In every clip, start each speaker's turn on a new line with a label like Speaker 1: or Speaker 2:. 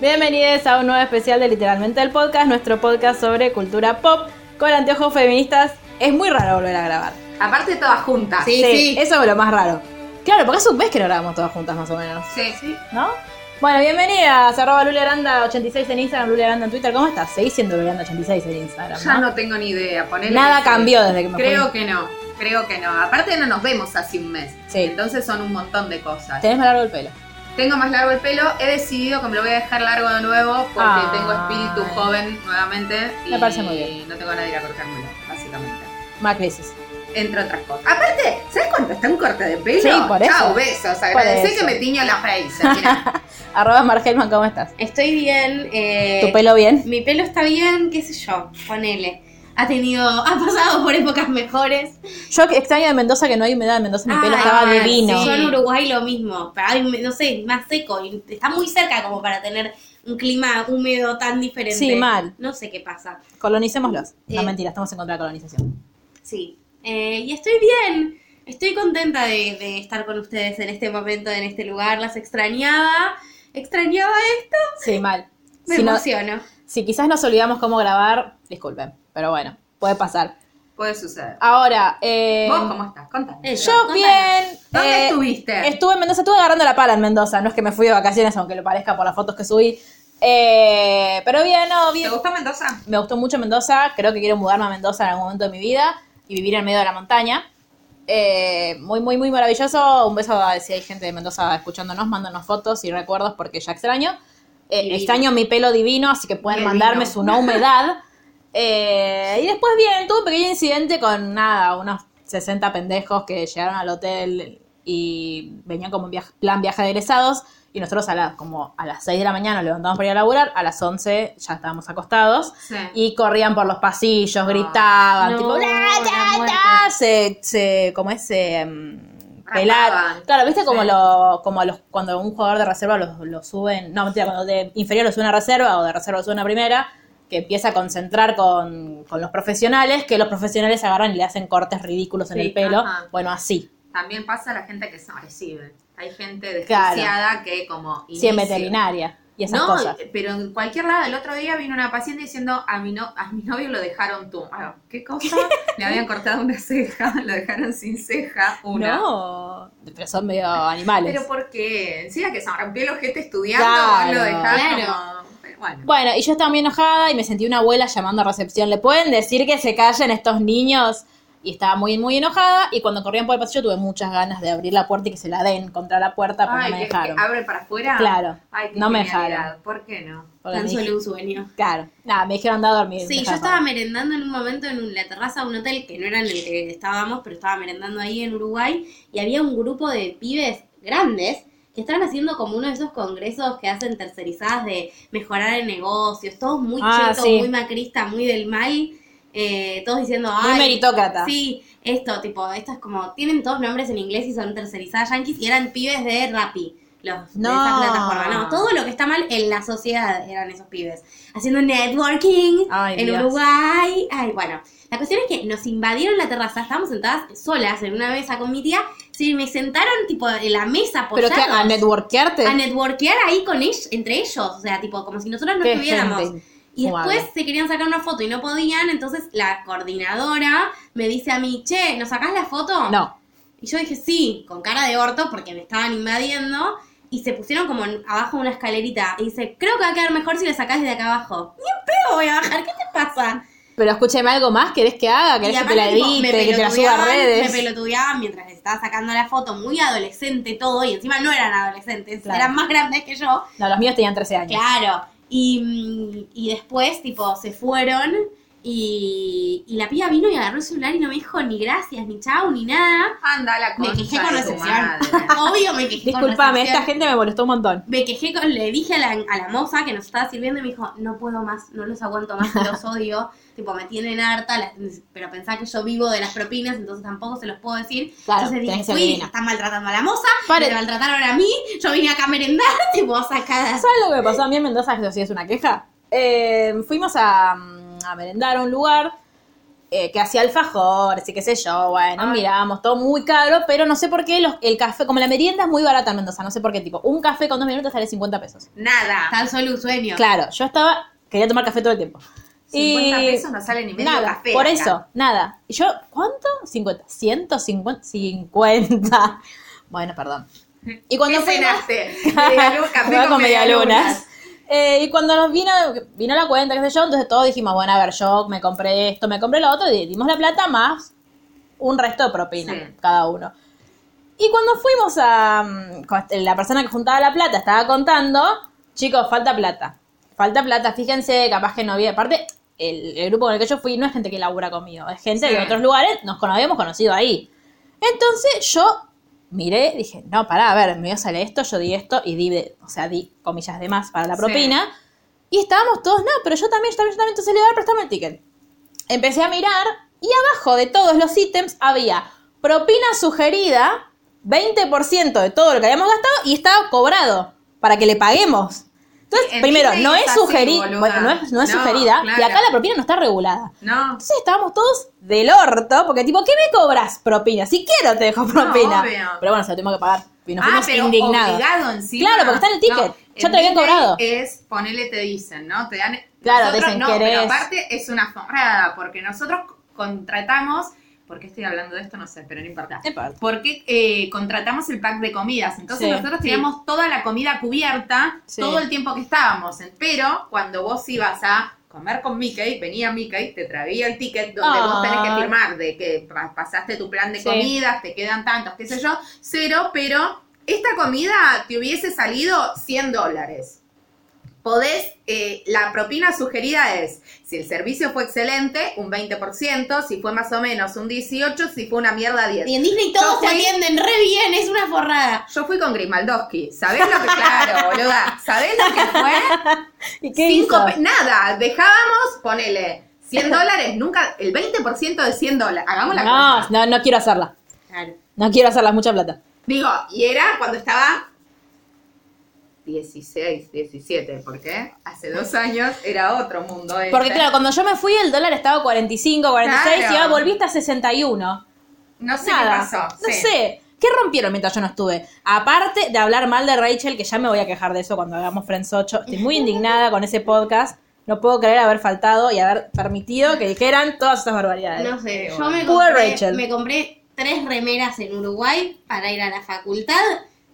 Speaker 1: Bienvenidos a un nuevo especial de Literalmente el Podcast, nuestro podcast sobre cultura pop con anteojos feministas. Es muy raro volver a grabar.
Speaker 2: Aparte todas juntas.
Speaker 3: Sí, sí.
Speaker 1: Eso es lo más raro. Claro, porque hace un mes que no grabamos todas juntas más o menos,
Speaker 2: Sí, sí.
Speaker 1: ¿no? Bueno, bienvenidas, arroba luliaranda86 en Instagram, luliaranda en Twitter. ¿Cómo estás? Seguís siendo luliaranda86 en Instagram,
Speaker 2: Ya
Speaker 1: ¿no?
Speaker 2: no tengo ni idea. Ponele
Speaker 1: Nada
Speaker 2: que sí.
Speaker 1: cambió desde que me
Speaker 2: Creo
Speaker 1: fui.
Speaker 2: que no, creo que no. Aparte no nos vemos hace un mes.
Speaker 1: Sí.
Speaker 2: Entonces son un montón de cosas.
Speaker 1: Tenés más largo el pelo.
Speaker 2: Tengo más largo el pelo. He decidido que me lo voy a dejar largo de nuevo porque
Speaker 1: Ay.
Speaker 2: tengo espíritu joven nuevamente.
Speaker 1: Ah. Me
Speaker 2: y
Speaker 1: parece muy bien.
Speaker 2: No tengo a nadie a cortármelo, básicamente.
Speaker 1: Más crisis.
Speaker 2: Entre otras cosas. Aparte, ¿sabes cuánto está un corte de pelo?
Speaker 1: Sí, por eso.
Speaker 2: Chau, besos. Agradecé
Speaker 1: eso.
Speaker 2: que me tiño la Fraser. mirá.
Speaker 1: Arroba Margelman, ¿cómo estás?
Speaker 3: Estoy bien. eh,
Speaker 1: ¿Tu pelo bien?
Speaker 3: Mi pelo está bien, qué sé yo, ponele. Ha tenido, ha pasado por épocas mejores.
Speaker 1: Yo extraño de Mendoza que no hay humedad en Mendoza, mi
Speaker 2: Ah,
Speaker 1: pelo
Speaker 3: Ay,
Speaker 1: estaba
Speaker 3: sí.
Speaker 1: divino.
Speaker 3: Yo en Uruguay lo mismo, pero hay, no sé, más seco. y Está muy cerca como para tener un clima húmedo tan diferente.
Speaker 1: Sí, mal.
Speaker 3: No sé qué pasa.
Speaker 1: Colonicémoslos. No,
Speaker 3: Eh.
Speaker 1: mentira, estamos en contra de la colonización.
Speaker 3: Sí. Eh, y estoy bien. Estoy contenta de, de estar con ustedes en este momento, en este lugar. Las extrañaba. Extrañaba esto.
Speaker 1: Sí, mal.
Speaker 3: Me
Speaker 1: Si, no-
Speaker 3: emociono.
Speaker 1: si quizás nos olvidamos cómo grabar, disculpen, pero bueno, puede pasar.
Speaker 2: Puede suceder.
Speaker 1: Ahora, eh,
Speaker 2: ¿Vos cómo estás? Contame.
Speaker 3: Eso,
Speaker 1: yo
Speaker 3: contanos.
Speaker 1: bien.
Speaker 2: ¿Dónde
Speaker 1: eh,
Speaker 2: estuviste?
Speaker 1: Estuve en Mendoza, estuve agarrando la pala en Mendoza, no es que me fui de vacaciones, aunque lo parezca por las fotos que subí. Eh, pero bien, no,
Speaker 2: ¿Te
Speaker 1: bien.
Speaker 2: gustó Mendoza?
Speaker 1: Me gustó mucho Mendoza, creo que quiero mudarme a Mendoza en algún momento de mi vida y vivir en medio de la montaña. Eh, muy, muy, muy maravilloso. Un beso a si hay gente de Mendoza escuchándonos, mándanos fotos y recuerdos porque ya extraño. Eh,
Speaker 3: Divino.
Speaker 1: extraño mi pelo divino, así que pueden
Speaker 2: Divino.
Speaker 1: mandarme su no humedad. Eh, y después bien, tuve un pequeño incidente con nada, unos 60 pendejos que llegaron al hotel y venían como en viaje- plan viaje de egresados y nosotros a la- como a las 6 de la mañana nos levantamos para ir a laburar, a las 11 ya estábamos acostados
Speaker 2: Sí.
Speaker 1: y corrían por los
Speaker 2: Ah,
Speaker 1: pasillos, gritaban,
Speaker 3: no,
Speaker 1: tipo, "Bla,
Speaker 3: la
Speaker 1: bla,
Speaker 3: muerte.
Speaker 1: bla", se, se, como es, se, mm, pelaban.
Speaker 2: Rapaban.
Speaker 1: Claro, viste como
Speaker 2: Sí.
Speaker 1: lo, como los, cuando un jugador de reserva los, lo suben, no, mentira, cuando de inferior lo suben a reserva o de reserva lo suben a primera, que empieza a concentrar con, con los profesionales, que los profesionales agarran y le hacen cortes ridículos en
Speaker 2: Sí,
Speaker 1: el pelo.
Speaker 2: ajá.
Speaker 1: Bueno, así.
Speaker 2: También pasa a la gente que se recibe. Hay gente
Speaker 1: Claro.
Speaker 2: desquiciada que como...
Speaker 1: Sí, en
Speaker 2: inicia.
Speaker 1: veterinaria y esas
Speaker 2: no,
Speaker 1: cosas.
Speaker 2: pero en cualquier lado, el otro día vino una paciente diciendo, a mi, no, a mi novio lo dejaron tú. ¿Qué cosa? Le habían cortado una ceja, lo dejaron sin ceja, una.
Speaker 1: No, pero son medio animales.
Speaker 2: Pero ¿por qué? Encima que se rompió el ojete estudiando,
Speaker 1: Claro,
Speaker 2: vos lo dejás
Speaker 3: claro.
Speaker 2: como- pero Bueno,
Speaker 1: Bueno, y yo estaba muy enojada y me sentí una abuela llamando a recepción. ¿Le pueden decir que se callen estos niños? Y estaba muy, muy enojada. Y cuando corrían por el pasillo tuve muchas ganas de abrir la puerta y que se la den contra la puerta, pero
Speaker 2: Ay,
Speaker 1: no me
Speaker 2: que- que
Speaker 1: dejaron.
Speaker 2: abre para afuera.
Speaker 1: Claro,
Speaker 2: Ay, qué
Speaker 1: no me
Speaker 2: genialidad.
Speaker 1: dejaron.
Speaker 2: ¿Por qué no?
Speaker 1: Porque
Speaker 3: Tan
Speaker 1: me dije-
Speaker 3: solo un sueño.
Speaker 1: claro, nada, me dijeron andar a dormir.
Speaker 3: Sí,
Speaker 1: me
Speaker 3: yo
Speaker 1: dejaron
Speaker 3: estaba
Speaker 1: dormir.
Speaker 3: merendando en un momento en un- la terraza de un hotel que no era en el que estábamos, pero estaba merendando ahí en Uruguay y había un grupo de pibes grandes que estaban haciendo como uno de esos congresos que hacen tercerizadas de mejorar en negocios, todos muy
Speaker 1: Ah,
Speaker 3: chetos,
Speaker 1: sí.
Speaker 3: muy macristas, muy del mal, eh, todos diciendo,
Speaker 1: Muy
Speaker 3: ay,
Speaker 1: meritócrata.
Speaker 3: sí, esto, tipo, esto es como, tienen todos nombres en inglés y son tercerizadas yanquis y eran pibes de Rappi. Los, de
Speaker 1: No.
Speaker 3: esa plataforma, no, todo lo que está mal en la sociedad eran esos pibes. Haciendo networking,
Speaker 1: Ay,
Speaker 3: en
Speaker 1: Dios.
Speaker 3: Uruguay. Ay, bueno. La cuestión es que nos invadieron la terraza, estábamos sentadas solas en una mesa con mi tía. Sí, me sentaron tipo en la mesa
Speaker 1: Pero
Speaker 3: apoyados.
Speaker 1: que a networkearte.
Speaker 3: a networkear ahí con ellos, entre ellos. O sea, tipo, como si nosotras no
Speaker 1: Qué
Speaker 3: estuviéramos.
Speaker 1: gente.
Speaker 3: Y
Speaker 1: Wow.
Speaker 3: después se querían sacar una foto y no podían, entonces la coordinadora me dice a mí, che, ¿nos sacás la foto?
Speaker 1: No,
Speaker 3: Y yo dije, sí, con cara de orto porque me estaban invadiendo. Y se pusieron como en- abajo de una escalerita. Y dice, creo que va a quedar mejor si la sacás desde acá abajo. Ni en pedo voy a bajar, ¿qué te pasa?
Speaker 1: pero escúcheme algo más, ¿querés que haga?
Speaker 3: Y
Speaker 1: ¿Querés que te
Speaker 3: aparte,
Speaker 1: la
Speaker 3: tipo, me
Speaker 1: edite? Que te la suba a
Speaker 3: pelotudeaban,
Speaker 1: redes.
Speaker 3: Me pelotudeaban mientras les estaba sacando la foto, muy adolescente todo. Y encima no eran adolescentes,
Speaker 1: Claro.
Speaker 3: eran más grandes que yo.
Speaker 1: No, los míos tenían 13 años.
Speaker 3: Claro. Y, mm, y después, tipo, se fueron y, y la piba vino y agarró el celular y no me dijo ni gracias, ni chau, ni nada.
Speaker 2: Anda la
Speaker 3: Me
Speaker 2: concha
Speaker 3: quejé con
Speaker 2: de tu
Speaker 3: recepción.
Speaker 2: madre.
Speaker 3: Obvio me quejé con
Speaker 1: Disculpame,
Speaker 3: recepción.
Speaker 1: esta gente me molestó un montón.
Speaker 3: Me quejé con, le dije a la, a la moza que nos estaba sirviendo y me dijo, no puedo más, no los aguanto más, los odio, tipo, me tienen harta, las- pero pensá que yo vivo de las propinas, entonces tampoco se los puedo decir.
Speaker 1: Claro, tenés
Speaker 3: entonces dije,
Speaker 1: que ser
Speaker 3: uy,
Speaker 1: divina".
Speaker 3: están maltratando a la moza,
Speaker 1: Pare-
Speaker 3: me maltrataron a mí, yo vine acá a merendar, tipo, sacada.
Speaker 1: ¿Sabes lo que me pasó
Speaker 2: Eh,
Speaker 1: a mí en Mendoza? Que eso sí es una queja. Eh, fuimos a, mm, a merendar a un lugar eh, que hacía alfajores y qué sé yo. Bueno,
Speaker 2: Ay.
Speaker 1: miramos, todo muy caro, pero no sé por qué los- el café, como la merienda es muy barata en Mendoza, no sé por qué, tipo, un café con dos minutos sale 50 pesos.
Speaker 2: Nada.
Speaker 3: Tan solo un sueño.
Speaker 1: Claro, yo estaba, quería tomar café todo el tiempo.
Speaker 2: 50
Speaker 1: Y-
Speaker 2: pesos no sale ni medio
Speaker 1: nada,
Speaker 2: café.
Speaker 1: Por
Speaker 2: acá.
Speaker 1: eso, nada. Y yo, ¿cuánto? 50. 150. 50. Bueno, perdón. Y cuando
Speaker 2: ¿Qué
Speaker 1: fuimos-
Speaker 2: cenaste? Medialu- café
Speaker 1: Jugaba
Speaker 2: con medialunas.
Speaker 1: Eh, y cuando nos vino, vino la cuenta, qué sé yo, entonces todos dijimos, bueno, a ver, yo me compré esto, me compré lo otro, y dimos la plata más un resto de propina,
Speaker 2: Sí.
Speaker 1: cada uno. Y cuando fuimos a... mm, con- La persona que juntaba la plata estaba contando, chicos, falta plata. Falta plata, fíjense, capaz que no había... Aparte, el, el grupo con el que yo fui no es gente que labura conmigo, es gente
Speaker 2: Sí.
Speaker 1: de otros lugares, nos cono- habíamos conocido ahí. Entonces yo miré, dije, no, pará, a ver, me sale esto, yo di esto y di, de- o sea, di comillas de más para la
Speaker 2: Sí.
Speaker 1: propina. Y estábamos todos, no, pero yo también, yo también, yo también, entonces le voy a dar, préstame el ticket. Empecé a mirar y abajo de todos los ítems había propina sugerida, 20% de todo lo que habíamos gastado y estaba cobrado para que le paguemos. Entonces,
Speaker 2: En
Speaker 1: primero,
Speaker 2: Disney
Speaker 1: no
Speaker 2: es
Speaker 1: es,
Speaker 2: así,
Speaker 1: sugeri-
Speaker 2: boluda.
Speaker 1: bueno, no es, no es
Speaker 2: No,
Speaker 1: sugerida y acá
Speaker 2: claro.
Speaker 1: la propina no está regulada.
Speaker 2: No.
Speaker 1: Entonces estábamos todos del orto, porque tipo, ¿qué me cobras propina? Si quiero te dejo propina.
Speaker 2: obvio.
Speaker 1: Pero bueno, se lo tengo que pagar. Y nos
Speaker 2: ah,
Speaker 1: fuimos
Speaker 2: pero
Speaker 1: indignados.
Speaker 2: obligado encima.
Speaker 1: Claro, porque está en el ticket. Ya
Speaker 2: en
Speaker 1: te lo habían
Speaker 2: Disney
Speaker 1: cobrado.
Speaker 2: Es, ponele, te dicen, ¿no? Te dan.
Speaker 1: Claro,
Speaker 2: nosotros
Speaker 1: dicen,
Speaker 2: no,
Speaker 1: ¿querés?
Speaker 2: Pero aparte es una forrada, porque nosotros contratamos. ¿Por qué estoy hablando de esto? No sé, pero no importa.
Speaker 1: No importa.
Speaker 2: Porque eh, contratamos el pack de comidas. Entonces
Speaker 1: Sí.
Speaker 2: nosotros teníamos toda la comida cubierta
Speaker 1: Sí.
Speaker 2: todo el tiempo que estábamos. Pero cuando vos ibas a comer con Mickey, venía Mickey, te traía el ticket donde vos tenés
Speaker 1: Ah.
Speaker 2: que firmar de que pa- pasaste tu plan de
Speaker 1: Sí.
Speaker 2: comidas, te quedan tantos, qué sé yo, cero, pero esta comida te hubiese salido 100 dólares. Podés, eh, la propina sugerida es, si el servicio fue excelente, un 20%, si fue más o menos un 18%, si fue una mierda 10%.
Speaker 3: Y en Disney todos
Speaker 2: Yo
Speaker 3: se
Speaker 2: fui-
Speaker 3: atienden re bien, es una forrada.
Speaker 2: Yo fui con Grimaldoski, ¿sabés lo que, claro, boluda, ¿sabés lo que fue?
Speaker 1: ¿Y qué
Speaker 2: Cinco
Speaker 1: hizo?
Speaker 2: pe- nada, dejábamos, ponele, 100 dólares, nunca, el 20% de 100 dólares, hagamos la
Speaker 1: No,
Speaker 2: cuenta. Este.
Speaker 1: no, no quiero hacerla.
Speaker 3: Claro.
Speaker 1: No quiero hacerla, es mucha plata.
Speaker 2: Digo, y era cuando estaba 16, 17, porque hace dos años era otro mundo este.
Speaker 1: Porque claro, cuando yo me fui el dólar estaba 45, 46
Speaker 2: Claro.
Speaker 1: y ahora volviste a 61.
Speaker 2: no sé
Speaker 1: Nada.
Speaker 2: qué pasó.
Speaker 1: No
Speaker 2: sí.
Speaker 1: sé. ¿Qué rompieron mientras yo no estuve? Aparte de hablar mal de Rachel, que ya me voy a quejar de eso cuando hagamos Friends 8. Estoy muy indignada con ese podcast. No puedo creer haber faltado y haber permitido que dijeran todas estas barbaridades.
Speaker 3: No sé, yo
Speaker 2: bueno.
Speaker 3: me
Speaker 1: Poor
Speaker 3: compré,
Speaker 1: Rachel.
Speaker 3: me compré tres remeras en Uruguay para ir a la facultad.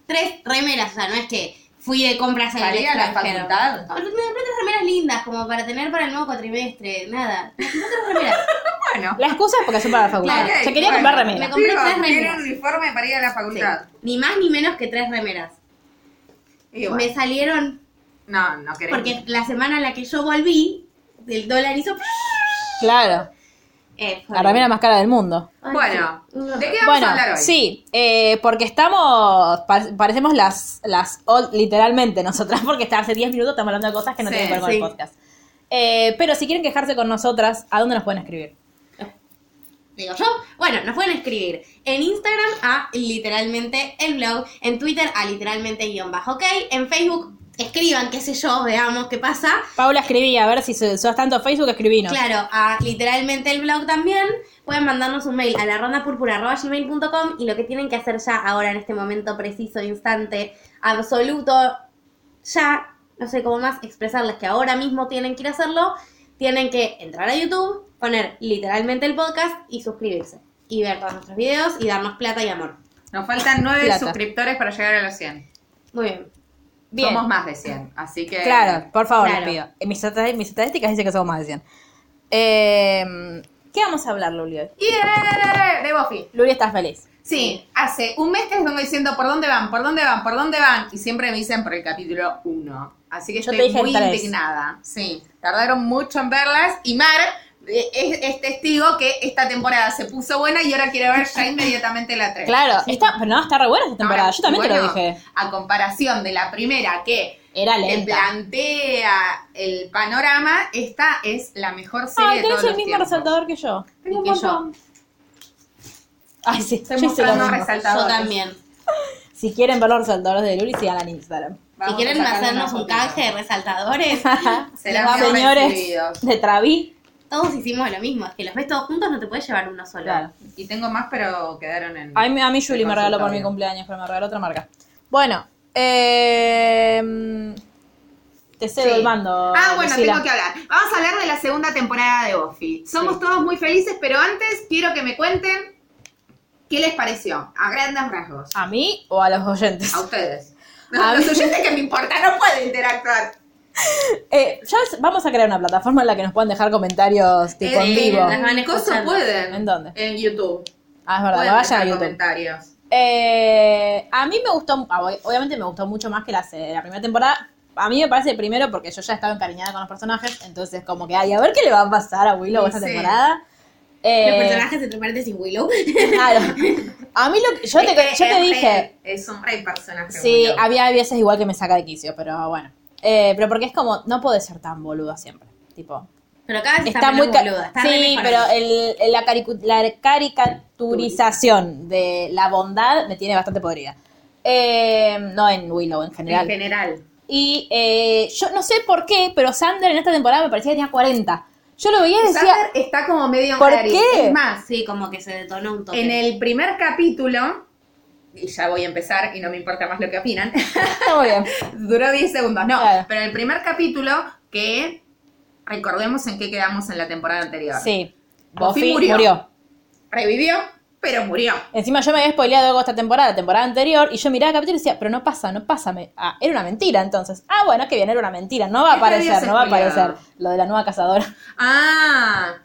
Speaker 3: Tres remeras, o sea, no es que fui de compras en
Speaker 2: ¿Para
Speaker 3: el
Speaker 2: ir a la
Speaker 3: extranjero.
Speaker 2: facultad?
Speaker 3: No, Me compré tres remeras lindas, como para tener para el nuevo cuatrimestre, nada. Me compré tres remeras.
Speaker 2: Bueno.
Speaker 1: La excusa es porque son para la facultad.
Speaker 3: Claro,
Speaker 1: yo quería
Speaker 2: bueno.
Speaker 1: comprar remera.
Speaker 3: Me compré
Speaker 2: Digo,
Speaker 3: tres
Speaker 2: tiene
Speaker 3: remeras.
Speaker 2: un uniforme para ir a la facultad.
Speaker 3: Sí. Ni más ni menos que tres remeras.
Speaker 2: Y bueno,
Speaker 3: Me salieron,
Speaker 2: no, no querés.
Speaker 3: porque la semana en la que yo volví, el dólar hizo...
Speaker 1: Claro,
Speaker 3: Eh, fue
Speaker 1: la remera más cara del mundo.
Speaker 3: Ay,
Speaker 2: Bueno, ¿de qué vamos
Speaker 1: Bueno,
Speaker 2: a hablar hoy?
Speaker 1: sí, eh, porque estamos, pa- parecemos las, las old- literalmente nosotras, porque está- hace 10 minutos estamos hablando de cosas que no
Speaker 2: Sí,
Speaker 1: tienen que ver con
Speaker 3: sí.
Speaker 1: el podcast. Eh, pero si quieren quejarse con nosotras, ¿a dónde nos pueden escribir?
Speaker 3: digo yo. Bueno, nos pueden escribir en Instagram a literalmente el blog, en Twitter a literalmente guión bajo ok, en Facebook escriban, qué sé yo, veamos qué pasa.
Speaker 1: Paula, escribí, a ver si so- sos tanto Facebook, escribinos.
Speaker 3: Claro, a literalmente el blog también. Pueden mandarnos un mail a la ronda y lo que tienen que hacer ya ahora en este momento preciso, instante, absoluto, ya, no sé cómo más expresarles que ahora mismo tienen que ir a hacerlo, tienen que entrar a YouTube, poner literalmente el podcast y suscribirse. Y ver todos nuestros videos y darnos plata y amor.
Speaker 2: Nos faltan nueve
Speaker 1: Plata.
Speaker 2: suscriptores para llegar a los 100.
Speaker 3: Muy bien.
Speaker 1: Bien.
Speaker 2: Somos más de 100, así que...
Speaker 1: Claro, por favor, les
Speaker 3: Claro.
Speaker 1: pido. Eh, Mis, estati- mis estadísticas dicen que somos más de 100. Eh, ¿Qué vamos a hablar, Luli? hoy?
Speaker 2: ¡Yeah! eh, De Buffy.
Speaker 1: Luli, ¿estás feliz?
Speaker 2: Sí, hace un mes que les vengo diciendo por dónde van, por dónde van, por dónde van. Y siempre me dicen por el capítulo 1. Así que
Speaker 1: Yo te
Speaker 2: estoy
Speaker 1: dije
Speaker 2: muy
Speaker 1: tres.
Speaker 2: indignada. Sí, tardaron mucho en verlas. Y Mar eh, es, es testigo que esta temporada se puso buena y ahora quiere ver ya inmediatamente la 3.
Speaker 1: Claro, está, pero no, está re buena esta temporada. Yo también te lo dije.
Speaker 2: A comparación de la primera que
Speaker 1: Era
Speaker 2: le
Speaker 1: lenta.
Speaker 2: plantea el panorama, esta es la mejor serie
Speaker 1: Ay,
Speaker 2: de todos
Speaker 1: tenés el
Speaker 2: los
Speaker 1: mismo
Speaker 2: tiempos.
Speaker 1: resaltador que yo.
Speaker 2: Tengo un montón.
Speaker 1: Ay, sí,
Speaker 2: Estoy
Speaker 1: yo hice lo
Speaker 2: mostrando
Speaker 1: mismo.
Speaker 2: resaltadores.
Speaker 3: Yo también.
Speaker 1: Si quieren ver los resaltadores de Luli, sigan en Instagram.
Speaker 3: Si
Speaker 2: Vamos
Speaker 3: quieren
Speaker 2: a sacarle
Speaker 3: hacernos
Speaker 2: una
Speaker 3: un
Speaker 2: fotito.
Speaker 3: canje de resaltadores,
Speaker 2: Serán
Speaker 3: Los
Speaker 2: bien
Speaker 1: Señores
Speaker 2: recibidos.
Speaker 1: de Traví.
Speaker 3: todos hicimos lo mismo. Es que los ves todos juntos, no te puedes llevar uno solo.
Speaker 1: Claro.
Speaker 2: Y tengo más, pero quedaron en.
Speaker 1: A mí, a mí Julie
Speaker 2: en
Speaker 1: me regaló por
Speaker 2: consultorio.
Speaker 1: mi cumpleaños, pero me regaló otra marca. Bueno, eh, te cedo
Speaker 2: Sí.
Speaker 1: el mando.
Speaker 2: Ah, bueno,
Speaker 1: Lucila.
Speaker 2: tengo que hablar. Vamos a hablar de la segunda temporada de Buffy. Somos todos muy felices, pero antes quiero que me cuenten qué les pareció, a grandes rasgos.
Speaker 1: ¿A mí o a los oyentes?
Speaker 2: A ustedes.
Speaker 1: A
Speaker 2: los
Speaker 1: mí.
Speaker 2: oyentes que me importa no pueden interactuar.
Speaker 1: Eh, ya s- vamos a crear una plataforma en la que nos puedan dejar comentarios tipo
Speaker 2: Eh,
Speaker 1: en vivo.
Speaker 3: las van
Speaker 2: coso
Speaker 3: escuchando.
Speaker 2: pueden.
Speaker 1: ¿En dónde?
Speaker 2: En YouTube.
Speaker 1: Ah, es verdad,
Speaker 2: Pueden
Speaker 1: vayan
Speaker 2: dejar
Speaker 1: a YouTube.
Speaker 2: comentarios.
Speaker 1: Eh, a mí me gustó, ah, ob- obviamente me gustó mucho más que la, se- la primera temporada. A mí me parece primero porque yo ya estaba encariñada con los personajes, entonces como que, ay, a ver qué le va a pasar a Willow
Speaker 2: Sí,
Speaker 1: esta
Speaker 2: sí.
Speaker 1: temporada.
Speaker 3: Los
Speaker 1: Eh,
Speaker 3: personajes entre paréntesis Willow.
Speaker 1: Claro. A mí lo que, yo, te,
Speaker 2: Es que
Speaker 1: yo te
Speaker 2: es
Speaker 1: dije,
Speaker 2: re- Es un rey personaje.
Speaker 1: sí,
Speaker 2: Willow.
Speaker 1: había veces igual que me saca de quicio, pero bueno. Eh, pero porque es como, no puede ser tan boluda siempre. Tipo,
Speaker 3: Pero cada vez
Speaker 1: está,
Speaker 3: está, menos
Speaker 1: muy ca-
Speaker 3: boluda. Está re
Speaker 1: sí
Speaker 3: mejorando.
Speaker 1: pero eh, el, el- la, caricu- la caricaturización de la bondad me tiene bastante podrida Eh, no en Willow en
Speaker 2: En
Speaker 1: general
Speaker 2: general.
Speaker 1: y eh, yo no sé por qué pero Sander en esta temporada me parecía que tenía 40 yo lo veía y decía
Speaker 2: Xander está como medio
Speaker 1: ¿Por
Speaker 2: rari.
Speaker 1: qué?
Speaker 2: Es más,
Speaker 3: Ah, Sí, como que se detonó un toque.
Speaker 2: en el primer capítulo, y ya voy a empezar y no me importa más lo que opinan,
Speaker 1: está muy bien
Speaker 2: duró 10 segundos, no,
Speaker 1: Claro.
Speaker 2: pero el primer capítulo que recordemos en qué quedamos en la temporada anterior.
Speaker 1: sí
Speaker 2: Buffy
Speaker 1: Buffy
Speaker 2: murió.
Speaker 1: murió
Speaker 2: Revivió, pero murió.
Speaker 1: Encima yo me había spoileado algo esta temporada, la temporada anterior, y yo miraba el capítulo y decía, pero no pasa, no pasa. me- Ah, era una mentira entonces. Ah, bueno, que bien, era una mentira. No va a
Speaker 2: ¿Qué te
Speaker 1: aparecer,
Speaker 2: habías
Speaker 1: no va a
Speaker 2: spoileado?
Speaker 1: aparecer lo de la nueva cazadora.
Speaker 2: Ah,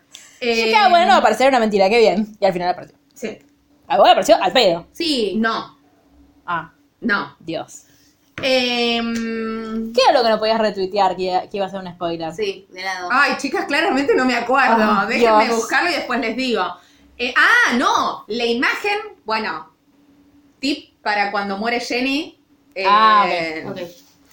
Speaker 1: Yo
Speaker 2: eh,
Speaker 1: dije, ah, bueno, no va a aparecer era una mentira, qué bien. Y al final apareció.
Speaker 2: em, sí.
Speaker 1: Al final apareció al pedo.
Speaker 3: Sí.
Speaker 2: No,
Speaker 1: Ah,
Speaker 2: no.
Speaker 1: Dios.
Speaker 2: Em,
Speaker 1: ¿Qué era lo que no podías retuitear que, que iba a ser un spoiler?
Speaker 3: Sí, de lado.
Speaker 2: Ay, chicas, claramente no me acuerdo.
Speaker 1: Ah,
Speaker 2: Déjenme
Speaker 1: Dios.
Speaker 2: buscarlo y después les digo. Eh, ah, no, la imagen, bueno, tip para cuando muere Jenny. eh,
Speaker 1: Ah,
Speaker 3: Ok.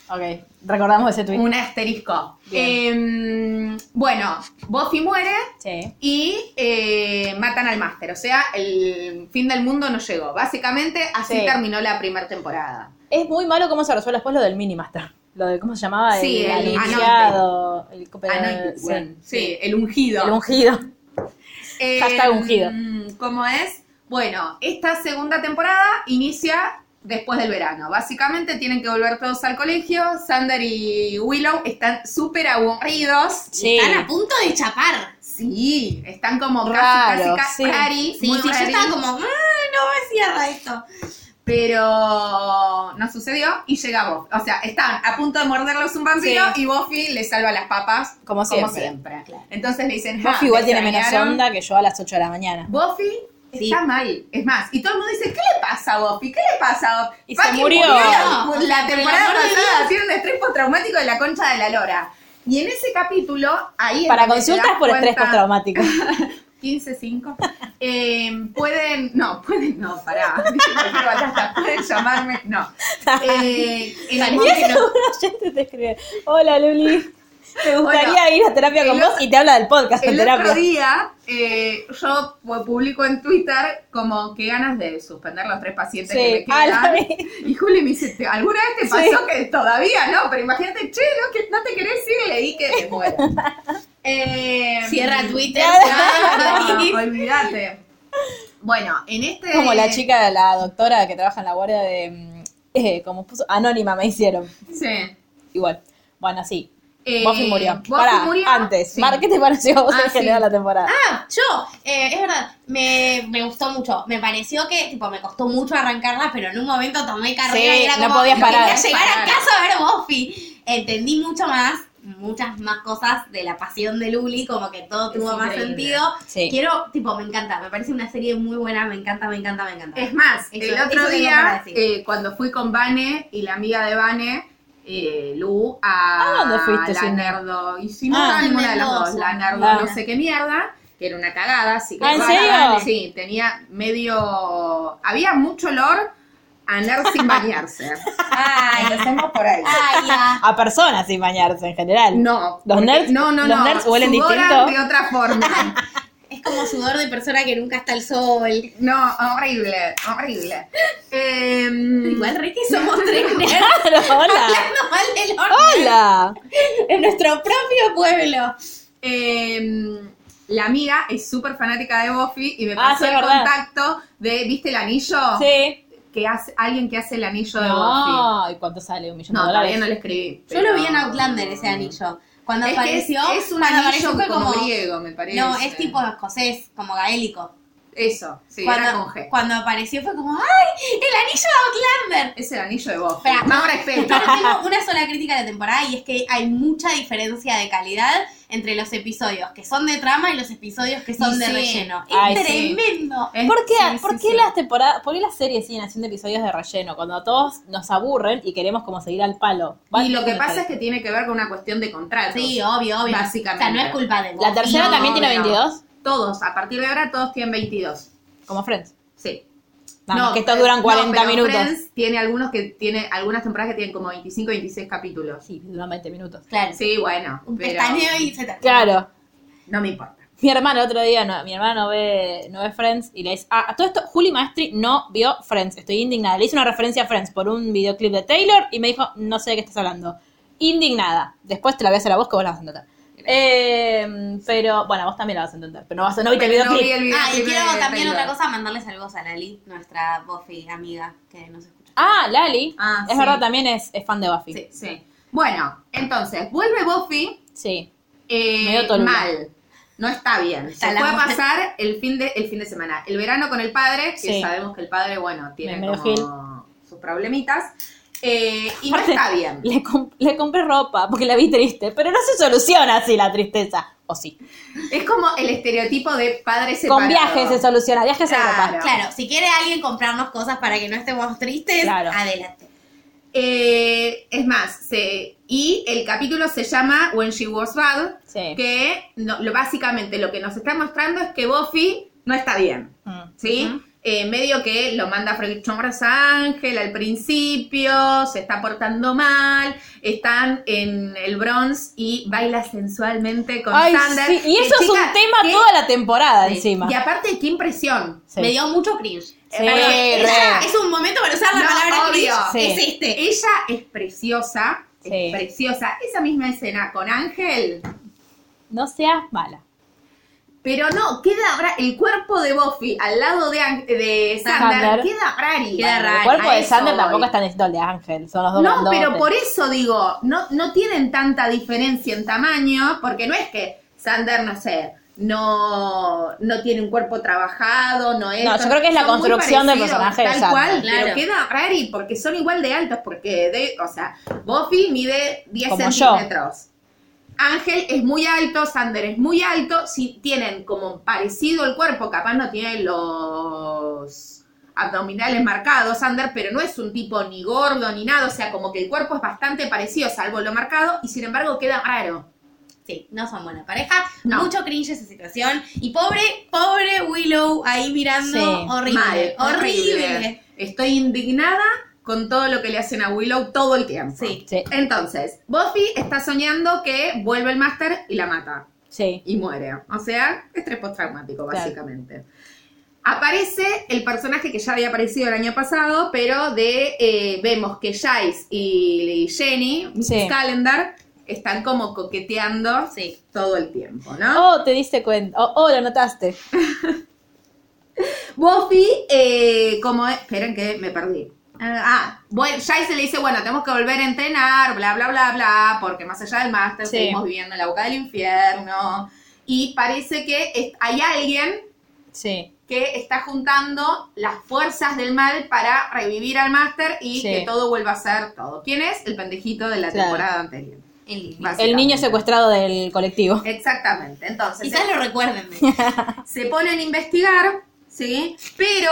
Speaker 1: Ok, recordamos ese tweet.
Speaker 2: Un asterisco. Eh, bueno, Buffy muere
Speaker 1: Sí.
Speaker 2: y eh, matan al máster. O sea, el fin del mundo no llegó. Básicamente, así
Speaker 1: Sí.
Speaker 2: terminó la primera temporada.
Speaker 1: Es muy malo cómo se resuelve después lo del minimaster. Lo de, ¿cómo se llamaba?
Speaker 2: Sí, el
Speaker 1: aliciado, el pero-
Speaker 2: Anointed
Speaker 1: sí.
Speaker 2: One. Ah, Sí, el ungido.
Speaker 1: El ungido.
Speaker 2: Eh,
Speaker 1: Hashtag ungido.
Speaker 2: Em, ¿Cómo es? Bueno, esta segunda temporada inicia después del verano. Básicamente tienen que volver todos al colegio. Sander y Willow están súper aburridos.
Speaker 1: Sí.
Speaker 3: Están a punto de chapar.
Speaker 2: Sí, están como
Speaker 1: Raro,
Speaker 2: casi, casi,
Speaker 1: sí.
Speaker 2: casi rari,
Speaker 3: Sí,
Speaker 2: muy
Speaker 3: sí, yo
Speaker 2: rari,
Speaker 3: estaba como, "Ah, no me cierra esto.
Speaker 2: Pero no sucedió y llega Buffy. O sea, están a punto de morderlos un vampiro y Buffy les salva las papas.
Speaker 1: Como siempre.
Speaker 3: Claro.
Speaker 2: Entonces le dicen,
Speaker 1: Buffy
Speaker 2: "Ah,
Speaker 1: igual
Speaker 2: te
Speaker 1: tiene menos
Speaker 2: extrañaron".
Speaker 1: onda que yo a las 8 de la mañana.
Speaker 2: Buffy
Speaker 3: Sí.
Speaker 2: está mal. Es más, y todo el mundo dice, ¿qué le pasa a Buffy? ¿Qué le pasa a Buffy?
Speaker 1: Y se murió. Ah,
Speaker 2: la- La
Speaker 3: Por el
Speaker 2: temporada
Speaker 3: amor de
Speaker 2: pasada tiene un estrés postraumático de la concha de la lora. Y en ese capítulo, ahí es
Speaker 1: Para
Speaker 2: donde te
Speaker 1: consultas
Speaker 2: das
Speaker 1: por estrés
Speaker 2: cuenta-
Speaker 1: postraumático.
Speaker 2: 15.5. Eh, pueden, no, pueden, no, pará. Dije cualquier batata. pueden llamarme, no. Eh, en
Speaker 1: Mira
Speaker 2: el momento-
Speaker 1: que un oyente te escribe, hola Luli, me gustaría
Speaker 2: Bueno,
Speaker 1: ir a terapia con
Speaker 2: el
Speaker 1: vos y te habla del podcast en
Speaker 2: El otro
Speaker 1: terapia.
Speaker 2: día eh, yo pu- publico en Twitter como que ganas de suspender los tres pacientes
Speaker 1: Sí,
Speaker 2: que me
Speaker 1: ah, la
Speaker 2: quedan.
Speaker 1: vi.
Speaker 2: Y Juli me dice, "¿Te- ¿alguna vez te
Speaker 1: Sí.
Speaker 2: pasó que todavía no? Pero imagínate, che, no, que no te querés ir, le di que te mueras. Eh,
Speaker 3: Cierra Twitter.
Speaker 2: claro, olvídate. Bueno, en este...
Speaker 1: Como la chica, la doctora que trabaja en la guardia de, mm, eh, como puso, anónima me hicieron,
Speaker 2: Sí.
Speaker 1: igual. Bueno, sí,
Speaker 2: Eh,
Speaker 1: Buffy murió.
Speaker 2: Buffy
Speaker 1: Pará,
Speaker 2: murió,
Speaker 1: antes,
Speaker 2: sí.
Speaker 1: Mar, ¿qué te pareció vos
Speaker 2: Ah,
Speaker 1: en
Speaker 2: sí.
Speaker 1: general la temporada?
Speaker 3: Ah, yo, eh, es verdad, me, me gustó mucho. Me pareció que, tipo, me costó mucho arrancarla, pero en un momento tomé carrera
Speaker 1: Sí,
Speaker 3: y era
Speaker 1: no
Speaker 3: como,
Speaker 1: podías parar.
Speaker 3: quería llegar
Speaker 2: Parar.
Speaker 3: a casa a ver Buffy. Entendí mucho más, muchas más cosas de la pasión de Luli, como que todo
Speaker 2: Es
Speaker 3: tuvo más
Speaker 2: increíble.
Speaker 3: sentido.
Speaker 1: Sí.
Speaker 3: Quiero, tipo, me encanta, me parece una serie muy buena, me encanta, me encanta, me encanta.
Speaker 2: Es más, el
Speaker 3: Eso-
Speaker 2: otro
Speaker 3: eso tengo para
Speaker 2: día,
Speaker 3: decir.
Speaker 2: eh, cuando fui con Vane y la amiga de Vane, eh, Lu a,
Speaker 1: ¿A dónde fuiste,
Speaker 2: la
Speaker 1: Cindy?
Speaker 2: Nerdo. Hicimos
Speaker 1: Ah,
Speaker 2: a ninguna de las
Speaker 3: Mendoza.
Speaker 2: dos, la Nerdo
Speaker 1: Ah.
Speaker 2: no sé qué mierda, que era una cagada, así que
Speaker 1: Ah, ¿en
Speaker 2: Bárbara,
Speaker 1: serio?
Speaker 2: dale. sí, tenía medio, había mucho olor a nerd sin bañarse. Ay, empecemos por ahí.
Speaker 3: Ay, ya.
Speaker 1: A personas sin bañarse en general.
Speaker 2: No,
Speaker 1: ¿Los
Speaker 2: porque-
Speaker 1: nerds-
Speaker 2: no, no,
Speaker 1: los
Speaker 2: no,
Speaker 1: nerds huelen
Speaker 2: sudoran
Speaker 1: distinto?
Speaker 2: de otra forma.
Speaker 3: Es como sudor de persona que nunca está al sol.
Speaker 2: No, horrible, horrible. Eh,
Speaker 3: Igual, Ricky, somos tres nerds
Speaker 1: Claro, hola.
Speaker 3: hablando mal del horno
Speaker 1: Hola.
Speaker 3: en nuestro propio pueblo.
Speaker 2: eh, la amiga es súper fanática de Buffy y me
Speaker 1: Ah,
Speaker 2: pasó
Speaker 1: sí, es
Speaker 2: el
Speaker 1: verdad.
Speaker 2: contacto de, ¿viste el anillo?
Speaker 1: Sí.
Speaker 2: Que hace, alguien que hace el anillo de Buffy.
Speaker 1: No, ¿y cuánto sale? ¿Un millón de
Speaker 2: No, todavía
Speaker 1: dólares?
Speaker 2: no le escribí.
Speaker 3: Yo lo vi en
Speaker 2: pero-
Speaker 3: Outlander ese anillo. Cuando
Speaker 2: Es que
Speaker 3: apareció,
Speaker 2: es, es un
Speaker 3: cuando
Speaker 2: anillo
Speaker 3: apareció fue
Speaker 2: como,
Speaker 3: como-
Speaker 2: griego, me parece.
Speaker 3: No, es tipo escocés, como gaélico.
Speaker 2: Eso, sí,
Speaker 3: cuando,
Speaker 2: era con G.
Speaker 3: cuando apareció fue como, ¡ay! ¡El anillo de Outlander!
Speaker 2: Es el anillo de Buffy.
Speaker 3: Espera.
Speaker 2: Más respeto.
Speaker 3: Yo tengo una sola crítica a la temporada y es que hay mucha diferencia de calidad entre los episodios que son de trama y los episodios que son
Speaker 2: Y
Speaker 3: de
Speaker 2: sí.
Speaker 3: relleno. Es
Speaker 1: Ay, sí.
Speaker 3: tremendo.
Speaker 2: Es-
Speaker 1: ¿Por qué,
Speaker 2: sí,
Speaker 1: por
Speaker 2: sí,
Speaker 1: qué
Speaker 2: sí.
Speaker 1: las temporadas, por qué las series siguen haciendo episodios de relleno cuando a todos nos aburren y queremos como seguir al palo?
Speaker 2: Y lo que pasa es que tiene que ver con una cuestión de contratos.
Speaker 3: Sí, obvio, obvio.
Speaker 2: Básicamente.
Speaker 3: O sea, no es culpa de
Speaker 1: la tercera
Speaker 2: No,
Speaker 1: también tiene
Speaker 2: obvio.
Speaker 1: 22,
Speaker 2: Todos, a partir de ahora todos tienen 22.
Speaker 1: como Friends.
Speaker 2: Sí.
Speaker 1: Nada más que estos
Speaker 2: pero-
Speaker 1: duran
Speaker 2: no,
Speaker 1: 40
Speaker 2: pero
Speaker 1: minutos.
Speaker 2: Friends tiene algunos que tiene algunas temporadas que tienen como 25, 26 capítulos.
Speaker 1: Sí, duran 20 minutos.
Speaker 3: Claro.
Speaker 2: Sí, bueno,
Speaker 3: Un
Speaker 2: pero
Speaker 3: pestañeo y se te...
Speaker 1: Claro.
Speaker 2: no me importa.
Speaker 1: Mi hermano el otro día, no, mi hermano no ve, no ve Friends y le dice, ah, a todo esto, Juli Maestri no vio Friends, estoy indignada. Le hice una referencia a Friends por un videoclip de Taylor y me dijo, no sé de qué estás hablando. Indignada. Después te la voy a hacer a vos que vos la vas a entender. Eh, pero, bueno, vos también la vas a entender, pero no vas a no viste el
Speaker 2: Pero no
Speaker 1: videoclip.
Speaker 2: vi el video
Speaker 3: Ah, y
Speaker 2: clip
Speaker 3: quiero
Speaker 2: de
Speaker 3: también
Speaker 2: Taylor.
Speaker 3: otra cosa, mandarles saludos a Lali, nuestra Buffy amiga que nos escucha.
Speaker 1: Ah, Lali.
Speaker 2: Ah,
Speaker 1: es
Speaker 2: sí.
Speaker 1: verdad, también es, es fan de Buffy. Sí.
Speaker 2: Sí, sí. Bueno, entonces, vuelve Buffy eh,
Speaker 1: Medio tolulo.
Speaker 2: mal. No está bien. Se
Speaker 3: Está la
Speaker 2: puede
Speaker 3: mujer.
Speaker 2: pasar el fin, de, el fin de semana. El verano con el padre, que
Speaker 1: Sí.
Speaker 2: sabemos que el padre, bueno, tiene
Speaker 1: medio
Speaker 2: como sus problemitas. Eh, y no
Speaker 1: Aparte,
Speaker 2: está bien.
Speaker 1: Le, com- le compré ropa porque la vi triste, pero no se soluciona así la tristeza. O sí.
Speaker 2: Es como el estereotipo de padre separado.
Speaker 1: Con viajes se soluciona, viajes en
Speaker 2: Claro.
Speaker 1: ropa.
Speaker 3: Claro, si quiere alguien comprarnos cosas para que no estemos tristes,
Speaker 1: Claro.
Speaker 3: adelante.
Speaker 2: Eh, es más, se, y el capítulo se llama When She Was Bad,
Speaker 1: Sí.
Speaker 2: que no- lo, básicamente lo que nos está mostrando es que Buffy no está bien,
Speaker 1: Mm.
Speaker 2: ¿sí? Eh, medio que lo manda Frank Chambers a Ángel al principio, se está portando mal, están en el Bronx y baila sensualmente con
Speaker 1: Ay,
Speaker 2: Xander.
Speaker 1: sí, Y
Speaker 2: Que,
Speaker 1: eso es un
Speaker 2: chicas,
Speaker 1: tema
Speaker 2: qué-
Speaker 1: toda la temporada encima.
Speaker 2: Y aparte, qué impresión.
Speaker 1: Sí.
Speaker 3: Me dio mucho cringe.
Speaker 1: Sí,
Speaker 3: Pero es-
Speaker 1: re.
Speaker 3: es un momento para usar la
Speaker 2: No,
Speaker 3: palabra
Speaker 2: obvio.
Speaker 3: cringe.
Speaker 1: Sí.
Speaker 3: Es este.
Speaker 2: Ella es preciosa,
Speaker 1: Sí.
Speaker 2: es preciosa. Esa misma escena con Ángel,
Speaker 1: No seas mala.
Speaker 2: pero no, queda bra- el cuerpo de Buffy al lado de, Ang- de Sander,
Speaker 1: Sander.
Speaker 2: queda rari.
Speaker 3: Queda
Speaker 2: Bueno,
Speaker 3: rari.
Speaker 1: el cuerpo
Speaker 2: a
Speaker 1: de
Speaker 2: eso
Speaker 1: Sander tampoco
Speaker 2: voy.
Speaker 1: es tan distinto al de Ángel. Son los dos
Speaker 2: No,
Speaker 1: grandotes.
Speaker 2: pero por eso digo, no, no tienen tanta diferencia en tamaño, porque no es que Sander, no sé, no, no tiene un cuerpo trabajado, no es.
Speaker 1: No, yo creo que es la construcción del personaje de
Speaker 2: Tal
Speaker 1: Sander.
Speaker 2: cual,
Speaker 3: Claro.
Speaker 2: pero queda rari porque son igual de altos, porque, de- o sea, Buffy mide 10
Speaker 1: Como yo.
Speaker 2: centímetros. Ángel es muy alto, Sander es muy alto, si tienen como parecido el cuerpo, capaz no tienen los abdominales marcados, Sander, pero no es un tipo ni gordo ni nada, o sea, como que el cuerpo es bastante parecido, salvo lo marcado, y sin embargo queda raro.
Speaker 3: Sí, no son buena pareja.
Speaker 2: No.
Speaker 3: Mucho cringe esa situación. Y pobre, pobre Willow ahí mirando.
Speaker 1: Sí,
Speaker 3: horrible.
Speaker 2: Mal,
Speaker 3: horrible.
Speaker 2: Estoy indignada con todo lo que le hacen a Willow todo el tiempo.
Speaker 3: Sí.
Speaker 1: Sí,
Speaker 2: Entonces, Buffy está soñando que vuelve el máster y la mata.
Speaker 1: sí.
Speaker 2: y muere. O sea, estrés postraumático,
Speaker 1: Claro.
Speaker 2: básicamente. Aparece el personaje que ya había aparecido el año pasado, pero de eh, vemos que Jace y Jenny, Mrs.
Speaker 1: Sí.
Speaker 2: Calendar, están como coqueteando
Speaker 3: Sí.
Speaker 2: todo el tiempo, ¿no?
Speaker 1: Oh, te diste cuenta. Oh, oh, lo notaste.
Speaker 2: Buffy, eh, como... Esperen que me perdí. Ah, bueno, Jace le dice, bueno, tenemos que volver a entrenar, bla, bla, bla, bla, porque más allá del máster
Speaker 1: Sí.
Speaker 2: seguimos viviendo en la boca del infierno. Y parece que es- hay alguien
Speaker 1: Sí.
Speaker 2: que está juntando las fuerzas del mal para revivir al máster
Speaker 1: Sí.
Speaker 2: y que todo vuelva a ser todo. ¿Quién es? El pendejito de la
Speaker 1: Claro.
Speaker 2: temporada anterior.
Speaker 3: El-
Speaker 1: El niño
Speaker 2: básicamente.
Speaker 1: secuestrado del colectivo.
Speaker 2: Exactamente. Entonces,
Speaker 3: Quizás lo recuerden.
Speaker 2: se ponen a investigar, ¿sí? Pero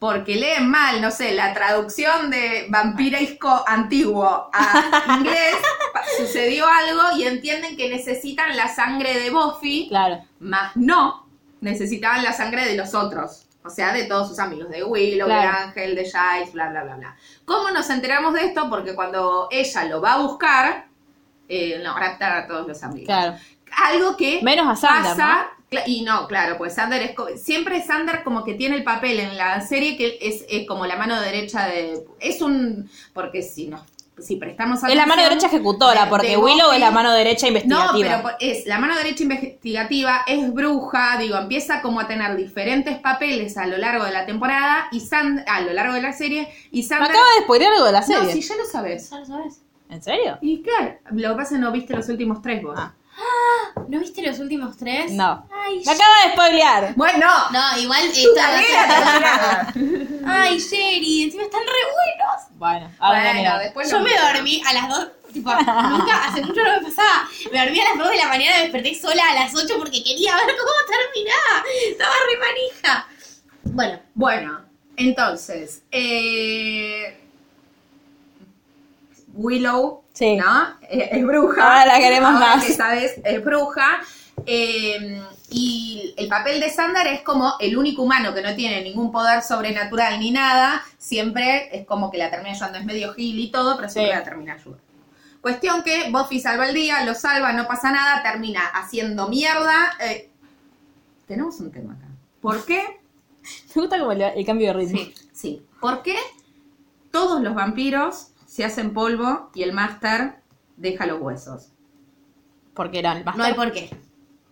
Speaker 2: porque leen mal, no sé, la traducción de vampiresco antiguo a inglés, pa- sucedió algo y entienden que necesitan la sangre de Buffy,
Speaker 1: Claro.
Speaker 2: más no, necesitaban la sangre de los otros, o sea, de todos sus amigos, de Willow,
Speaker 1: Claro.
Speaker 2: de Ángel, de Giles, bla, bla, bla, bla. ¿Cómo nos enteramos de esto? Porque cuando ella lo va a buscar, eh, no, raptar a todos los amigos.
Speaker 1: Claro.
Speaker 2: Algo que
Speaker 1: Menos a Sander,
Speaker 2: pasa, cla- y no, claro, pues Sander es co- siempre Sander como que tiene el papel en la serie que es, es como la mano derecha de es un porque si nos si prestamos
Speaker 1: Es
Speaker 2: atención
Speaker 1: la mano derecha ejecutora,
Speaker 2: de-
Speaker 1: porque
Speaker 2: de
Speaker 1: Willow
Speaker 2: Buffy-
Speaker 1: es la mano derecha
Speaker 2: no,
Speaker 1: investigativa.
Speaker 2: pero por- es la mano derecha investigativa, es bruja, digo, empieza como a tener diferentes papeles a lo largo de la temporada y Sand- a lo largo de la serie y
Speaker 1: Me
Speaker 2: Sander
Speaker 1: acaba de spoilear algo de la serie.
Speaker 2: No, si ya lo sabes.
Speaker 3: ¿Ya lo sabes?
Speaker 1: ¿En serio?
Speaker 2: Y claro, lo que pasa es que no viste los últimos tres vos.
Speaker 1: Ah.
Speaker 3: ¿No viste los últimos tres?
Speaker 1: No.
Speaker 3: Ay,
Speaker 1: Me acaba de spoilear.
Speaker 2: Bueno,
Speaker 3: No, igual
Speaker 2: tu
Speaker 3: está-
Speaker 2: carrera terminada.
Speaker 3: Ay, Sherry, encima están re buenos.
Speaker 1: Bueno, ahora
Speaker 2: Bueno,
Speaker 1: mira.
Speaker 2: después
Speaker 3: Yo
Speaker 2: lo
Speaker 3: me
Speaker 2: miro.
Speaker 3: dormí a las dos. Tipo, nunca, hace mucho no me pasaba. Me dormí a las 2 de la mañana, me desperté sola a las 8 porque quería ver cómo terminaba. Estaba re manija. Bueno,
Speaker 2: Bueno, entonces, eh, Willow,
Speaker 1: Sí.
Speaker 2: ¿no? Eh, Es bruja.
Speaker 1: Ahora la queremos
Speaker 2: Ahora
Speaker 1: más.
Speaker 2: que sabes, es bruja. Eh, y el papel de Sander es como el único humano que no tiene ningún poder sobrenatural ni nada. Siempre es como que la termina ayudando. Es medio gil y todo, pero siempre
Speaker 1: Sí.
Speaker 2: la termina ayudando. Cuestión que Buffy salva el día, lo salva, no pasa nada, termina haciendo mierda. eh, tenemos un tema acá. ¿Por qué?
Speaker 1: Me gusta como el, el cambio de ritmo.
Speaker 2: Sí, sí. ¿Por qué todos los vampiros se hacen polvo y el máster deja los huesos?
Speaker 1: Porque era el más.
Speaker 3: no hay por qué.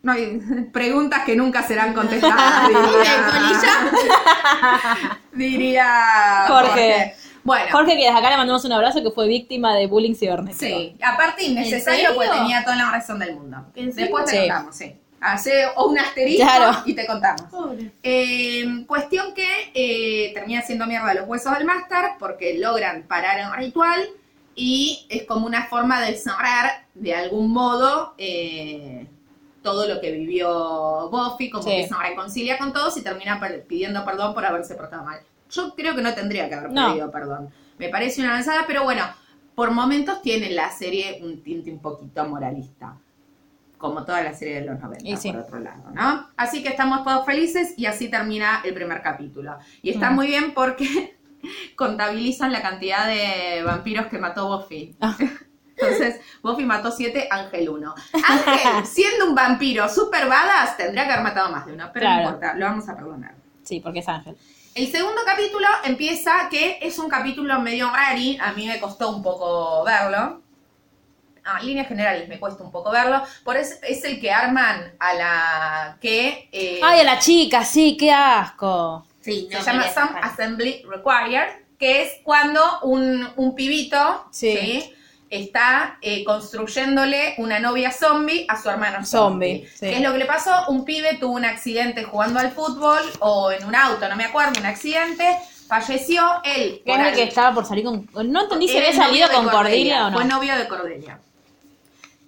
Speaker 2: No hay preguntas que nunca serán contestadas. Diría, diría
Speaker 1: Jorge.
Speaker 2: Bueno,
Speaker 1: Jorge, que desde acá le mandamos un abrazo que fue víctima de bullying cibernético.
Speaker 2: sí. Aparte innecesario
Speaker 3: serio?
Speaker 2: porque tenía toda la razón del mundo.
Speaker 3: ¿En serio?
Speaker 2: Después te
Speaker 1: Sí.
Speaker 2: contamos, sí. Hace o un asterisco
Speaker 1: Claro.
Speaker 2: y te contamos.
Speaker 3: Pobre.
Speaker 2: Eh, cuestión que eh, termina siendo mierda los huesos del máster porque logran parar un ritual y es como una forma de cerrar de algún modo eh, todo lo que vivió Buffy, como
Speaker 1: Sí.
Speaker 2: que se reconcilia con todos y termina per- pidiendo perdón por haberse portado mal. Yo creo que no tendría que haber
Speaker 1: No.
Speaker 2: pedido perdón. Me parece una avanzada, pero bueno, por momentos tiene la serie un tinte un poquito moralista. Como toda la serie de los 90,
Speaker 1: Y sí.
Speaker 2: por otro lado, ¿no? Así que estamos todos felices y así termina el primer capítulo. Y está
Speaker 1: Mm.
Speaker 2: muy bien porque contabilizan la cantidad de vampiros que mató Buffy.
Speaker 1: Ah.
Speaker 2: Entonces, Buffy mató siete, Ángel uno. Ángel, siendo un vampiro super badass, tendría que haber matado más de uno, pero
Speaker 1: Claro.
Speaker 2: no importa, lo vamos a perdonar.
Speaker 1: Sí, porque es Ángel.
Speaker 2: El segundo capítulo empieza que es un capítulo medio rari, a mí me costó un poco verlo. Ah, en líneas generales me cuesta un poco verlo, por es, es el que arman a la que eh,
Speaker 1: Ay, a la chica, sí, qué asco.
Speaker 3: Sí,
Speaker 2: se llama Some Assembly Required, que es cuando un, un pibito
Speaker 1: Sí.
Speaker 2: ¿sí? está eh, construyéndole una novia zombie a su hermano zombie.
Speaker 1: Zombie, sí.
Speaker 2: ¿Qué es lo que le pasó? Un pibe tuvo un accidente jugando al fútbol o en un auto, no me acuerdo, un accidente, falleció él.
Speaker 1: Que es
Speaker 2: por
Speaker 1: el que
Speaker 2: al-
Speaker 1: estaba por salir con. No entendí si
Speaker 2: era
Speaker 1: había
Speaker 2: el novio
Speaker 1: salido
Speaker 2: de
Speaker 1: con Cordelia o
Speaker 2: Fue
Speaker 1: no.
Speaker 2: novio de Cordelia.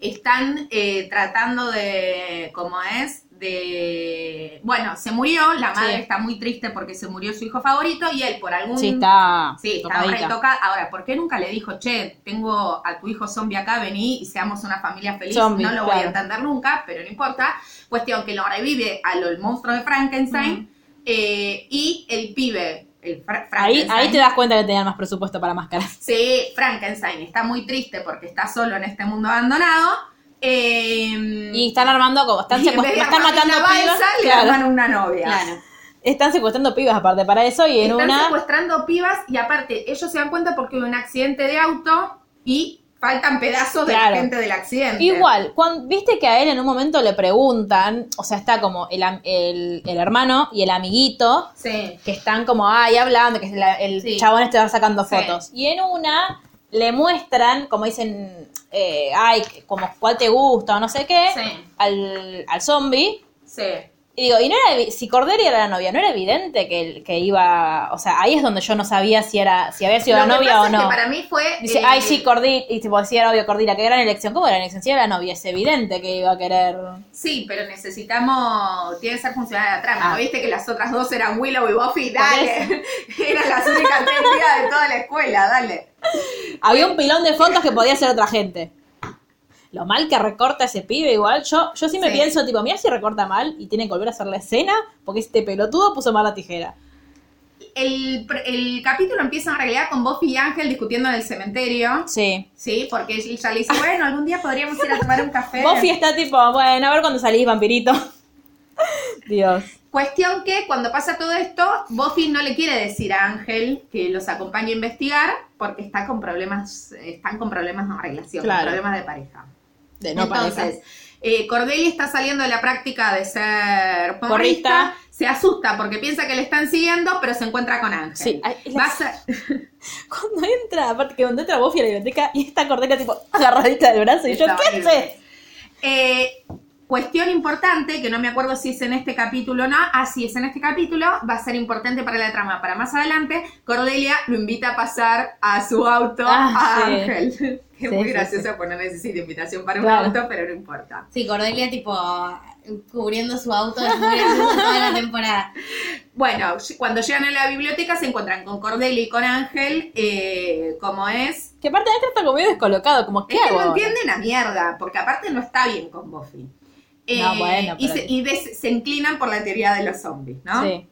Speaker 2: Están eh, tratando de, ¿cómo es? De, bueno, se murió, la madre
Speaker 1: Sí.
Speaker 2: está muy triste porque se murió su hijo favorito y él por algún...
Speaker 1: Sí, está.
Speaker 2: Sí, está
Speaker 1: tocadita.
Speaker 2: re toca- Ahora, ¿por qué nunca le dijo, che, tengo a tu hijo zombie acá, vení y seamos una familia feliz?
Speaker 1: Zombie,
Speaker 2: no lo voy a
Speaker 1: claro.
Speaker 2: entender nunca, pero no importa. Cuestión que lo revive al el monstruo de Frankenstein eh, y el pibe, el Fra-
Speaker 1: Ahí,
Speaker 2: Frankenstein.
Speaker 1: ahí te das cuenta que tenían más presupuesto para máscaras.
Speaker 2: Sí, Frankenstein está muy triste porque está solo en este mundo abandonado. eh,
Speaker 1: Y están armando como. Están,
Speaker 2: y en vez
Speaker 1: secuest-
Speaker 2: de
Speaker 1: están
Speaker 2: armar
Speaker 1: matando
Speaker 2: una balsa,
Speaker 1: pibas.
Speaker 2: le
Speaker 1: Claro.
Speaker 2: arman una novia.
Speaker 3: Claro.
Speaker 1: Están secuestrando pibas aparte para eso y en
Speaker 2: Están
Speaker 1: una.
Speaker 2: secuestrando pibas y aparte ellos se dan cuenta porque hubo un accidente de auto y faltan pedazos de
Speaker 1: Claro.
Speaker 2: la gente del accidente.
Speaker 1: Igual, cuan- viste que a él en un momento le preguntan, o sea, está como el, am- el, el hermano y el amiguito
Speaker 2: Sí.
Speaker 1: que están como ahí hablando, que la- el
Speaker 2: Sí.
Speaker 1: chabón este va sacando
Speaker 2: Sí.
Speaker 1: fotos. Y en una le muestran, como dicen, eh, ay, como cuál te gusta o no sé qué,
Speaker 2: Sí.
Speaker 1: al, al zombie.
Speaker 2: Sí.
Speaker 1: Y digo, y no era, evi- si Cordelia era la novia, no era evidente que, el- que iba, o sea, ahí es donde yo no sabía si era, si había sido
Speaker 2: Lo
Speaker 1: la
Speaker 2: que
Speaker 1: novia
Speaker 2: pasa
Speaker 1: o
Speaker 2: es que
Speaker 1: no.
Speaker 2: para mí fue.
Speaker 1: Dice,
Speaker 2: eh,
Speaker 1: ay, sí, Cordelia, y tipo, sí, era obvio Cordelia, qué gran elección. ¿Cómo era la elección? Si era la novia, es evidente que iba a querer.
Speaker 2: Sí, pero necesitamos. Tiene que ser funcional la
Speaker 1: Ah.
Speaker 2: trama. ¿no? Viste que las otras dos eran Willow y Buffy. Dale. Eran las únicas tres tías de toda la escuela. Dale.
Speaker 1: Había un pilón de fotos que podía ser otra gente. Lo mal que recorta ese pibe, igual. Yo, yo sí me
Speaker 2: Sí.
Speaker 1: pienso, tipo, mira si recorta mal y tiene que volver a hacer la escena porque este pelotudo puso mal la tijera.
Speaker 2: El, pr- el capítulo empieza en realidad con Buffy y Ángel discutiendo en el cementerio.
Speaker 1: Sí.
Speaker 2: Sí, porque ella le dice, bueno, algún día podríamos ir a tomar un café.
Speaker 1: Buffy está tipo, bueno, a ver cuando salís, vampirito. Dios.
Speaker 2: Cuestión que cuando pasa todo esto, Buffy no le quiere decir a Ángel que los acompañe a investigar porque está con problemas, están con problemas de relación, con
Speaker 1: Claro.
Speaker 2: problemas de pareja.
Speaker 1: De no
Speaker 2: Entonces,
Speaker 1: pareja.
Speaker 2: eh, Cordelia está saliendo de la práctica de ser porrista,
Speaker 1: Porrista.
Speaker 2: se asusta porque piensa que le están siguiendo, pero se encuentra con Ángel.
Speaker 1: Sí, ay, es la-
Speaker 2: Va a ser-
Speaker 1: Cuando entra, aparte que cuando entra Buffy a la biblioteca y está Cordelia tipo agarradita del brazo y yo,
Speaker 2: Está
Speaker 1: ¿qué
Speaker 2: horrible.
Speaker 1: haces?
Speaker 2: Eh, cuestión importante, que no me acuerdo si es en este capítulo o no, así es en este capítulo, va a ser importante para la trama, para más adelante, Cordelia lo invita a pasar a su auto
Speaker 1: Ah,
Speaker 2: a
Speaker 1: sí.
Speaker 2: Ángel. Que es
Speaker 1: Sí,
Speaker 2: muy
Speaker 1: sí,
Speaker 2: gracioso poner ese de invitación para
Speaker 1: Claro.
Speaker 2: un auto, pero no importa.
Speaker 3: Sí, Cordelia, tipo, cubriendo su auto es muy gracioso toda la temporada.
Speaker 2: Bueno, cuando llegan a la biblioteca se encuentran con Cordelia y con Ángel, eh, como es.
Speaker 1: Que aparte Ángel está como medio descolocado, como, ¿qué
Speaker 2: Es que
Speaker 1: hago?
Speaker 2: no
Speaker 1: ahora?
Speaker 2: entiende una mierda, porque aparte no está bien con Buffy. Eh,
Speaker 1: No, bueno,
Speaker 2: y
Speaker 1: pero-
Speaker 2: se, y des- se inclinan por la teoría de los zombies, ¿no?
Speaker 1: Sí.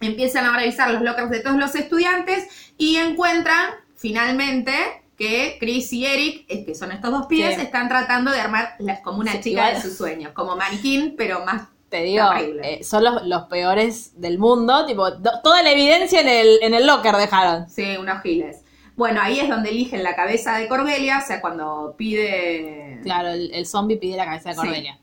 Speaker 2: empiezan a revisar los lockers de todos los estudiantes y encuentran finalmente que Chris y Eric, es que son estos dos pibes,
Speaker 1: Sí.
Speaker 2: están tratando de armar la- como una
Speaker 1: Sí,
Speaker 2: chica
Speaker 1: igual.
Speaker 2: de sus sueños, como manquín, pero más...
Speaker 1: Te digo,
Speaker 2: Terrible.
Speaker 1: eh, son los, los peores del mundo, tipo, do- toda la evidencia en el, en el locker dejaron.
Speaker 2: Sí, unos giles. Bueno, ahí es donde eligen la cabeza de Cordelia, o sea, cuando pide...
Speaker 1: Claro, el, el zombie pide la cabeza de
Speaker 2: Sí.
Speaker 1: Cordelia.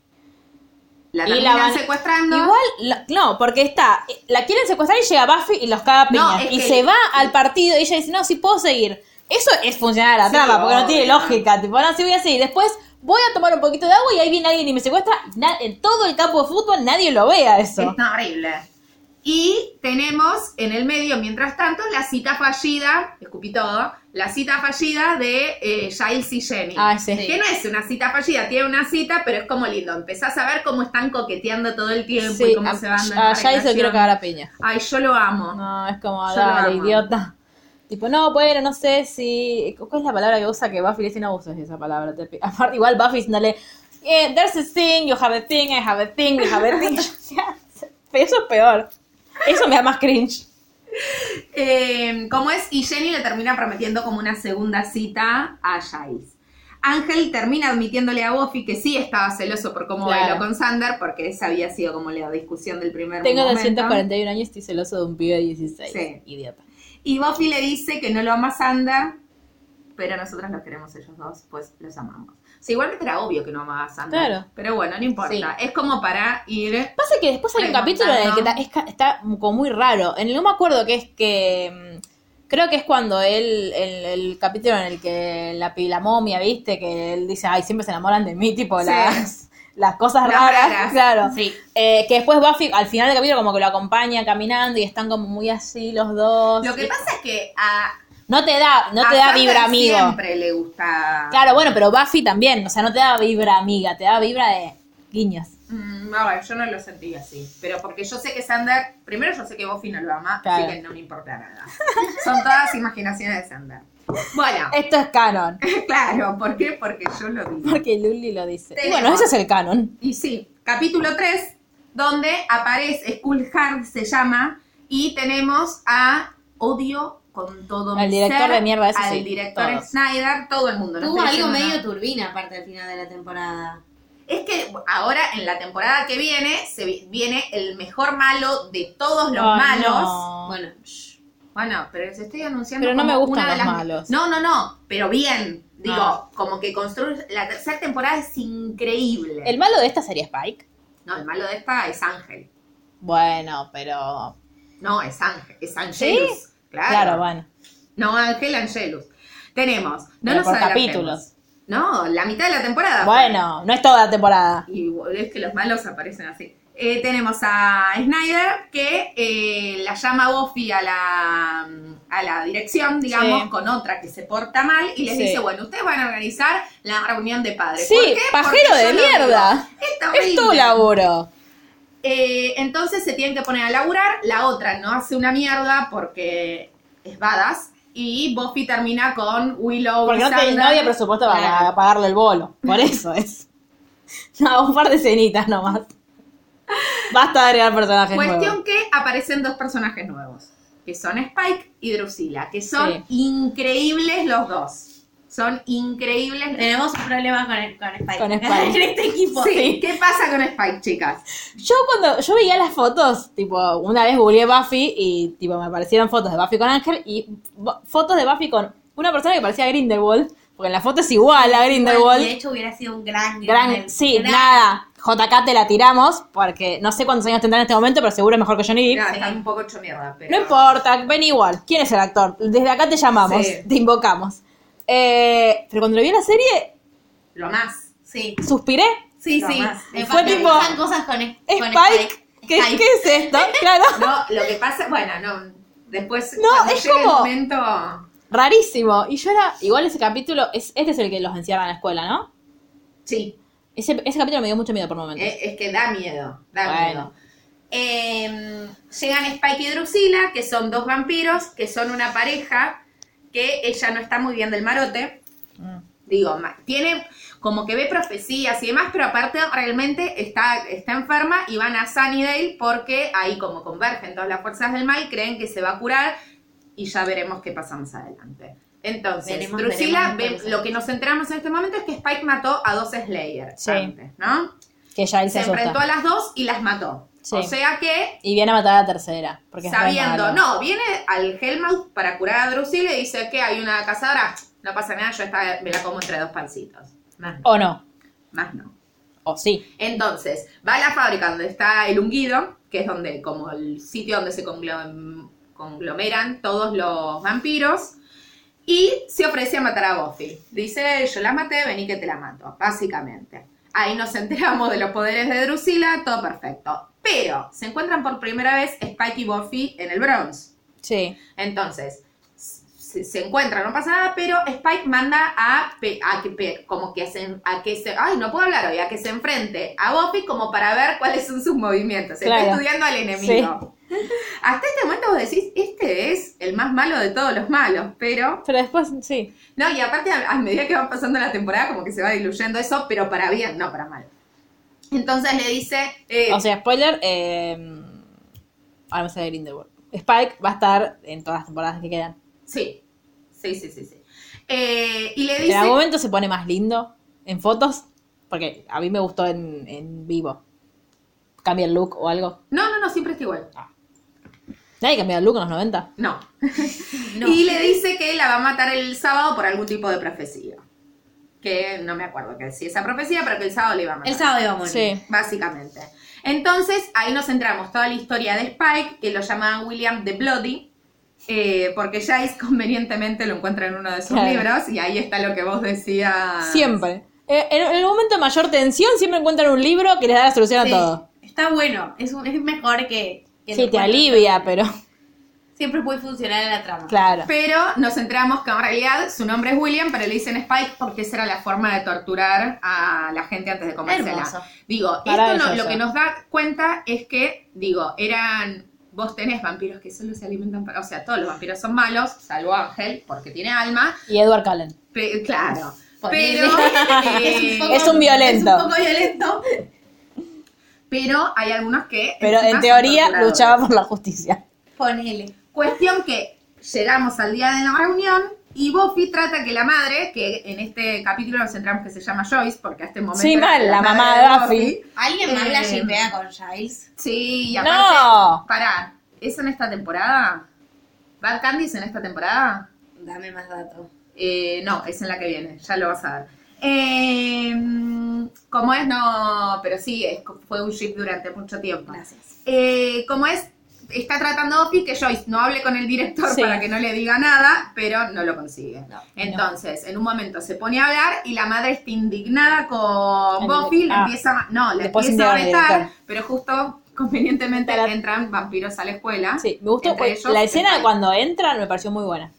Speaker 2: La
Speaker 1: Y la
Speaker 2: terminan
Speaker 1: van-
Speaker 2: secuestrando.
Speaker 1: Igual, la- no, porque está, la quieren secuestrar y llega Buffy y los caga a
Speaker 2: No,
Speaker 1: piñas.
Speaker 2: es
Speaker 1: y
Speaker 2: que-
Speaker 1: se va al partido y ella dice, no, sí puedo seguir. Eso es funcionar a la
Speaker 2: Sí,
Speaker 1: trama, porque no tiene
Speaker 2: obvio.
Speaker 1: lógica. Tipo, no, sí voy a seguir. Después voy a tomar un poquito de agua y ahí viene alguien y me secuestra. Na- en todo el campo de fútbol nadie lo vea eso.
Speaker 2: Está horrible. Y tenemos en el medio, mientras tanto, la cita fallida, escupí todo, la cita fallida de eh, Giles y Jenny.
Speaker 1: Ah, sí.
Speaker 2: Que no es una cita fallida, tiene una cita, pero es como lindo. Empezás a ver cómo están coqueteando todo el tiempo y
Speaker 1: Sí, ah,
Speaker 2: pues, cómo
Speaker 1: a,
Speaker 2: se van. de
Speaker 1: a Jai se lo
Speaker 2: relación.
Speaker 1: quiero cagar a piña.
Speaker 2: Ay, yo lo amo.
Speaker 1: No, es como,
Speaker 2: Yo lo
Speaker 1: dale,
Speaker 2: amo.
Speaker 1: idiota. Tipo, no, bueno, no sé si. ¿Cuál es la palabra que usa que Buffy le dice no uses esa palabra? te pi- Aparte, igual Buffy diciéndole, eh, there's a thing, you have a thing, I have a thing, we have a thing. Pero eso es peor. Eso me da más cringe.
Speaker 2: Eh, como es, y Jenny le termina prometiendo como una segunda cita a Giles. Ángel termina admitiéndole a Buffy que sí estaba celoso por cómo
Speaker 1: Claro.
Speaker 2: bailó con Sander, porque esa había sido como la discusión del primer
Speaker 1: Tengo
Speaker 2: momento.
Speaker 1: 241 años y estoy celoso de un pibe de 16.
Speaker 2: Sí.
Speaker 1: Idiota.
Speaker 2: Y Buffy le dice que no lo ama Sander, pero nosotros los queremos ellos dos, pues los amamos. O sea, igualmente era obvio que no amaba a Sander.
Speaker 1: Claro.
Speaker 2: Pero bueno, no importa. Es como para ir.
Speaker 1: Pasa que después hay un capítulo en el que ta-
Speaker 2: Remontando.
Speaker 1: es ca- está como muy raro. En el no me acuerdo que es que. mm, Creo que es cuando él, el, el capítulo en el que la, pi- la momia, viste, que él dice, ay, siempre se enamoran de mí, tipo,
Speaker 2: Sí.
Speaker 1: las, las cosas
Speaker 2: Las
Speaker 1: raras,
Speaker 2: raras.
Speaker 1: claro.
Speaker 3: Sí.
Speaker 1: Eh, que después Buffy, al final del capítulo, como que lo acompaña caminando y están como muy así los dos.
Speaker 2: Lo que pasa es que a.
Speaker 1: No te da, no
Speaker 2: a
Speaker 1: te da
Speaker 2: Sander
Speaker 1: vibra amigo.
Speaker 2: Siempre le gusta.
Speaker 1: Claro, bueno, pero Buffy también, o sea, no te da vibra amiga, te da vibra de guiños.
Speaker 2: Mm, a ver, yo no lo sentí así. Pero porque yo sé que Sander. Primero, yo sé que Buffy no lo ama,
Speaker 1: Claro.
Speaker 2: así que no me importa nada. Son todas imaginaciones de Sander. Bueno,
Speaker 1: Esto es canon,
Speaker 2: claro, ¿por qué? Porque yo lo vi.
Speaker 1: porque Luli lo dice. Y
Speaker 2: Tenemos-
Speaker 1: bueno, eso es el canon.
Speaker 2: Y sí, capítulo 3, donde aparece School Hard, se llama, y tenemos a Odio con todo
Speaker 1: Al
Speaker 2: mi
Speaker 1: director
Speaker 2: ser,
Speaker 1: de mierda, eso
Speaker 2: al
Speaker 1: sí,
Speaker 2: director
Speaker 1: todos.
Speaker 2: Snyder, todo el mundo. no
Speaker 3: Tuvo
Speaker 2: estoy
Speaker 3: algo
Speaker 2: diciendo
Speaker 3: medio
Speaker 2: nada.
Speaker 3: turbina aparte al final de la temporada.
Speaker 2: Es que ahora, en la temporada que viene, se vi- viene el mejor malo de todos los
Speaker 1: Ay,
Speaker 2: malos.
Speaker 1: no.
Speaker 3: Bueno, shh.
Speaker 2: Bueno, pero se estoy anunciando
Speaker 1: Pero no
Speaker 2: como
Speaker 1: me gustan
Speaker 2: una de
Speaker 1: los
Speaker 2: las-
Speaker 1: malos.
Speaker 2: No, no, no, pero bien. Digo,
Speaker 1: No.
Speaker 2: como que construye... La tercera temporada es increíble.
Speaker 1: El malo de esta sería Spike.
Speaker 2: No, el malo de esta es Ángel.
Speaker 1: Bueno, pero.
Speaker 2: No, es Ángel, es Angelus. Claro.
Speaker 1: Claro, bueno.
Speaker 2: No, Ángel Angelus. Tenemos, no
Speaker 1: Pero
Speaker 2: nos
Speaker 1: por
Speaker 2: adelantemos.
Speaker 1: capítulos.
Speaker 2: No, la mitad de la temporada.
Speaker 1: Bueno, no es toda la temporada.
Speaker 2: Y es que los malos aparecen así. Eh, tenemos a Snyder que eh, la llama Buffy a la, a la dirección, digamos,
Speaker 1: Sí.
Speaker 2: con otra que se porta mal y les
Speaker 1: Sí.
Speaker 2: dice, bueno, ustedes van a organizar la reunión de padres.
Speaker 1: Sí,
Speaker 2: ¿Por qué?
Speaker 1: pajero
Speaker 2: Porque yo
Speaker 1: de
Speaker 2: lo digo.
Speaker 1: mierda.
Speaker 2: Es
Speaker 1: Es
Speaker 2: horrible.
Speaker 1: tu laburo.
Speaker 2: Eh, entonces se tienen que poner a laburar, la otra no hace una mierda porque es badass y Buffy termina con Willow
Speaker 1: Porque
Speaker 2: y
Speaker 1: no, te, no
Speaker 2: Sandra.
Speaker 1: había presupuesto para
Speaker 2: Claro.
Speaker 1: pagarle el bolo. Por eso es. No, un par de cenitas nomás. Basta de agregar personajes
Speaker 2: Cuestión
Speaker 1: nuevos.
Speaker 2: que aparecen dos personajes nuevos, que son Spike y Drusila, que son
Speaker 1: Sí.
Speaker 2: increíbles los dos. Son increíbles.
Speaker 1: Eh,
Speaker 3: Tenemos un problema con, el- con Spike.
Speaker 1: Con Spike.
Speaker 3: en este equipo.
Speaker 2: Sí, ¿qué pasa con Spike, chicas?
Speaker 1: Yo cuando yo veía las fotos, tipo, una vez googleé Buffy y tipo me aparecieron fotos de Buffy con Ángel y bo- fotos de Buffy con una persona que parecía Grindelwald, porque en la foto es igual a
Speaker 3: De
Speaker 1: Grindelwald.
Speaker 3: hecho, hubiera sido un gran.
Speaker 1: Gran,
Speaker 3: gran-
Speaker 1: sí,
Speaker 3: gran-
Speaker 1: nada. JK te la tiramos, porque no sé cuántos años tendrá en este momento, pero seguro es mejor que Johnny Depp.
Speaker 2: Nada, están un poco hecho mierda, pero.
Speaker 1: No importa, ven igual. ¿Quién es el actor? Desde acá te llamamos,
Speaker 2: Sí.
Speaker 1: te invocamos. Eh, pero cuando lo vi en la serie,
Speaker 2: Lo más.
Speaker 3: Sí,
Speaker 1: suspiré.
Speaker 3: sí,
Speaker 2: No,
Speaker 3: sí.
Speaker 2: más.
Speaker 3: Me
Speaker 1: Fue
Speaker 3: pasan
Speaker 1: tipo-
Speaker 3: cosas con, es- con
Speaker 1: Spike, ¿qué,
Speaker 3: Spike.
Speaker 1: qué es esto? Claro.
Speaker 2: No, lo que pasa, bueno, no. Después,
Speaker 1: No,
Speaker 2: cuando
Speaker 1: es
Speaker 2: llega
Speaker 1: como-
Speaker 2: el momento.
Speaker 1: Rarísimo. Y yo era. Igual ese capítulo. Es, este es el que los encierra en la escuela, ¿no?
Speaker 2: Sí,
Speaker 1: Ese, ese capítulo me dio mucho miedo por momentos.
Speaker 2: Eh, Es, que da miedo, da
Speaker 1: Bueno.
Speaker 2: miedo. Eh, llegan Spike y Drusila, que son dos vampiros, que son una pareja, que ella no está muy bien del marote.
Speaker 3: Mm.
Speaker 2: Digo, ma- tiene como que ve profecías y demás, pero aparte realmente está, está enferma y van a Sunnydale porque ahí como convergen todas las fuerzas del mal, creen que se va a curar y ya veremos qué pasa más adelante. Entonces,
Speaker 3: Veremos,
Speaker 2: Drusila,
Speaker 3: veremos,
Speaker 2: ve-
Speaker 3: veremos.
Speaker 2: lo que nos enteramos en este momento es que Spike mató a dos Slayer
Speaker 1: Sí.
Speaker 2: antes, ¿no?
Speaker 1: que ya él se,
Speaker 2: se enfrentó
Speaker 1: asusta.
Speaker 2: a las dos y las mató.
Speaker 1: Sí.
Speaker 2: O sea que,
Speaker 1: Y viene a matar a la tercera. Porque es re
Speaker 2: sabiendo,
Speaker 1: malo.
Speaker 2: no, viene al Hellmouth para curar a Drusila y dice que hay una cazadora, no pasa nada, yo esta me la como entre dos pancitos. Más no,
Speaker 1: O no.
Speaker 2: más no.
Speaker 1: O sí.
Speaker 2: Entonces, va a la fábrica donde está el unguido, que es donde, como el sitio donde se conglo- conglomeran todos los vampiros, y se ofrece a matar a Buffy. Dice, yo la maté, vení que te la mato, básicamente. Ahí nos enteramos de los poderes de Drusila, todo perfecto. Pero se encuentran por primera vez Spike y Buffy en el Bronx.
Speaker 1: Sí.
Speaker 2: Entonces, se, se encuentran, no pasa nada, pero Spike manda a, pe- a que pe- como que se, a que se, ay, no puedo hablar hoy, a que se enfrente a Buffy como para ver cuáles son sus movimientos. Se
Speaker 1: Claro.
Speaker 2: Está estudiando al enemigo. Hasta este momento vos decís, este es el más malo de todos los malos, pero...
Speaker 1: Pero después, sí.
Speaker 2: No, y aparte a, a medida que va pasando la temporada como que se va diluyendo eso, pero para bien, no para mal. Entonces le dice... eh,
Speaker 1: O sea, spoiler. Eh, ahora me sale Grindelwald. Spike va a estar en todas las temporadas que quedan.
Speaker 2: sí, sí, sí, sí. sí. Eh, y le
Speaker 1: En
Speaker 2: dice...
Speaker 1: algún momento se pone más lindo en fotos. Porque a mí me gustó en, en vivo. Cambia el look o algo.
Speaker 2: No, no, no, siempre está igual.
Speaker 1: Nadie cambió el look en los 90.
Speaker 2: No.
Speaker 3: No.
Speaker 2: Y le dice que la va a matar el sábado por algún tipo de profecía. Que no me acuerdo que si esa profecía, pero que el sábado le iba a matar.
Speaker 3: El sábado iba a morir.
Speaker 1: Sí.
Speaker 2: Básicamente. Entonces, ahí nos entramos toda la historia de Spike, que lo llamaban William the Bloody, eh, porque ya es convenientemente lo encuentra en uno de sus
Speaker 1: Claro.
Speaker 2: libros, y ahí está lo que vos decías.
Speaker 1: Siempre. Eh, En en el momento de mayor tensión siempre encuentran un libro que les da la solución
Speaker 3: Sí,
Speaker 1: a todo.
Speaker 3: Está bueno. Es, un- es mejor que. que
Speaker 1: Sí,
Speaker 3: no-
Speaker 1: te alivia, pero
Speaker 3: Siempre puede funcionar en la trama.
Speaker 1: claro.
Speaker 2: Pero nos enteramos que en realidad su nombre es William, pero le dicen Spike porque esa era la forma de torturar a la gente antes de comérsela.
Speaker 3: Hermoso.
Speaker 2: Digo, esto
Speaker 1: Maravilloso.
Speaker 2: no- lo que nos da cuenta es que, digo, eran. Vos tenés vampiros que solo se alimentan para. O sea, todos los vampiros son malos, salvo Ángel, porque tiene alma.
Speaker 1: Y Edward Cullen.
Speaker 2: pe- claro.
Speaker 3: Ponele.
Speaker 2: Pero. eh,
Speaker 3: Es un poco-
Speaker 1: Es un violento.
Speaker 3: Es un poco violento.
Speaker 2: Pero hay algunos que.
Speaker 1: Pero
Speaker 2: encima
Speaker 1: en
Speaker 2: son
Speaker 1: teoría
Speaker 2: torturadores.
Speaker 1: luchaba por la justicia.
Speaker 3: Ponele.
Speaker 2: Cuestión que llegamos al día de la reunión y Buffy trata que la madre, que en este capítulo nos centramos que se llama Joyce, porque a este momento.
Speaker 1: Sí,
Speaker 2: era
Speaker 1: mal, la
Speaker 2: madre
Speaker 1: mamá de Buffy.
Speaker 3: Alguien más la
Speaker 2: Eh,
Speaker 3: shippea con Giles.
Speaker 2: Sí, y aparte.
Speaker 1: No.
Speaker 2: Pará, ¿es en esta temporada? ¿Bad Candy es en esta temporada?
Speaker 3: Dame más datos.
Speaker 2: Eh, no, es en la que viene, ya lo vas a ver. Eh, como es, no, pero sí, es- fue un ship durante mucho tiempo.
Speaker 3: Gracias.
Speaker 2: Eh, como es, está tratando Buffy que Joyce no hable con el director
Speaker 1: Sí.
Speaker 2: para que no le diga nada, pero no lo consigue. Entonces, en un momento se pone a hablar y la madre está indignada con
Speaker 1: El-
Speaker 2: Buffy, le
Speaker 1: ah.
Speaker 2: empieza, no, le
Speaker 1: Después
Speaker 2: empieza a
Speaker 1: indignada al
Speaker 2: vetar,
Speaker 1: director.
Speaker 2: pero justo convenientemente
Speaker 1: Para-
Speaker 2: entran vampiros a la escuela.
Speaker 1: Sí, me gustó.
Speaker 2: Entre
Speaker 1: eh,
Speaker 2: ellos,
Speaker 1: la escena
Speaker 2: está
Speaker 1: de
Speaker 2: él.
Speaker 1: cuando entran me pareció muy buena.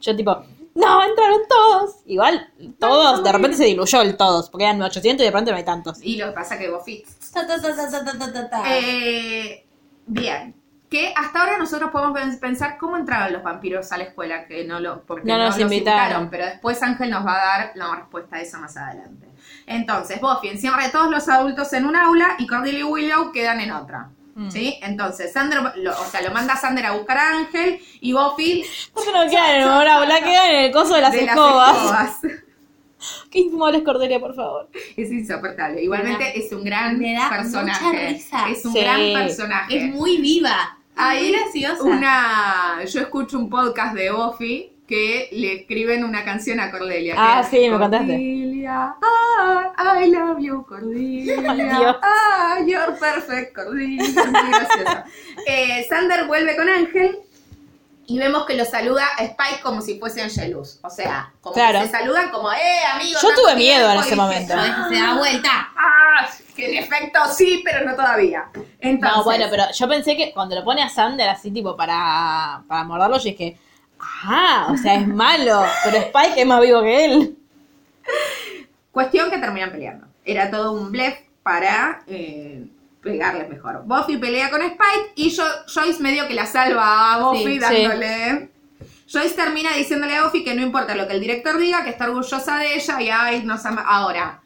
Speaker 1: Yo tipo, no, entraron todos. Igual, todos, de repente se diluyó el todos, porque eran 800 y de pronto no hay tantos.
Speaker 2: Y lo que pasa que Buffy
Speaker 3: Ta, ta, ta, ta, ta, ta, ta, ta.
Speaker 2: Eh, bien. Que hasta ahora nosotros podemos pen- pensar cómo entraron los vampiros a la escuela, que no lo, porque
Speaker 1: No
Speaker 2: no,
Speaker 1: nos
Speaker 2: los
Speaker 1: invitaron.
Speaker 2: invitaron. pero después Ángel nos va a dar la respuesta a eso más adelante. Entonces, Buffy encierra de todos los adultos en un aula y Cordelia y Willow quedan en otra.
Speaker 3: Mm.
Speaker 2: ¿Sí? Entonces, Sander, lo- o sea, lo manda Sander a buscar a Ángel y Buffy
Speaker 1: ¿Por qué no quedan en una bola? Quedan en el coso de las,
Speaker 2: de las
Speaker 1: escobas.
Speaker 2: escobas.
Speaker 1: Qué inmoles, Cordelia, por favor.
Speaker 2: Es insoportable. Igualmente
Speaker 3: Me da-
Speaker 2: es un gran
Speaker 3: me da mucha
Speaker 2: personaje.
Speaker 3: risa.
Speaker 2: Es un
Speaker 1: Sí.
Speaker 2: gran personaje.
Speaker 3: Es muy viva.
Speaker 2: Ahí
Speaker 3: muy graciosa.
Speaker 2: una. Yo escucho un podcast de Buffy que le escriben una canción a Cordelia. que
Speaker 1: Ah,
Speaker 2: es,
Speaker 1: sí, me contaste.
Speaker 2: Cordelia, ah, I love you, Cordelia.
Speaker 1: Ay, Dios.
Speaker 2: Ah, you're perfect, Cordelia. Muy graciosa. Eh, Sander vuelve con Ángel y vemos que lo saluda a Spike como si fuesen Yeluz. O sea, como
Speaker 1: Claro.
Speaker 2: que se saludan como, eh, amigo.
Speaker 1: Yo
Speaker 2: tanto
Speaker 1: tuve miedo en
Speaker 2: tiempo",
Speaker 1: ese
Speaker 2: y dije,
Speaker 1: momento.
Speaker 3: Sabes que se da vuelta.
Speaker 2: Ah, que en efecto sí, pero no todavía. Entonces,
Speaker 1: No, bueno, pero yo pensé que cuando lo pone a Sander así, tipo, para, para morderlo, yo dije, ah, o sea, es malo, pero Spike es más vivo que él.
Speaker 2: Cuestión que terminan peleando. Era todo un blef para eh, pegarles mejor. Buffy pelea con Spike y yo, Joyce medio que la salva a Buffy
Speaker 1: Sí,
Speaker 2: dándole. Joyce termina diciéndole a Buffy que no importa lo que el director diga, que está orgullosa de ella y ay, nos ama. Ahora,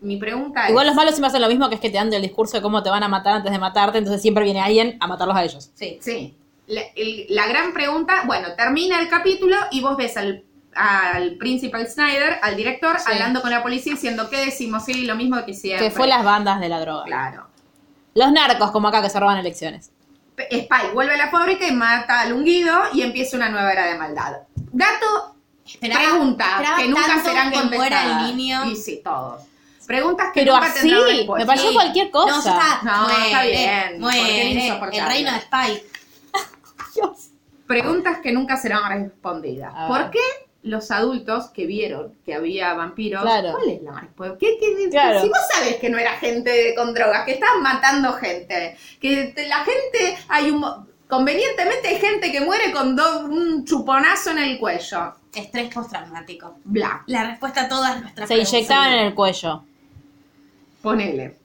Speaker 2: mi pregunta es.
Speaker 1: Igual los malos siempre hacen lo mismo, que es que te dan el discurso de cómo te van a matar antes de matarte, entonces siempre viene alguien a matarlos a ellos.
Speaker 3: Sí.
Speaker 2: Sí. La, el- la gran pregunta, bueno, termina el capítulo y vos ves al, al principal Snyder, al director, hablando con la policía diciendo qué decimos, sí, lo mismo que siempre.
Speaker 1: Que fue las bandas de la droga.
Speaker 2: Claro.
Speaker 1: Los narcos, como acá, que se roban elecciones.
Speaker 2: Spike vuelve a la fábrica y mata al unguido y empieza una nueva era de maldad. Dato,
Speaker 3: Esperaba-
Speaker 2: pregunta,
Speaker 3: esperaba
Speaker 2: que nunca
Speaker 3: tanto
Speaker 2: serán
Speaker 3: que
Speaker 2: contestadas.
Speaker 3: muera el niño.
Speaker 2: Y sí, todos. Preguntas que
Speaker 1: Pero
Speaker 2: nunca
Speaker 1: así,
Speaker 2: tendrán
Speaker 1: me
Speaker 2: respuesta.
Speaker 1: pareció
Speaker 3: Sí.
Speaker 1: cualquier
Speaker 3: No,
Speaker 1: cosa.
Speaker 3: ya está.
Speaker 2: No, está
Speaker 3: Muere,
Speaker 2: bien, porque
Speaker 3: muere.
Speaker 2: era insoportable.
Speaker 3: El reino de Spike.
Speaker 2: Preguntas que nunca serán respondidas.
Speaker 1: A ver.
Speaker 2: ¿Por qué los adultos que vieron que había vampiros,
Speaker 1: Claro.
Speaker 2: cuál es la respuesta? ¿Qué, qué-
Speaker 1: Claro.
Speaker 2: Si vos sabés que no era gente de- con drogas, que estaban matando gente, que te- la gente, hay un... mo- Convenientemente hay gente que muere con do- un chuponazo en el cuello.
Speaker 3: Estrés postraumático.
Speaker 2: Bla.
Speaker 3: La respuesta a todas nuestras
Speaker 1: Se inyectaban en
Speaker 3: preguntas.
Speaker 1: el cuello.
Speaker 2: Ponele.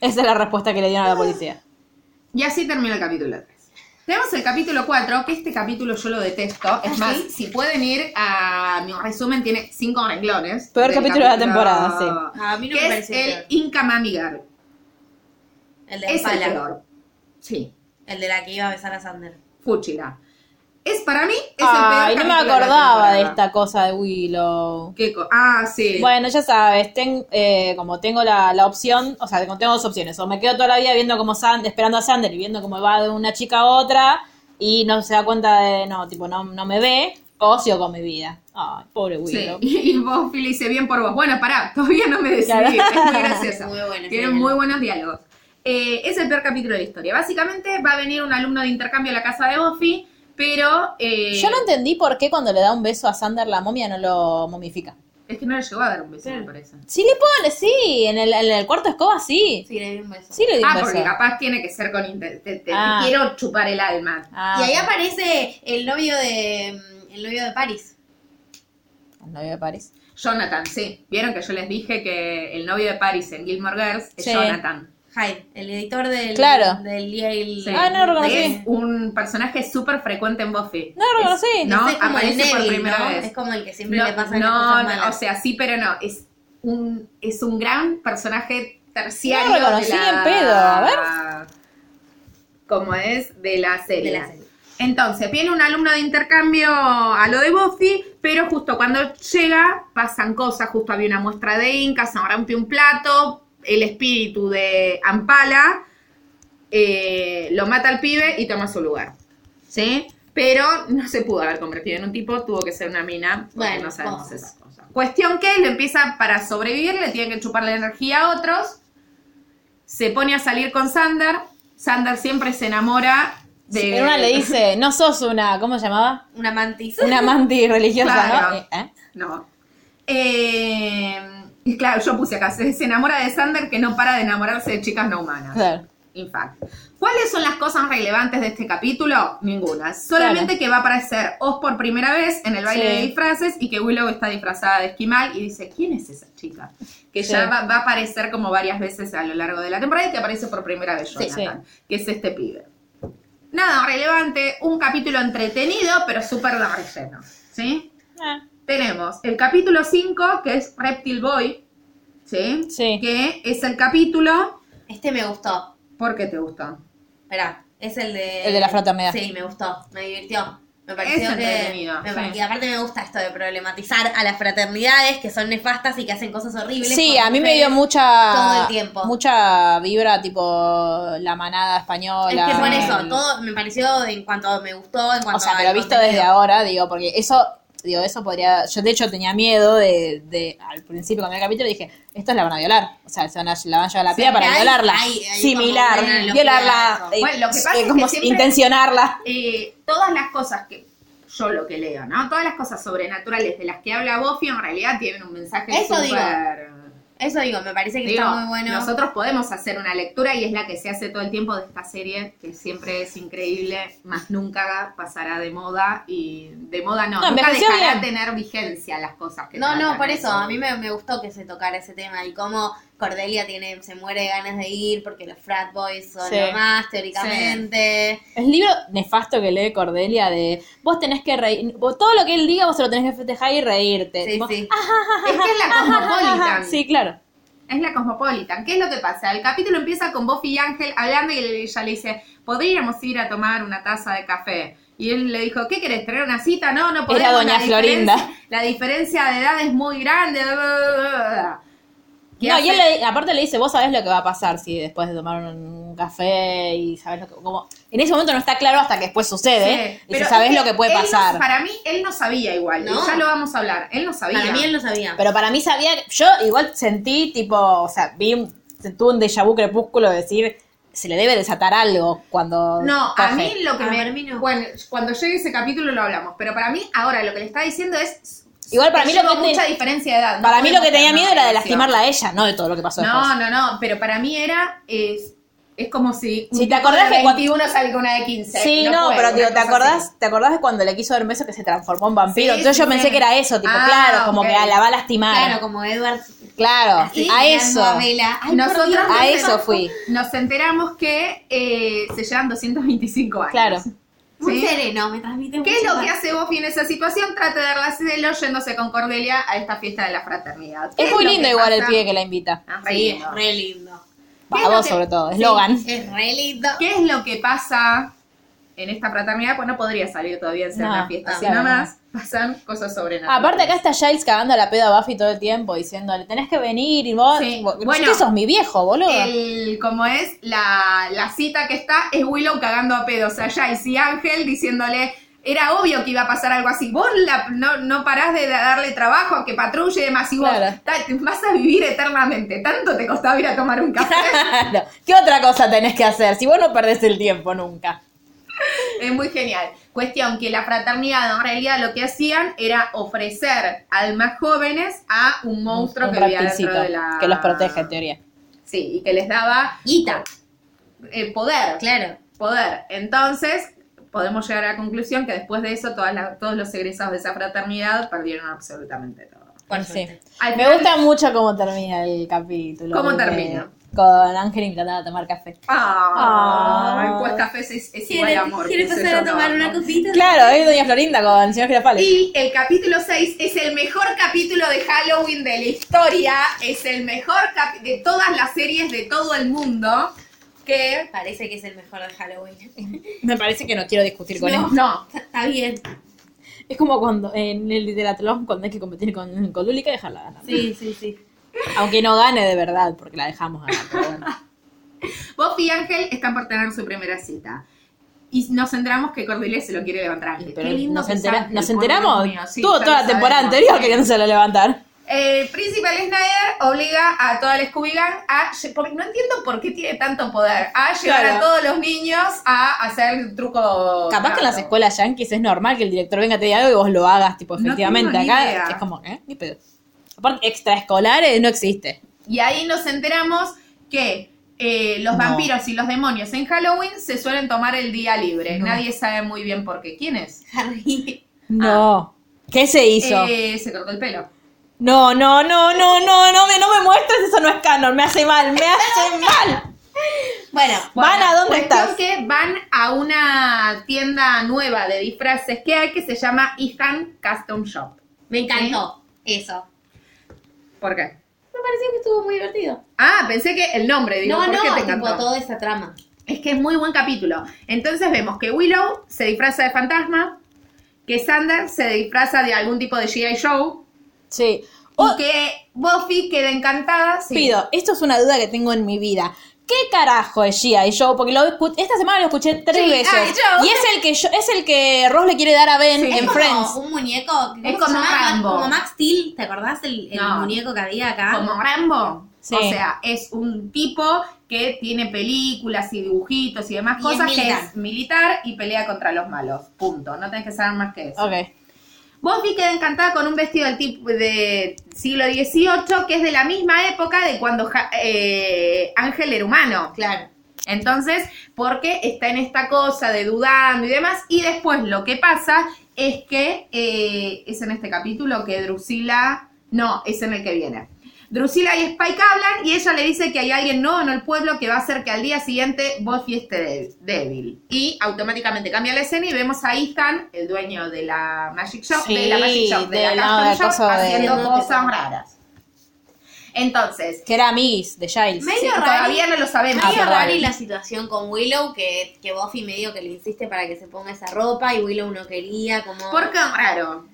Speaker 1: Esa es la respuesta que le dieron a la policía.
Speaker 2: Y así termina el capítulo 3. Tenemos el capítulo 4, que este capítulo yo lo detesto.
Speaker 1: Ah,
Speaker 2: Es más, si pueden ir a mi resumen, tiene 5 renglones.
Speaker 1: Peor
Speaker 2: del
Speaker 1: capítulo de la temporada,
Speaker 3: sí. A mí no
Speaker 2: que
Speaker 3: me
Speaker 2: es
Speaker 3: pareció
Speaker 2: el
Speaker 3: peor.
Speaker 2: Inca Mami Girl.
Speaker 3: El de
Speaker 2: Es el
Speaker 3: Pala.
Speaker 2: peor. Sí,
Speaker 3: El de la que iba a besar a Sander.
Speaker 2: Fuchira. Es para mí, es
Speaker 1: Ay,
Speaker 2: el
Speaker 1: no me
Speaker 2: peor capítulo la
Speaker 1: acordaba de,
Speaker 2: temporada.
Speaker 1: esta cosa de Willow.
Speaker 2: ¿Qué co- ah, sí.
Speaker 1: Bueno, ya sabes, ten- eh, como tengo la, la opción, o sea, como tengo dos opciones, o me quedo toda la vida viendo como Sander, esperando a Sander y viendo cómo va de una chica a otra y no se da cuenta de, no, tipo, no, no me ve, o sigo con mi vida. Ay, pobre
Speaker 2: Sí.
Speaker 1: Willow.
Speaker 2: Y vos, Phil, dice bien por vos. Bueno, pará, todavía no me decidí.
Speaker 1: Claro.
Speaker 2: Es muy gracioso.
Speaker 3: Muy bueno,
Speaker 2: Tienen
Speaker 3: sí.
Speaker 2: muy buenos diálogos. Eh, es el peor capítulo de la historia. Básicamente va a venir un alumno de intercambio a la casa de Buffy, pero... eh,
Speaker 1: Yo no entendí por qué cuando le da un beso a Sander la momia no lo momifica.
Speaker 2: Es que no le llegó a dar un beso, me parece.
Speaker 1: Sí, le puedo, sí, en el, en el cuarto escoba sí.
Speaker 3: Sí, le di un beso.
Speaker 1: Sí, le di un
Speaker 2: Ah,
Speaker 1: beso.
Speaker 2: porque capaz tiene que ser con... inter- Te, te- te
Speaker 1: Ah.
Speaker 2: quiero chupar el alma.
Speaker 1: Ah,
Speaker 3: Y ahí aparece el novio de. mm, El novio de Paris.
Speaker 1: el novio de París.
Speaker 2: Jonathan, sí. Vieron que yo les dije que el novio de Paris en Gilmore Girls es
Speaker 1: Sí.
Speaker 2: Jonathan.
Speaker 3: Hyde, el editor del.
Speaker 1: Claro.
Speaker 3: Del Yale.
Speaker 2: Sí.
Speaker 1: Ah, no lo reconocí.
Speaker 2: Que Es un personaje súper frecuente en Buffy.
Speaker 1: No lo reconocí.
Speaker 2: No,
Speaker 3: Ese es como el
Speaker 2: aparece por
Speaker 3: Neville,
Speaker 2: primera
Speaker 3: ¿no?
Speaker 2: vez.
Speaker 3: Es como el que siempre le pasan las
Speaker 2: no,
Speaker 3: cosas
Speaker 2: no,
Speaker 3: malas.
Speaker 2: o sea, sí, pero no. Es un, es un gran personaje terciario.
Speaker 1: No lo reconocí
Speaker 2: de la-
Speaker 1: en pedo, a
Speaker 2: Como es de la serie.
Speaker 3: De la serie.
Speaker 2: Entonces, viene un alumno de intercambio a lo de Buffy, pero justo cuando llega pasan cosas. Justo había una muestra de Inca, se rompe un plato, el espíritu de Ampala eh, lo mata al pibe y toma su lugar. ¿Sí? Pero no se pudo haber convertido en un tipo, tuvo que ser una mina, porque
Speaker 3: Bueno,
Speaker 2: no sabemos
Speaker 3: cosas.
Speaker 2: esas cosas. Cuestión que lo empieza para sobrevivir, le tienen que chupar la energía a otros, se pone a salir con Sander, Sander siempre se enamora de.
Speaker 1: En una le dice, no sos una, ¿cómo se llamaba?
Speaker 3: Una mantis.
Speaker 1: Una manti religiosa,
Speaker 2: Claro.
Speaker 1: ¿no? Eh, ¿eh?
Speaker 2: No. Eh, y claro, yo puse acá, se, se enamora de Sander que no para de enamorarse de chicas no humanas.
Speaker 1: Claro.
Speaker 2: In fact. ¿Cuáles son las cosas relevantes de este capítulo? Ninguna. Solamente que va a aparecer Oz por primera vez en el baile
Speaker 1: Sí.
Speaker 2: de disfraces y que Willow está disfrazada de esquimal y dice, ¿quién es esa chica? Que
Speaker 1: Sí.
Speaker 2: ya va, va a aparecer como varias veces a lo largo de la temporada y que aparece por primera vez Jonathan, que es este pibe. Nada relevante, un capítulo entretenido, pero súper de relleno. ¿Sí?
Speaker 1: Ah.
Speaker 2: Tenemos el capítulo 5, que es Reptil Boy, ¿sí?
Speaker 1: Sí.
Speaker 2: Que es el capítulo...
Speaker 3: Este me gustó.
Speaker 2: ¿Por qué te gustó?
Speaker 3: Verá, es el de.
Speaker 1: El de la fraternidad.
Speaker 3: Sí, me gustó. Me divirtió. Me pareció
Speaker 2: Es
Speaker 3: que.
Speaker 2: entretenido,
Speaker 3: me
Speaker 2: sí.
Speaker 3: pare- Y aparte me gusta esto de problematizar a las fraternidades que son nefastas y que hacen cosas horribles.
Speaker 1: Sí,
Speaker 3: con
Speaker 1: a mí me dio
Speaker 3: mujeres.
Speaker 1: mucha
Speaker 3: todo el tiempo.
Speaker 1: mucha vibra tipo la manada española.
Speaker 3: Es que por eso, todo me pareció en cuanto me gustó, en cuanto
Speaker 1: O sea,
Speaker 3: al
Speaker 1: pero visto desde
Speaker 3: contenido.
Speaker 1: ahora, digo, porque eso, digo, eso podría. Yo de hecho tenía miedo de, de al principio cuando vi el capítulo dije, estos la van a violar. O sea, se van a, la van a llevar a la
Speaker 3: Sí,
Speaker 1: piba para
Speaker 3: hay-
Speaker 1: violarla.
Speaker 3: hay- hay
Speaker 1: Similar,
Speaker 3: como una
Speaker 1: violarla.
Speaker 3: locura,
Speaker 1: eh,
Speaker 2: Bueno, lo que pasa
Speaker 1: eh,
Speaker 2: es que
Speaker 1: como
Speaker 2: siempre-
Speaker 1: intencionarla.
Speaker 2: eh, todas las cosas que yo lo que leo, ¿no? Todas las cosas sobrenaturales de las que habla Buffy en realidad tienen un mensaje
Speaker 3: Eso
Speaker 2: súper-
Speaker 3: digo. Eso digo, me parece que
Speaker 2: Digo,
Speaker 3: está muy bueno.
Speaker 2: Nosotros podemos hacer una lectura y es la que se hace todo el tiempo de esta serie, que siempre es increíble, más nunca pasará de moda y de moda no,
Speaker 1: No,
Speaker 2: nunca
Speaker 1: envejeció
Speaker 2: dejará
Speaker 1: bien.
Speaker 2: tener vigencia las cosas que
Speaker 3: No, no,
Speaker 2: tratan
Speaker 3: por eso, a mí me, me gustó que se tocara ese tema y cómo Cordelia tiene, se muere de ganas de ir porque los frat boys son
Speaker 1: Sí.
Speaker 3: lo más, teóricamente.
Speaker 1: El libro nefasto que lee Cordelia de vos tenés que reír, vos- todo lo que él diga vos se lo tenés que festejar y reírte.
Speaker 3: Sí,
Speaker 1: Tipo, "Ah,
Speaker 3: sí.
Speaker 2: Es que es la cosmopolitan.
Speaker 1: Sí, claro.
Speaker 2: Es la Cosmopolitan. ¿Qué es lo que pasa? El capítulo empieza con Buffy y Ángel hablando y ella le dice, podríamos ir a tomar una taza de café. Y él le dijo, ¿qué querés? ¿Tener una cita? No, no podemos.
Speaker 1: doña
Speaker 2: la diferencia-
Speaker 1: Florinda.
Speaker 2: La diferencia de edad es muy grande. bla, bla, bla, bla, bla". ¿Qué
Speaker 1: No, y
Speaker 2: hace?
Speaker 1: él le- aparte le dice, vos sabés lo que va a pasar si después de tomar un café y sabés lo que... Como, en ese momento no está claro hasta que después sucede.
Speaker 2: Sí,
Speaker 1: Y si
Speaker 2: pero
Speaker 1: ¿eh? sabés
Speaker 2: es que
Speaker 1: lo que puede
Speaker 2: él no-
Speaker 1: pasar.
Speaker 2: para mí, él no sabía igual. y
Speaker 3: No.
Speaker 2: ya lo vamos a hablar. Él no sabía.
Speaker 3: Para mí él lo sabía.
Speaker 1: Pero para mí sabía... Yo igual sentí, tipo... O sea, vi un, tuve un déjà vu crepúsculo de decir... Se le debe desatar algo cuando
Speaker 2: No, a
Speaker 1: coge.
Speaker 2: mí lo que
Speaker 3: A
Speaker 1: Ah,
Speaker 2: me...
Speaker 3: ver, a mí no.
Speaker 2: Bueno, cuando llegue ese capítulo lo hablamos. Pero para mí, ahora, lo que le está diciendo es...
Speaker 1: Igual para
Speaker 2: te
Speaker 1: mí lo
Speaker 2: llevo
Speaker 1: que te-
Speaker 2: mucha diferencia de edad. no
Speaker 1: Para mí lo
Speaker 2: podemos
Speaker 1: que tenía
Speaker 2: tener una
Speaker 1: miedo era de
Speaker 2: relación.
Speaker 1: lastimarla a ella, no de todo lo que pasó
Speaker 2: No,
Speaker 1: después.
Speaker 2: no, no, pero para mí era, es, es como si... un
Speaker 1: Si te
Speaker 2: tipo
Speaker 1: acordás
Speaker 2: de
Speaker 1: que cuando-
Speaker 2: 21 sale con una de 15.
Speaker 1: Sí, no,
Speaker 2: puede,
Speaker 1: pero
Speaker 2: una
Speaker 1: digo, ¿te
Speaker 2: cosa
Speaker 1: acordás,
Speaker 2: así.
Speaker 1: ¿te acordás de cuando le quiso dar un beso que se transformó en vampiro?
Speaker 2: Sí,
Speaker 1: Entonces
Speaker 2: sí,
Speaker 1: yo pensé
Speaker 2: sí.
Speaker 1: que era eso, tipo,
Speaker 2: Ah,
Speaker 1: claro, como
Speaker 2: ok.
Speaker 1: que la va a lastimar.
Speaker 3: Claro, como Edward.
Speaker 1: Claro,
Speaker 3: así,
Speaker 1: a
Speaker 3: mirando
Speaker 1: eso.
Speaker 3: a Bella. Ay, por
Speaker 2: Nosotros
Speaker 3: Dios.
Speaker 1: A
Speaker 2: nos
Speaker 1: eso
Speaker 2: enteramos-
Speaker 1: fui.
Speaker 2: Nos enteramos que eh, se llevan 225 años.
Speaker 1: Claro.
Speaker 3: Muy
Speaker 2: ¿Sí?
Speaker 3: sereno, me transmite
Speaker 2: ¿Qué es
Speaker 3: mucho
Speaker 2: lo que
Speaker 3: paz.
Speaker 2: hace Buffy en esa situación? Trata de darle yéndose con Cordelia a esta fiesta de la fraternidad. ¿Qué
Speaker 1: Es muy
Speaker 2: lo
Speaker 1: lindo
Speaker 2: que
Speaker 1: igual el
Speaker 2: pasa?
Speaker 1: pibe que la invita.
Speaker 2: Ah, re
Speaker 3: Sí,
Speaker 2: lindo.
Speaker 3: es re lindo.
Speaker 2: ¿Qué es
Speaker 1: A
Speaker 2: lo
Speaker 1: vos
Speaker 2: que-
Speaker 1: sobre todo,
Speaker 2: sí.
Speaker 1: eslogan.
Speaker 3: Es re lindo.
Speaker 2: ¿Qué es lo que pasa en esta fraternidad? Pues no podría salir todavía en ser
Speaker 1: No,
Speaker 2: una fiesta,
Speaker 1: no,
Speaker 2: sino
Speaker 1: claro,
Speaker 2: más pasan cosas sobrenaturales.
Speaker 1: Aparte acá está Giles cagando la peda a Buffy todo el tiempo, diciéndole, tenés que venir y vos...
Speaker 2: Sí,
Speaker 1: vos-
Speaker 2: bueno.
Speaker 1: es que sos mi viejo, boludo.
Speaker 2: el, como es, la, la cita que está es Willow cagando a pedos allá y si Ángel diciéndole, era obvio que iba a pasar algo así, vos la- no, no parás de darle trabajo, que patrulle y demás, y vos
Speaker 1: Claro.
Speaker 2: ta- vas a vivir eternamente, tanto te costaba ir a tomar un café,
Speaker 1: Claro. ¿Qué otra cosa tenés que hacer si vos no perdés el tiempo nunca?
Speaker 2: es muy genial. Cuestión que la fraternidad en realidad lo que hacían era ofrecer almas jóvenes a un monstruo
Speaker 1: Un
Speaker 2: que había dentro
Speaker 1: reptilcito
Speaker 2: de la...
Speaker 1: que los protege en teoría.
Speaker 2: Sí, y que les daba
Speaker 3: Guita,
Speaker 2: el poder.
Speaker 3: claro.
Speaker 2: poder. Entonces, podemos llegar a la conclusión que después de eso todas las- todos los egresados de esa fraternidad perdieron absolutamente todo.
Speaker 3: Por
Speaker 1: Sí.
Speaker 3: suerte.
Speaker 2: Al
Speaker 1: Me
Speaker 2: final,
Speaker 1: gusta mucho cómo termina el capítulo.
Speaker 2: ¿Cómo
Speaker 1: porque-
Speaker 2: termina?
Speaker 1: Con Ángel intentando tomar café.
Speaker 2: Ah,
Speaker 1: Ah.
Speaker 2: pues café es, es igual
Speaker 3: ¿Quieres,
Speaker 2: amor.
Speaker 3: quieres
Speaker 2: qué sé
Speaker 3: pasar a
Speaker 2: yo,
Speaker 3: tomar
Speaker 2: no,
Speaker 3: una
Speaker 2: no.
Speaker 3: copita?
Speaker 1: Claro, es Doña Florinda con el señor Girafales.
Speaker 2: Y el capítulo 6 es el mejor capítulo de Halloween de la historia, es el mejor capi- de todas las series de todo el mundo que...
Speaker 3: Parece que es el mejor de Halloween. ¿eh?
Speaker 1: Me parece que no quiero discutir con
Speaker 2: No,
Speaker 1: él.
Speaker 2: no,
Speaker 3: Está bien.
Speaker 1: Es como cuando en el literatlón, cuando hay que competir con, con Luli, hay que dejarla ganar.
Speaker 3: Sí, sí, sí.
Speaker 1: Aunque no gane de verdad, porque la dejamos ganar. pero bueno.
Speaker 2: Buffy y Ángel están por tener su primera cita. Y nos enteramos que Cordelia se lo quiere levantar a Ángel.
Speaker 1: Pero
Speaker 2: Qué lindo
Speaker 1: nos,
Speaker 2: que es
Speaker 1: entera-
Speaker 2: Ángel,
Speaker 1: nos
Speaker 2: por
Speaker 1: enteramos.
Speaker 2: Dios mío. Sí,
Speaker 1: Tuvo
Speaker 2: ya
Speaker 1: toda
Speaker 2: lo
Speaker 1: la temporada
Speaker 2: sabemos.
Speaker 1: anterior queriéndoselo levantar.
Speaker 2: Eh, Príncipe Snyder obliga a toda la Scooby Gang a. lle- porque no entiendo por qué tiene tanto poder. A llevar
Speaker 1: Claro.
Speaker 2: a todos los niños a hacer el truco.
Speaker 1: Capaz que en las
Speaker 2: mago.
Speaker 1: escuelas yanquis es normal que el director venga, te diga algo y vos lo hagas, tipo,
Speaker 2: No tengo
Speaker 1: efectivamente.
Speaker 2: ni
Speaker 1: Acá
Speaker 2: idea.
Speaker 1: es como, ¿eh? Ni pedo. Aparte, extraescolares no existe.
Speaker 2: Y ahí nos enteramos que eh, los
Speaker 1: No.
Speaker 2: vampiros y los demonios en Halloween se suelen tomar el día libre. Nadie sabe muy bien por qué. ¿Quién es?
Speaker 3: Harry.
Speaker 1: No. ¿Qué se hizo?
Speaker 2: Eh, se cortó el pelo.
Speaker 1: No, no, no, no, no, no me, no me muestres, eso no es canon, me hace mal, me hace mal.
Speaker 3: Bueno,
Speaker 1: Van a dónde
Speaker 2: cuestión
Speaker 1: estás.
Speaker 2: que van a una tienda nueva de disfraces que hay que se llama Ethan Custom Shop.
Speaker 3: me encantó eso.
Speaker 2: ¿Por qué?
Speaker 3: Me pareció que estuvo muy divertido.
Speaker 2: Ah, pensé que el nombre, digo,
Speaker 3: no,
Speaker 2: ¿por
Speaker 3: no,
Speaker 2: qué te
Speaker 3: tipo
Speaker 2: encantó?
Speaker 3: toda esa trama.
Speaker 2: Es que es muy buen capítulo. Entonces vemos que Willow se disfraza de fantasma, que Sander se disfraza de algún tipo de G.I. Show,
Speaker 1: Sí. Oh,
Speaker 3: Oh.
Speaker 2: y que Buffy queda encantada. sí.
Speaker 1: Pido, esto es una duda que tengo en mi vida. ¿Qué carajo es G.I. Joe? Porque lo escu- esta semana lo escuché tres
Speaker 2: G.I.
Speaker 1: veces.
Speaker 2: Joe.
Speaker 1: Y es el que yo- es el que Ross le quiere dar a Ben
Speaker 2: Sí.
Speaker 1: en
Speaker 3: Es como
Speaker 1: Friends.
Speaker 3: un muñeco. ¿cómo
Speaker 2: Es
Speaker 3: se
Speaker 2: como
Speaker 3: llama?
Speaker 2: Rambo.
Speaker 3: Como Max Steel, ¿te acordás el, el
Speaker 2: No.
Speaker 3: muñeco que había acá?
Speaker 2: Ah. Como Rambo.
Speaker 1: Sí.
Speaker 2: O sea, es un tipo que tiene películas y dibujitos y demás
Speaker 3: Y
Speaker 2: cosas,
Speaker 3: es
Speaker 2: que
Speaker 3: militar.
Speaker 2: es militar y pelea contra los malos. Punto. No tenés que saber más que eso.
Speaker 1: Ok.
Speaker 2: Buffy queda encantada con un vestido del tipo de siglo XVIII que es de la misma época de cuando Ja- eh, Ángel era humano.
Speaker 3: Claro.
Speaker 2: Entonces, porque está en esta cosa de dudando y demás, y después lo que pasa es que eh, es en este capítulo que Drusila, no, es en el que viene. Drusila y Spike hablan y ella le dice que hay alguien nuevo en el pueblo que va a hacer que al día siguiente Buffy esté dé- débil. Y automáticamente cambia la escena y vemos a Ethan, el dueño de la Magic Shop,
Speaker 1: Sí,
Speaker 2: de la Magic Shop, de,
Speaker 1: de- no,
Speaker 2: la Custom
Speaker 1: del
Speaker 2: Shop,
Speaker 1: coso de-
Speaker 2: haciendo
Speaker 3: de-
Speaker 2: cosas raras. Entonces,
Speaker 1: Que era Miss de Giles.
Speaker 3: Medio
Speaker 2: sí,
Speaker 3: raro.
Speaker 2: todavía no lo sabemos.
Speaker 3: Medio
Speaker 1: perdón.
Speaker 3: rara y la situación con Willow, que, que Buffy medio que le insiste para que se ponga esa ropa y Willow no quería, como...
Speaker 2: ¿Por qué raro?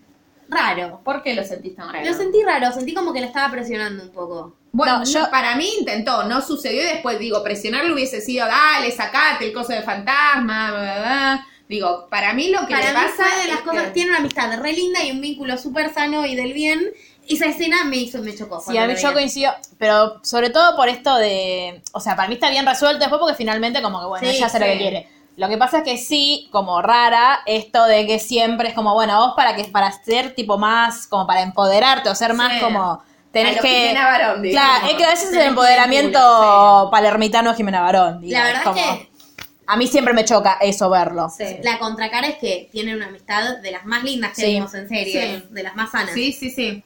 Speaker 3: Raro.
Speaker 2: ¿Por qué lo sentís tan raro?
Speaker 3: Lo sentí raro, sentí como que la estaba presionando un poco.
Speaker 2: Bueno,
Speaker 1: No,
Speaker 2: yo,
Speaker 1: yo-
Speaker 2: para mí intentó, no sucedió y después digo, presionarlo hubiese sido, dale, sacate el coso de fantasma, bla, bla, bla. Digo, para mí lo que
Speaker 3: Para
Speaker 2: le
Speaker 3: mí
Speaker 2: pasa
Speaker 3: fue de las
Speaker 2: es
Speaker 3: cosas,
Speaker 2: que-
Speaker 3: tiene una amistad re linda y un vínculo súper sano y del bien. Esa escena me hizo, me chocó.
Speaker 1: Sí,
Speaker 3: cuando
Speaker 1: a mí
Speaker 3: la
Speaker 1: yo
Speaker 3: vi.
Speaker 1: coincido, pero sobre todo por esto de, o sea, para mí está bien resuelto después porque finalmente como que bueno,
Speaker 3: Sí,
Speaker 1: ella hace lo
Speaker 3: sí.
Speaker 1: que quiere. Lo que pasa es que sí, como rara, esto de que siempre es como, bueno, vos para que para ser tipo más, como para empoderarte o ser más
Speaker 2: Sí.
Speaker 1: como
Speaker 2: A
Speaker 1: tenés
Speaker 2: lo
Speaker 1: que
Speaker 2: Jimena Barón, digo.
Speaker 1: Claro, es que a veces
Speaker 3: Tenés
Speaker 1: el empoderamiento
Speaker 2: culo,
Speaker 1: palermitano de Jimena Barón, digo,
Speaker 3: La verdad
Speaker 1: como-
Speaker 3: es que
Speaker 1: a mí siempre me choca eso verlo.
Speaker 2: Sí.
Speaker 3: la contracara es que tiene una amistad de las más lindas que
Speaker 1: Sí.
Speaker 3: vimos en serie,
Speaker 2: Sí.
Speaker 3: de las más sanas.
Speaker 2: Sí, sí, sí.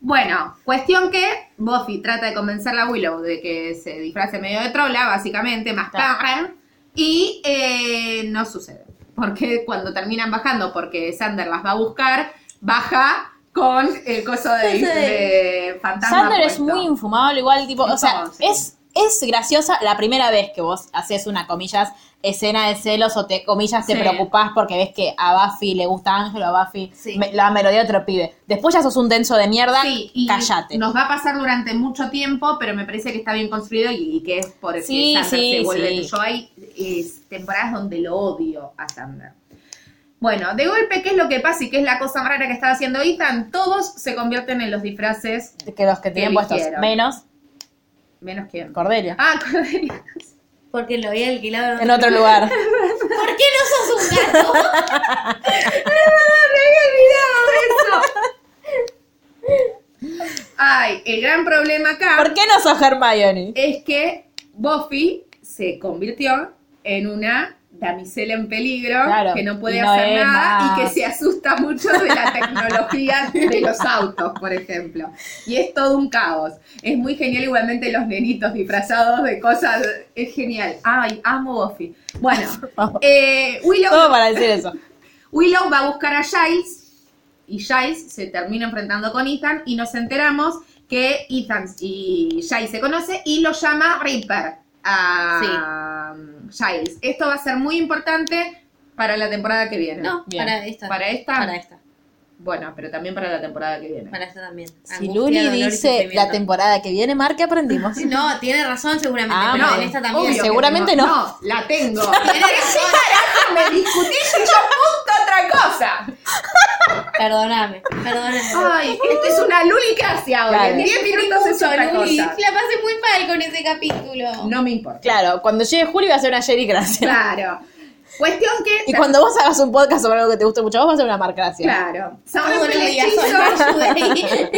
Speaker 2: Bueno, cuestión que Buffy trata de convencer a Willow de que se disfrace medio de trola, básicamente, más
Speaker 1: Claro.
Speaker 2: cara, y eh, no sucede. Porque cuando terminan bajando, porque Sander las va a buscar, baja con el coso de,
Speaker 3: Sí.
Speaker 2: de fantasma.
Speaker 1: Sander es
Speaker 2: puesto.
Speaker 1: muy infumable, igual, tipo, o sea,
Speaker 2: Infumable, sí.
Speaker 1: es, es graciosa la primera vez que vos haces una, comillas, escena de celos o te, comillas, te
Speaker 2: Sí.
Speaker 1: preocupás porque ves que a Buffy le gusta Ángel o a Buffy
Speaker 3: Sí.
Speaker 1: me- la melodía de otro pibe. Después ya sos un denso de mierda,
Speaker 2: Sí, y
Speaker 1: cállate.
Speaker 2: Nos va a pasar durante mucho tiempo, pero me parece que está bien construido y, y que es por el que
Speaker 1: Sí,
Speaker 2: Sander
Speaker 1: sí,
Speaker 2: se vuelve.
Speaker 1: sí.
Speaker 2: Yo hay eh, temporadas donde lo odio a Sander. Bueno, de golpe, ¿qué es lo que pasa y qué es la cosa más rara que estaba haciendo Ethan? Todos se convierten en los disfraces,
Speaker 1: Que los que tienen puestos
Speaker 2: eligieron.
Speaker 1: menos,
Speaker 2: menos que...
Speaker 1: Cordelia.
Speaker 2: Ah, Cordelia.
Speaker 3: Porque lo había alquilado
Speaker 1: En otro lugar.
Speaker 3: ¿Por qué no sos un gato?
Speaker 2: Ay, el gran problema acá
Speaker 1: ¿Por qué no sos Hermione?
Speaker 2: es que Buffy se convirtió en una damisela en peligro
Speaker 1: Claro,
Speaker 2: que no puede
Speaker 1: y no
Speaker 2: hacer
Speaker 1: es
Speaker 2: nada y que
Speaker 1: más.
Speaker 2: se asusta mucho de la tecnología de los autos, por ejemplo. Y es todo un caos. Es muy genial igualmente los nenitos disfrazados de cosas. Es genial. Ay, amo Buffy. Bueno, eh, Willow
Speaker 1: Todo para decir eso.
Speaker 2: Willow va a buscar a Giles y Giles se termina enfrentando con Ethan y nos enteramos que Ethan y Giles se conoce y lo llama Reaper a um, Giles. Esto va a ser muy importante para la temporada que viene.
Speaker 3: No,
Speaker 1: Bien.
Speaker 3: para esta.
Speaker 2: Para esta.
Speaker 3: Para esta.
Speaker 2: Bueno, pero también para la temporada que viene.
Speaker 3: Para esto también.
Speaker 1: Si
Speaker 3: Angustia,
Speaker 1: Luni
Speaker 3: dolor y
Speaker 1: dice la
Speaker 3: sufrimiento.
Speaker 1: temporada que viene, Mar, ¿qué aprendimos?
Speaker 3: No, tiene razón seguramente,
Speaker 1: Ah,
Speaker 3: pero
Speaker 1: no,
Speaker 3: en esta también.
Speaker 2: obvio que
Speaker 1: seguramente
Speaker 2: tengo-
Speaker 1: no.
Speaker 2: No, la tengo. Tiene razón. Me discutís y yo apunto a otra cosa.
Speaker 3: Perdóname, perdóname.
Speaker 2: Ay, esto es una lulicacia hoy.
Speaker 1: Claro.
Speaker 2: En 10 Ah, minutos es otra
Speaker 3: Luli,
Speaker 2: cosa.
Speaker 3: la pasé muy mal con ese capítulo.
Speaker 2: No me importa.
Speaker 1: Claro, cuando llegue julio va a ser una Jerry Gracia.
Speaker 2: Claro. Cuestión que.
Speaker 1: Y cuando vos hagas un podcast sobre algo que te guste mucho, vos vas a ser una Mar Gracia.
Speaker 2: Claro. Sabrán
Speaker 3: Todos los
Speaker 2: el
Speaker 3: días
Speaker 2: hechizo.
Speaker 3: soy Marjorie.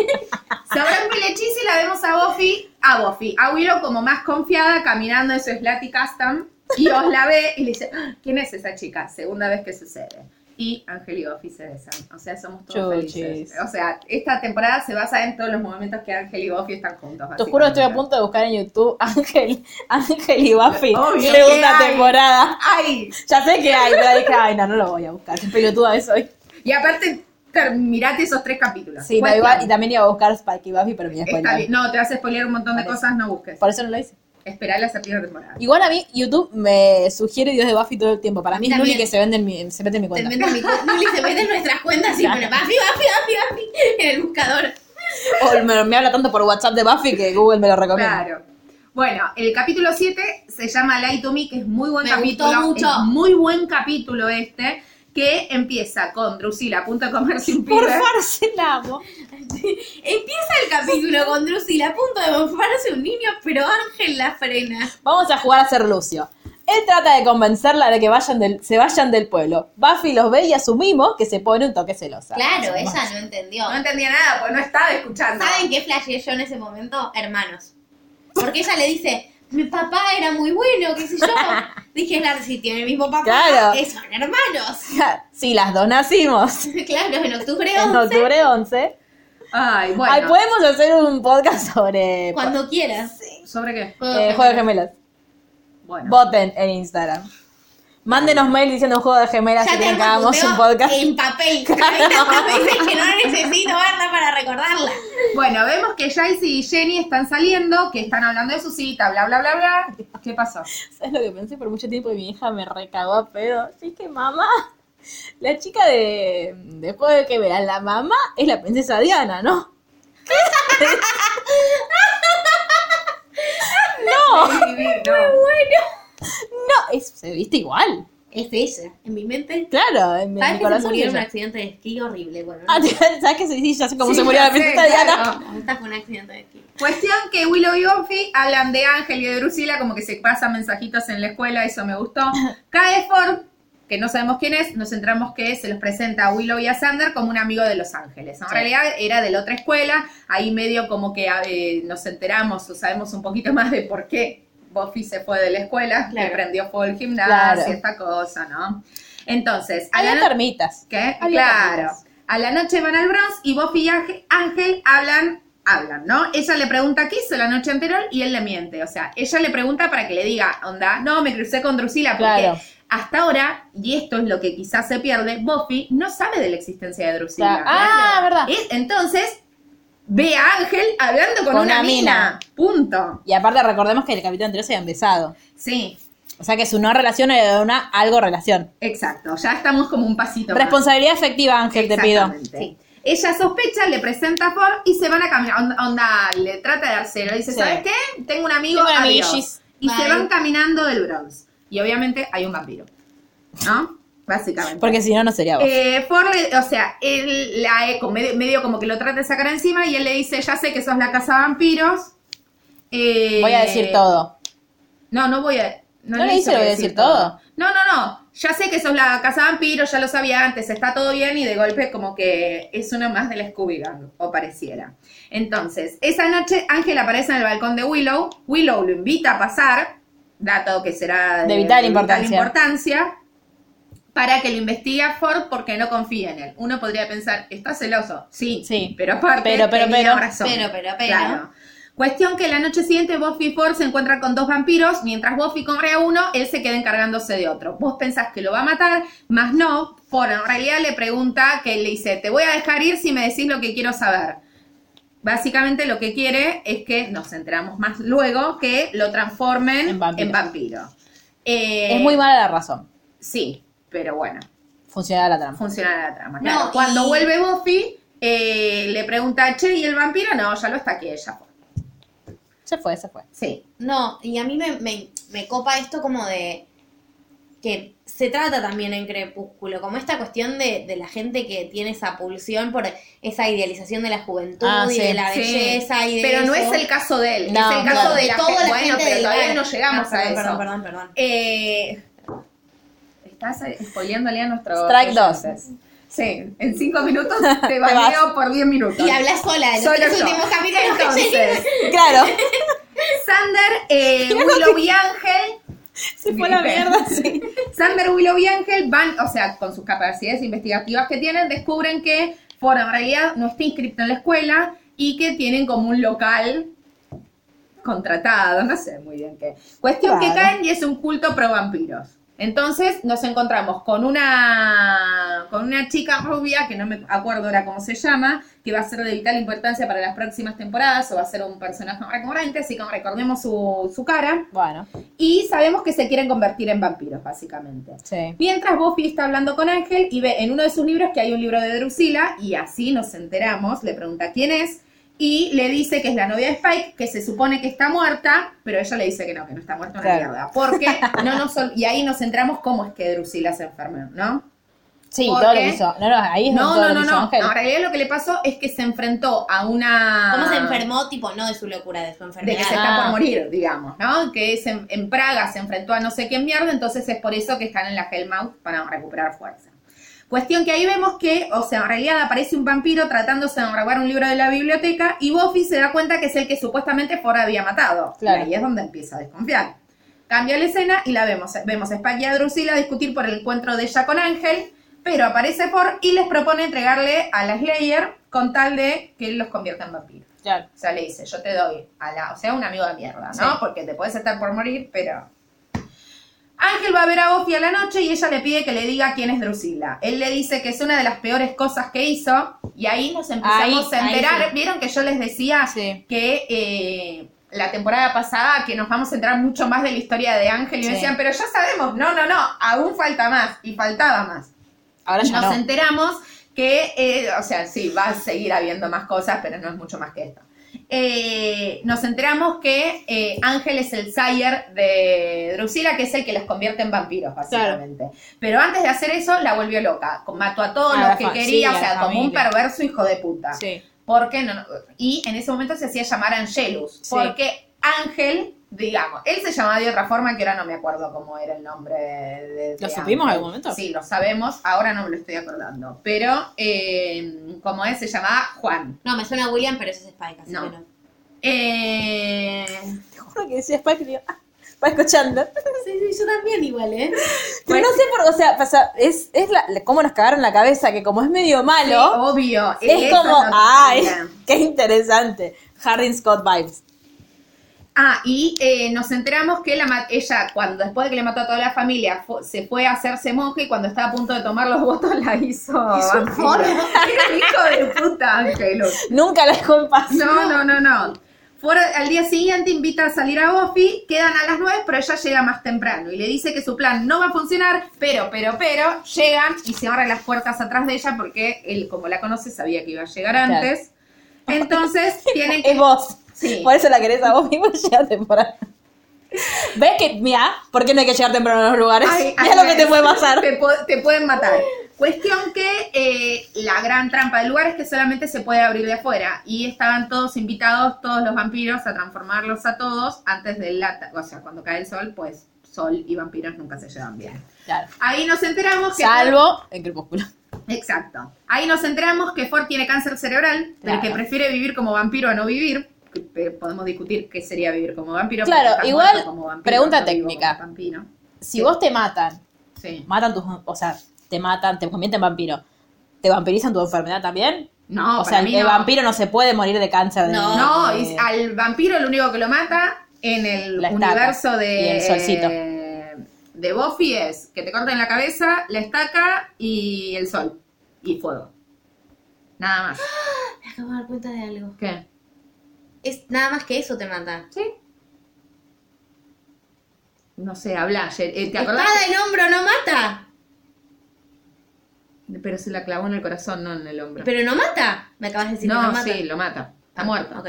Speaker 2: Sabrán el hechizo y la vemos a Buffy. A Buffy. A Willow como más confiada caminando en su Slati Custom. Y os la ve y le dice: "Ah, ¿Quién es esa chica? Segunda vez que sucede. Y Ángel y Buffy se besan. O sea, somos todos
Speaker 1: Chuchis.
Speaker 2: felices. O sea, esta temporada se basa en todos los movimientos que Ángel y Buffy están juntos.
Speaker 1: Te juro que estoy a
Speaker 2: básicamente.
Speaker 1: punto de buscar en YouTube Ángel, Ángel y Buffy,
Speaker 2: Obvio
Speaker 1: segunda
Speaker 2: que hay.
Speaker 1: temporada.
Speaker 2: ¡Ay!
Speaker 1: Ya sé que hay, pero dije, ay, no, no lo voy a buscar. Qué pelotuda que soy.
Speaker 2: Y aparte, ter- mirate esos tres capítulos.
Speaker 1: Sí, no,
Speaker 2: Cuestión.
Speaker 1: iba- y también iba a buscar Spike y Buffy, pero me iba a
Speaker 2: Está bien.
Speaker 1: spoilear.
Speaker 2: No, te vas a spoilear un montón de
Speaker 1: Parece.
Speaker 2: cosas, no busques.
Speaker 1: Por eso no lo hice.
Speaker 2: Esperá la séptima temporada.
Speaker 1: Igual a mí, YouTube me sugiere videos de Buffy todo el tiempo. Para mí es Luli
Speaker 3: También.
Speaker 1: que se vende en mi, se mete en mi
Speaker 3: Se
Speaker 1: cuenta.
Speaker 3: meten mi cu- Luli se mete en nuestras cuentas y pone Buffy, Buffy, Buffy, Buffy en el buscador.
Speaker 1: O me, me habla tanto por WhatsApp de Buffy que Google me lo recomienda.
Speaker 2: Claro. Bueno, el capítulo 7 se llama Light to Me, que es muy buen
Speaker 3: Me
Speaker 2: capítulo.
Speaker 3: gustó mucho.
Speaker 2: Es muy buen capítulo este, que empieza con Drusila a punto de comerse un
Speaker 1: Por
Speaker 2: pibe.
Speaker 1: favor, se la amo.
Speaker 3: Empieza el capítulo con Drusila a punto de mofarse un niño, pero Ángel la frena.
Speaker 1: Vamos a jugar a ser Lucio. Él trata de convencerla de que vayan del, se vayan del pueblo. Buffy los ve y asumimos que se pone un toque celosa.
Speaker 3: Claro, ella no entendió.
Speaker 2: No entendía nada, pues no estaba escuchando.
Speaker 3: ¿Saben qué flasheé yo en ese momento? Hermanos. Porque ella le dice, mi papá era muy bueno, qué sé yo. Dije, "Claro, si tiene el mismo papá,
Speaker 1: Claro.
Speaker 3: eh, son hermanos.
Speaker 1: Sí, las dos nacimos.
Speaker 3: claro, en octubre 11,
Speaker 1: En octubre 11.
Speaker 2: Ay, bueno.
Speaker 1: Ay, podemos hacer un podcast sobre
Speaker 3: cuando quieras.
Speaker 2: ¿Sobre qué?
Speaker 1: eh, juego de gemelas.
Speaker 2: Bueno.
Speaker 1: Voten en Instagram. Mándenos mail diciendo juego de gemelas
Speaker 3: Ya
Speaker 1: y que
Speaker 3: tengo
Speaker 1: hagamos
Speaker 3: tu
Speaker 1: un
Speaker 3: dedo
Speaker 1: podcast.
Speaker 3: en papel. Me dice que no necesito verla para recordarla.
Speaker 2: Bueno, vemos que Jace y Jenny están saliendo, que están hablando de su cita, bla, bla, bla, bla. ¿Qué pasó?
Speaker 1: ¿Sabes lo que pensé por mucho tiempo? Y mi hija me recagó a pedo. Sí, que mamá. La chica de, de Juego de que verán, la mamá es la princesa Diana, ¿no? no, no, es- se viste igual.
Speaker 3: Es ella, en mi mente.
Speaker 1: Claro, en mi, en mi
Speaker 3: ¿Sabes que se
Speaker 1: corazón.
Speaker 3: murió en
Speaker 1: es
Speaker 3: un
Speaker 1: ella.
Speaker 3: accidente de esquí horrible? Bueno, no
Speaker 1: Ah, ¿Sabes qué se dice? Ya sé cómo
Speaker 2: Sí,
Speaker 1: se murió
Speaker 2: ya
Speaker 1: la princesa
Speaker 2: sé,
Speaker 1: Diana.
Speaker 2: claro.
Speaker 3: Esta fue un accidente de esquí.
Speaker 2: Cuestión que Willow y Buffy hablan de Ángel y de Drusila, como que se pasan mensajitos en la escuela, eso me gustó. Cae Ford, que no sabemos quién es, nos centramos que se los presenta a Willow y a Sander como un amigo de Los Ángeles. En realidad era de la otra escuela, ahí medio como que eh, nos enteramos o sabemos un poquito más de por qué Buffy se fue de la escuela,
Speaker 3: Claro.
Speaker 2: que prendió fuego el gimnasio,
Speaker 1: Claro.
Speaker 2: esta cosa, ¿no? Entonces, a la
Speaker 1: Había
Speaker 2: no-
Speaker 1: termitas.
Speaker 2: ¿Qué?
Speaker 1: Había
Speaker 2: claro.
Speaker 1: cambios.
Speaker 2: A la noche van al Bronx y Buffy y Ángel- Ángel hablan, hablan, ¿no? Ella le pregunta qué hizo la noche anterior y él le miente. O sea, ella le pregunta para que le diga, onda, no, me crucé con Drusila porque
Speaker 1: Claro.
Speaker 2: hasta ahora, y esto es lo que quizás se pierde, Buffy no sabe de la existencia de Drusila.
Speaker 1: Ah, verdad.
Speaker 2: Es- entonces, ve a Ángel hablando con,
Speaker 1: Con
Speaker 2: una
Speaker 1: una
Speaker 2: mina.
Speaker 1: mina.
Speaker 2: Punto.
Speaker 1: Y aparte recordemos que el capitán anterior se habían besado.
Speaker 2: Sí,
Speaker 1: O sea que su no relación era una algo relación.
Speaker 2: exacto. Ya estamos como un pasito más.
Speaker 1: Responsabilidad efectiva, Ángel, te pido.
Speaker 2: Exactamente. Ella sospecha, le presenta a Ford y se van a caminar. Onda, onda, le trata de dárselo. Dice,
Speaker 1: Sí.
Speaker 2: ¿sabes qué? Tengo un amigo,
Speaker 1: Tengo un
Speaker 2: adiós".
Speaker 1: amiguis.
Speaker 2: Y se
Speaker 3: Bye.
Speaker 2: van caminando del Bronx. Y obviamente hay un vampiro. ¿No? Básicamente.
Speaker 1: Porque si no, no sería vos.
Speaker 2: Eh, Ford, le- o sea, él la eco, medio, medio como que lo trata de sacar encima y él le dice, ya sé que sos la casa de vampiros. Eh,
Speaker 1: Voy a decir todo.
Speaker 2: No, no voy a...
Speaker 1: ¿No le
Speaker 2: hizo
Speaker 1: dice lo voy a decir todo?
Speaker 2: No, no, no. Ya sé que sos la casa vampiro, ya lo sabía antes, está todo bien y de golpe como que es uno más de la Scooby Gang, o pareciera. Entonces, esa noche Ángel aparece en el balcón de Willow, Willow lo invita a pasar, dato que será
Speaker 1: De vital importancia.
Speaker 2: importancia, para que lo investigue a Ford porque no confía en él. Uno podría pensar, está celoso, sí,
Speaker 1: Sí.
Speaker 2: pero aparte
Speaker 1: Pero, pero,
Speaker 2: tenía
Speaker 1: pero.
Speaker 2: razón.
Speaker 3: Pero, pero, pero.
Speaker 2: Claro. Cuestión que la noche siguiente Buffy y Ford se encuentran con dos vampiros, mientras Buffy compra a uno, él se queda encargándose de otro. Vos pensás que lo va a matar, más no, Ford en realidad le pregunta que le dice, te voy a dejar ir si me decís lo que quiero saber. Básicamente lo que quiere es que, nos enteramos más luego, que lo transformen en
Speaker 1: En
Speaker 2: vampiro.
Speaker 1: vampiro.
Speaker 2: Eh,
Speaker 1: Es muy mala la razón.
Speaker 2: Sí, pero bueno.
Speaker 1: funcionaba la trama.
Speaker 2: funciona la trama. claro.
Speaker 3: No,
Speaker 2: Cuando
Speaker 3: y-
Speaker 2: vuelve Buffy, eh, le pregunta, che, ¿y el vampiro? No, ya lo está aquí, ella fue.
Speaker 1: Se fue, se fue.
Speaker 2: Sí.
Speaker 3: No, y a mí me, me- me copa esto como de que se trata también en Crepúsculo, como esta cuestión de, de la gente que tiene esa pulsión por esa idealización de la juventud
Speaker 1: Ah,
Speaker 3: y
Speaker 1: sí,
Speaker 3: de la
Speaker 2: sí.
Speaker 3: belleza y de
Speaker 2: Pero no es
Speaker 3: Eh, eso.
Speaker 2: el caso de él,
Speaker 1: No,
Speaker 2: es el
Speaker 1: claro.
Speaker 2: caso de, la
Speaker 3: toda
Speaker 2: gente.
Speaker 3: la
Speaker 2: Bueno,
Speaker 3: gente
Speaker 2: pero
Speaker 3: del
Speaker 2: todavía
Speaker 3: bar.
Speaker 2: no llegamos
Speaker 3: Ah, perdón,
Speaker 2: a eso.
Speaker 3: Perdón, perdón, perdón.
Speaker 2: Eh, estás eh, spoileándole a nuestro.
Speaker 1: Strike dos.
Speaker 2: oyentes. Sí, en cinco minutos te baneo por diez minutos.
Speaker 3: Y hablas sola de los
Speaker 2: Solo
Speaker 3: tres
Speaker 2: yo.
Speaker 3: últimos capítulos.
Speaker 2: Entonces,
Speaker 1: Claro.
Speaker 2: Sander, eh, Willow y Ángel.
Speaker 1: Se fue a la mierda, sí.
Speaker 2: Sander, Willow y Ángel van, o sea, con sus capacidades investigativas que tienen, descubren que por en realidad no está inscrito en la escuela y que tienen como un local contratado, no sé muy bien qué. Cuestión que
Speaker 1: Claro.
Speaker 2: caen y es un culto pro vampiros. Entonces nos encontramos con una con una chica rubia que no me acuerdo ahora cómo se llama, que va a ser de vital importancia para las próximas temporadas o va a ser un personaje recurrente, así que recordemos su, su cara.
Speaker 1: Bueno,
Speaker 2: Y sabemos que se quieren convertir en vampiros, básicamente.
Speaker 1: sí.
Speaker 2: Mientras Buffy está hablando con Ángel y ve en uno de sus libros que hay un libro de Drusila y así nos enteramos, le pregunta quién es y le dice que es la novia de Spike, que se supone que está muerta, pero ella le dice que no, que no está muerta una
Speaker 1: Claro.
Speaker 2: mierda, porque no nos sol- y ahí nos enteramos cómo es que Drusila se enfermó, ¿no?
Speaker 1: Sí,
Speaker 2: ¿Por
Speaker 1: todo lo
Speaker 2: qué?
Speaker 1: que hizo. No, no, ahí es
Speaker 2: No,
Speaker 1: donde todo lo
Speaker 2: no, no,
Speaker 1: que hizo Ángel.
Speaker 2: no. En realidad lo que le pasó es que se enfrentó a una
Speaker 3: ¿Cómo se enfermó? Tipo, no de su locura, de su
Speaker 2: de que se
Speaker 3: enfermedad.
Speaker 2: está
Speaker 1: Ah.
Speaker 2: por morir, digamos, ¿no? Que es en, en Praga se enfrentó a no sé qué mierda, entonces es por eso que están en la Hellmouth para recuperar fuerza. Cuestión que ahí vemos que, o sea, en realidad aparece un vampiro tratándose de robar un libro de la biblioteca y Buffy se da cuenta que es el que supuestamente Ford había matado.
Speaker 1: Claro.
Speaker 2: Y ahí es donde empieza a desconfiar. Cambia la escena y la vemos. Vemos a Spike y a Drusila discutir por el encuentro de ella con Ángel, pero aparece Ford y les propone entregarle a la Slayer con tal de que él los convierta en vampiros.
Speaker 1: Claro.
Speaker 2: O sea, le dice, yo te doy a la, o sea, un amigo de mierda, ¿no? Porque te puedes estar por morir, pero. Ángel va a ver a Buffy a la noche y ella le pide que le diga quién es Drusila. Él le dice que es una de las peores cosas que hizo y ahí nos empezamos
Speaker 1: Ahí,
Speaker 2: a
Speaker 1: ahí
Speaker 2: enterar.
Speaker 1: sí.
Speaker 2: Vieron que yo les decía
Speaker 1: Ah, Sí.
Speaker 2: que eh, la temporada pasada que nos vamos a entrar mucho más de la historia de Ángel y
Speaker 1: Sí.
Speaker 2: me decían, pero ya sabemos, no, no, no, aún falta más y faltaba más
Speaker 1: Ahora ya
Speaker 2: nos
Speaker 1: no.
Speaker 2: enteramos que, eh, o sea, sí, va a seguir habiendo más cosas, pero no es mucho más que esto. Eh, nos enteramos que eh, Ángel es el Sire de Drusila, que es el que los convierte en vampiros, básicamente. Pero antes de hacer eso, la volvió loca. Mató a todos
Speaker 1: A la
Speaker 2: los que
Speaker 1: fa-
Speaker 2: quería,
Speaker 1: sí,
Speaker 2: o
Speaker 1: a
Speaker 2: sea,
Speaker 1: la
Speaker 2: como un
Speaker 1: familia.
Speaker 2: perverso hijo de puta.
Speaker 1: Sí.
Speaker 2: Porque no, y en ese momento se hacía llamar Angelus.
Speaker 1: Sí.
Speaker 2: Porque Ángel, digamos, él se llamaba de otra forma que ahora no me acuerdo cómo era el nombre de. de
Speaker 1: ¿Lo
Speaker 2: de
Speaker 1: supimos en
Speaker 2: Ángel.
Speaker 1: algún momento?
Speaker 2: Sí, lo sabemos, ahora no me lo estoy acordando. Pero eh, como él se llamaba Juan.
Speaker 3: No, me suena a William, pero ese es Spike. Así
Speaker 2: No.
Speaker 3: que no.
Speaker 2: Eh,
Speaker 1: Te juro que decía Spike, digo, ah, va escuchando.
Speaker 3: Sí, sí, yo también igual, ¿eh?
Speaker 1: Pero no sé por, o sea, pasa- es, es la, cómo nos cagaron la cabeza, que como es medio
Speaker 2: sí,
Speaker 1: malo,
Speaker 2: obvio.
Speaker 1: es
Speaker 2: eso
Speaker 1: como,
Speaker 2: no
Speaker 1: ay,
Speaker 2: tenía.
Speaker 1: qué interesante. Harry Scott vibes.
Speaker 2: Ah, y eh, nos enteramos que la ma- ella, cuando después de que le mató a toda la familia, fu- se fue a hacerse monje y cuando estaba a punto de tomar los votos la hizo. vampiro. Era un hijo de puta, Ángel.
Speaker 1: Nunca la dejó en paz.
Speaker 2: No, no, no, no. Fueron- al día siguiente invita a salir a Buffy, quedan a las 9, pero ella llega más temprano y le dice que su plan no va a funcionar, pero, pero, pero, llegan y se abren las puertas atrás de ella porque él, como la conoce, sabía que iba a llegar
Speaker 1: Claro.
Speaker 2: antes. Entonces, tienen que...
Speaker 1: Es vos.
Speaker 2: Sí.
Speaker 1: Por eso la querés a vos mismo llegar temprano. ¿Ves que, mira, por qué no hay que llegar temprano a los lugares?
Speaker 2: Ay,
Speaker 1: Mira
Speaker 2: ay,
Speaker 1: lo que te
Speaker 2: ay,
Speaker 1: puede pasar.
Speaker 2: Te, po- te pueden matar. Cuestión que eh, la gran trampa del lugar es que solamente se puede abrir de afuera. Y estaban todos invitados, todos los vampiros, a transformarlos a todos antes del lata. O sea, cuando cae el sol, pues sol y vampiros nunca se llevan bien.
Speaker 1: Claro.
Speaker 2: Ahí nos enteramos que.
Speaker 1: Salvo en Crepúsculo.
Speaker 2: Exacto. Ahí nos enteramos que Ford tiene cáncer cerebral,
Speaker 1: Claro.
Speaker 2: pero que prefiere vivir como vampiro a no vivir. Que, eh, Podemos discutir qué sería vivir como vampiro.
Speaker 1: Claro,
Speaker 2: porque estás
Speaker 1: igual,
Speaker 2: muerto como
Speaker 1: pregunta
Speaker 2: no vivo
Speaker 1: técnica.
Speaker 2: como vampiro.
Speaker 1: Si
Speaker 2: Sí.
Speaker 1: vos te matan,
Speaker 2: Sí.
Speaker 1: matan tus, o sea, te matan, te convierten en vampiro, ¿te vampirizan tu enfermedad también?
Speaker 2: No,
Speaker 1: o sea,
Speaker 2: para
Speaker 1: el,
Speaker 2: mí
Speaker 1: el
Speaker 2: no.
Speaker 1: vampiro no se puede morir de cáncer. de- Eh,
Speaker 3: No.
Speaker 2: No,
Speaker 1: de-
Speaker 2: y al vampiro el único que lo mata en el
Speaker 1: La estaca
Speaker 2: universo de,
Speaker 1: y el solcito.
Speaker 2: eh, de Buffy es que te corten la cabeza, la estaca y el sol. Y fuego. Nada más.
Speaker 3: Me acabo de dar cuenta de algo.
Speaker 2: ¿Qué?
Speaker 3: Es nada más que eso te mata.
Speaker 2: ¿Sí? No sé, habla. Jer- eh, ¿Te acordás?
Speaker 3: Espada en hombro no mata.
Speaker 2: Pero se la clavó en el corazón, no en el hombro.
Speaker 3: Pero no mata. Me acabas de decir que no
Speaker 2: no,
Speaker 3: mata.
Speaker 2: sí, lo mata. Está
Speaker 3: Ah,
Speaker 2: muerto.
Speaker 3: ok.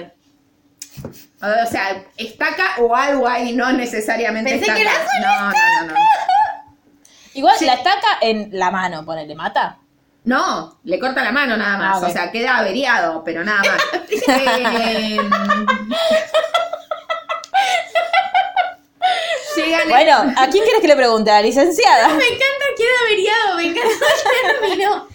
Speaker 2: O sea, estaca o algo ahí, no necesariamente
Speaker 3: Pensé que
Speaker 2: estaca.
Speaker 3: era solo
Speaker 2: no, no, no, no.
Speaker 1: Igual
Speaker 2: Sí.
Speaker 1: la estaca en la mano, ponele, mata.
Speaker 2: No, le corta la mano nada más.
Speaker 1: Ah, ok.
Speaker 2: O sea, queda averiado, pero nada más. Em, Llegan
Speaker 1: Bueno, ¿a quién quieres que le pregunte? A la licenciada.
Speaker 3: Me encanta, queda averiado. Me encanta el término.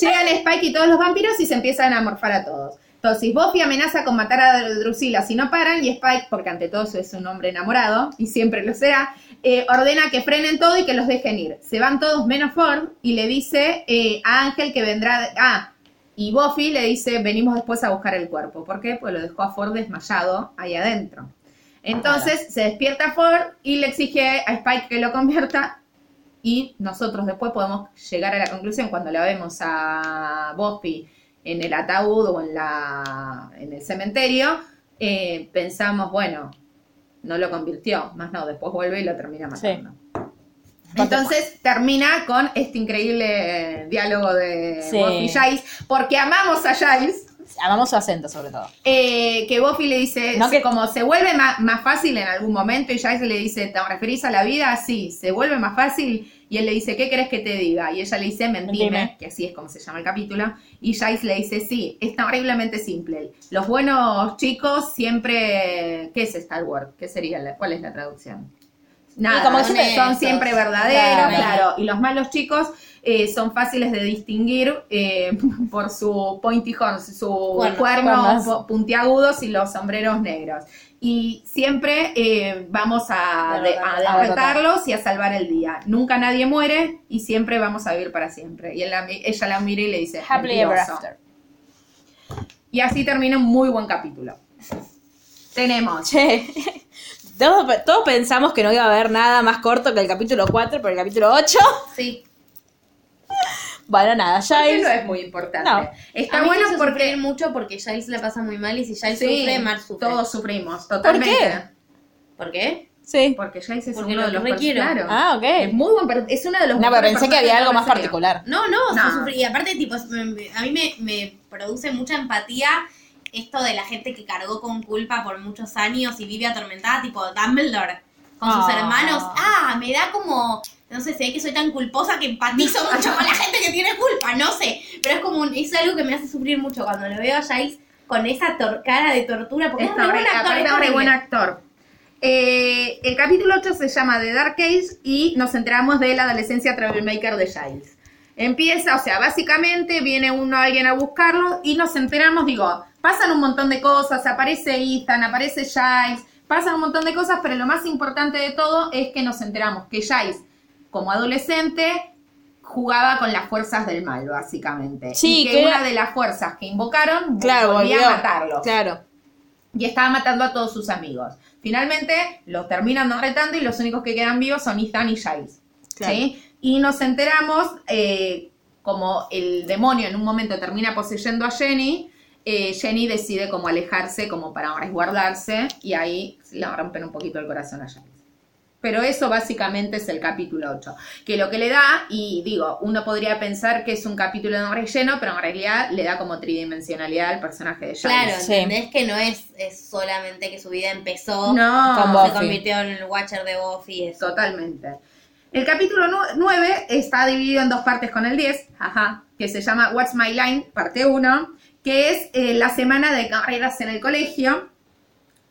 Speaker 2: Llegan Spike y todos los vampiros y se empiezan a morfar a todos. Entonces, Buffy amenaza con matar a Drusila si no paran y Spike, porque ante todo es un hombre enamorado y siempre lo será, eh, ordena que frenen todo y que los dejen ir. Se van todos menos Ford y le dice eh, a Ángel que vendrá... Ah, y Buffy le dice, venimos después a buscar el cuerpo. ¿Por qué? Pues lo dejó a Ford desmayado ahí adentro. Entonces se despierta Ford y le exige a Spike que lo convierta y nosotros después podemos llegar a la conclusión cuando la vemos a Buffy en el ataúd o en, la, en el cementerio, eh, pensamos, bueno, no lo convirtió, más no, después vuelve y lo termina matando. Entonces termina con este increíble eh, diálogo de
Speaker 1: Sí.
Speaker 2: Buffy y Giles, porque amamos a Giles,
Speaker 1: Amamos su acento, sobre todo.
Speaker 2: eh, que Buffy le dice,
Speaker 1: No, que-
Speaker 2: como se vuelve ma- más, fácil en algún momento, y Giles le dice, ¿te referís a la vida? Sí, se vuelve más fácil. Y él le dice, ¿qué querés que te diga? Y ella le dice, mentime,
Speaker 1: Mentime.
Speaker 2: que así es como se llama el capítulo. Y Giles le dice, sí, es horriblemente simple. Los buenos chicos siempre... ¿Qué es Star Wars? ¿Qué sería la- ¿Cuál es la traducción? Nada,
Speaker 1: Y como que
Speaker 2: son,
Speaker 1: siempre-
Speaker 2: siempre verdaderos,
Speaker 1: Claro.
Speaker 2: claro. Y los malos chicos eh, son fáciles de distinguir eh, por su pointy horns, su
Speaker 3: Cuernos.
Speaker 2: cuernos
Speaker 1: Cuernos.
Speaker 2: po- puntiagudos y los sombreros negros. Y siempre eh, vamos a,
Speaker 3: Claro,
Speaker 2: de- a
Speaker 3: claro.
Speaker 2: derrotarlos y a salvar el día. Nunca nadie muere y siempre vamos a vivir para siempre. Y él la mi- ella la mira y le dice,
Speaker 1: Happily ever
Speaker 2: "Mentiroso".
Speaker 1: after.
Speaker 2: Y así termina un muy buen capítulo. Tenemos.
Speaker 1: Che, todos, todos pensamos que no iba a haber nada más corto que el capítulo 4, pero el capítulo 8,
Speaker 3: Sí.
Speaker 1: bueno, nada,
Speaker 2: Giles no
Speaker 1: Giles.
Speaker 2: es muy importante.
Speaker 1: No.
Speaker 2: Está
Speaker 3: A mí me
Speaker 2: bueno
Speaker 3: hizo
Speaker 2: porque
Speaker 3: sufrir mucho porque Giles la pasa muy mal y si Giles
Speaker 2: Sí,
Speaker 3: sufre, Mar sufre.
Speaker 2: todos sufrimos, totalmente.
Speaker 3: ¿por qué?
Speaker 1: Sí.
Speaker 2: Porque Giles es
Speaker 3: Porque
Speaker 2: uno
Speaker 3: lo
Speaker 2: de los
Speaker 3: requiero.
Speaker 2: claro.
Speaker 1: Ah, ok.
Speaker 2: Es muy buen, per- es uno de los
Speaker 1: No, pero
Speaker 2: mejores
Speaker 1: pensé que
Speaker 2: personajes
Speaker 1: había algo
Speaker 2: de
Speaker 1: más
Speaker 2: la serie.
Speaker 1: particular.
Speaker 3: No, no,
Speaker 2: No.
Speaker 3: se sufre. Y aparte, tipo, me- me- a mí me, me produce mucha empatía esto de la gente que cargó con culpa por muchos años y vive atormentada, tipo Dumbledore, con sus
Speaker 1: Ah.
Speaker 3: hermanos. Ah, me da como, no sé, sé que soy tan culposa que empatizo mucho con la gente que tiene culpa, no sé. Pero es como, un- es algo que me hace sufrir mucho cuando lo veo a Giles con esa tor- cara de tortura, porque
Speaker 2: Está
Speaker 3: es re
Speaker 2: re,
Speaker 3: buen actor,
Speaker 2: aparte
Speaker 3: es
Speaker 2: es re
Speaker 3: horrible.
Speaker 2: buen actor. Eh, el capítulo 8 se llama The Dark Age y nos enteramos de la adolescencia Troublemaker de Giles. Empieza, o sea, básicamente viene uno, alguien a buscarlo y nos enteramos, digo, pasan un montón de cosas, aparece Ethan, aparece Giles, pasan un montón de cosas, pero lo más importante de todo es que nos enteramos que Giles, como adolescente, jugaba con las fuerzas del mal, básicamente.
Speaker 1: Sí,
Speaker 2: y que,
Speaker 1: que
Speaker 2: una
Speaker 1: era-
Speaker 2: de las fuerzas que invocaron
Speaker 1: Claro,
Speaker 2: volvía
Speaker 1: volvió.
Speaker 2: a matarlo
Speaker 1: Claro.
Speaker 2: y estaba matando a todos sus amigos. Finalmente los terminan no retando y los únicos que quedan vivos son Ethan y Giles.
Speaker 1: Claro.
Speaker 2: ¿sí? Y nos enteramos eh, como el demonio en un momento termina poseyendo a Jenny. eh, Jenny decide como alejarse, como para resguardarse, y ahí le rompen un poquito el corazón a Giles. Pero eso básicamente es el capítulo 8. Que lo que le da, y digo, uno podría pensar que es un capítulo de un relleno, pero en realidad le da como tridimensionalidad al personaje de Giles.
Speaker 3: Claro,
Speaker 1: Sí.
Speaker 3: entendés que no es, es solamente que su vida empezó,
Speaker 2: No,
Speaker 1: Con
Speaker 3: se
Speaker 1: Buffy.
Speaker 3: convirtió en el Watcher de Buffy, eso.
Speaker 2: Totalmente. El capítulo 9 está dividido en dos partes con el 10, ajá, que se llama What's My Line, parte 1, que es eh, la semana de carreras en el colegio,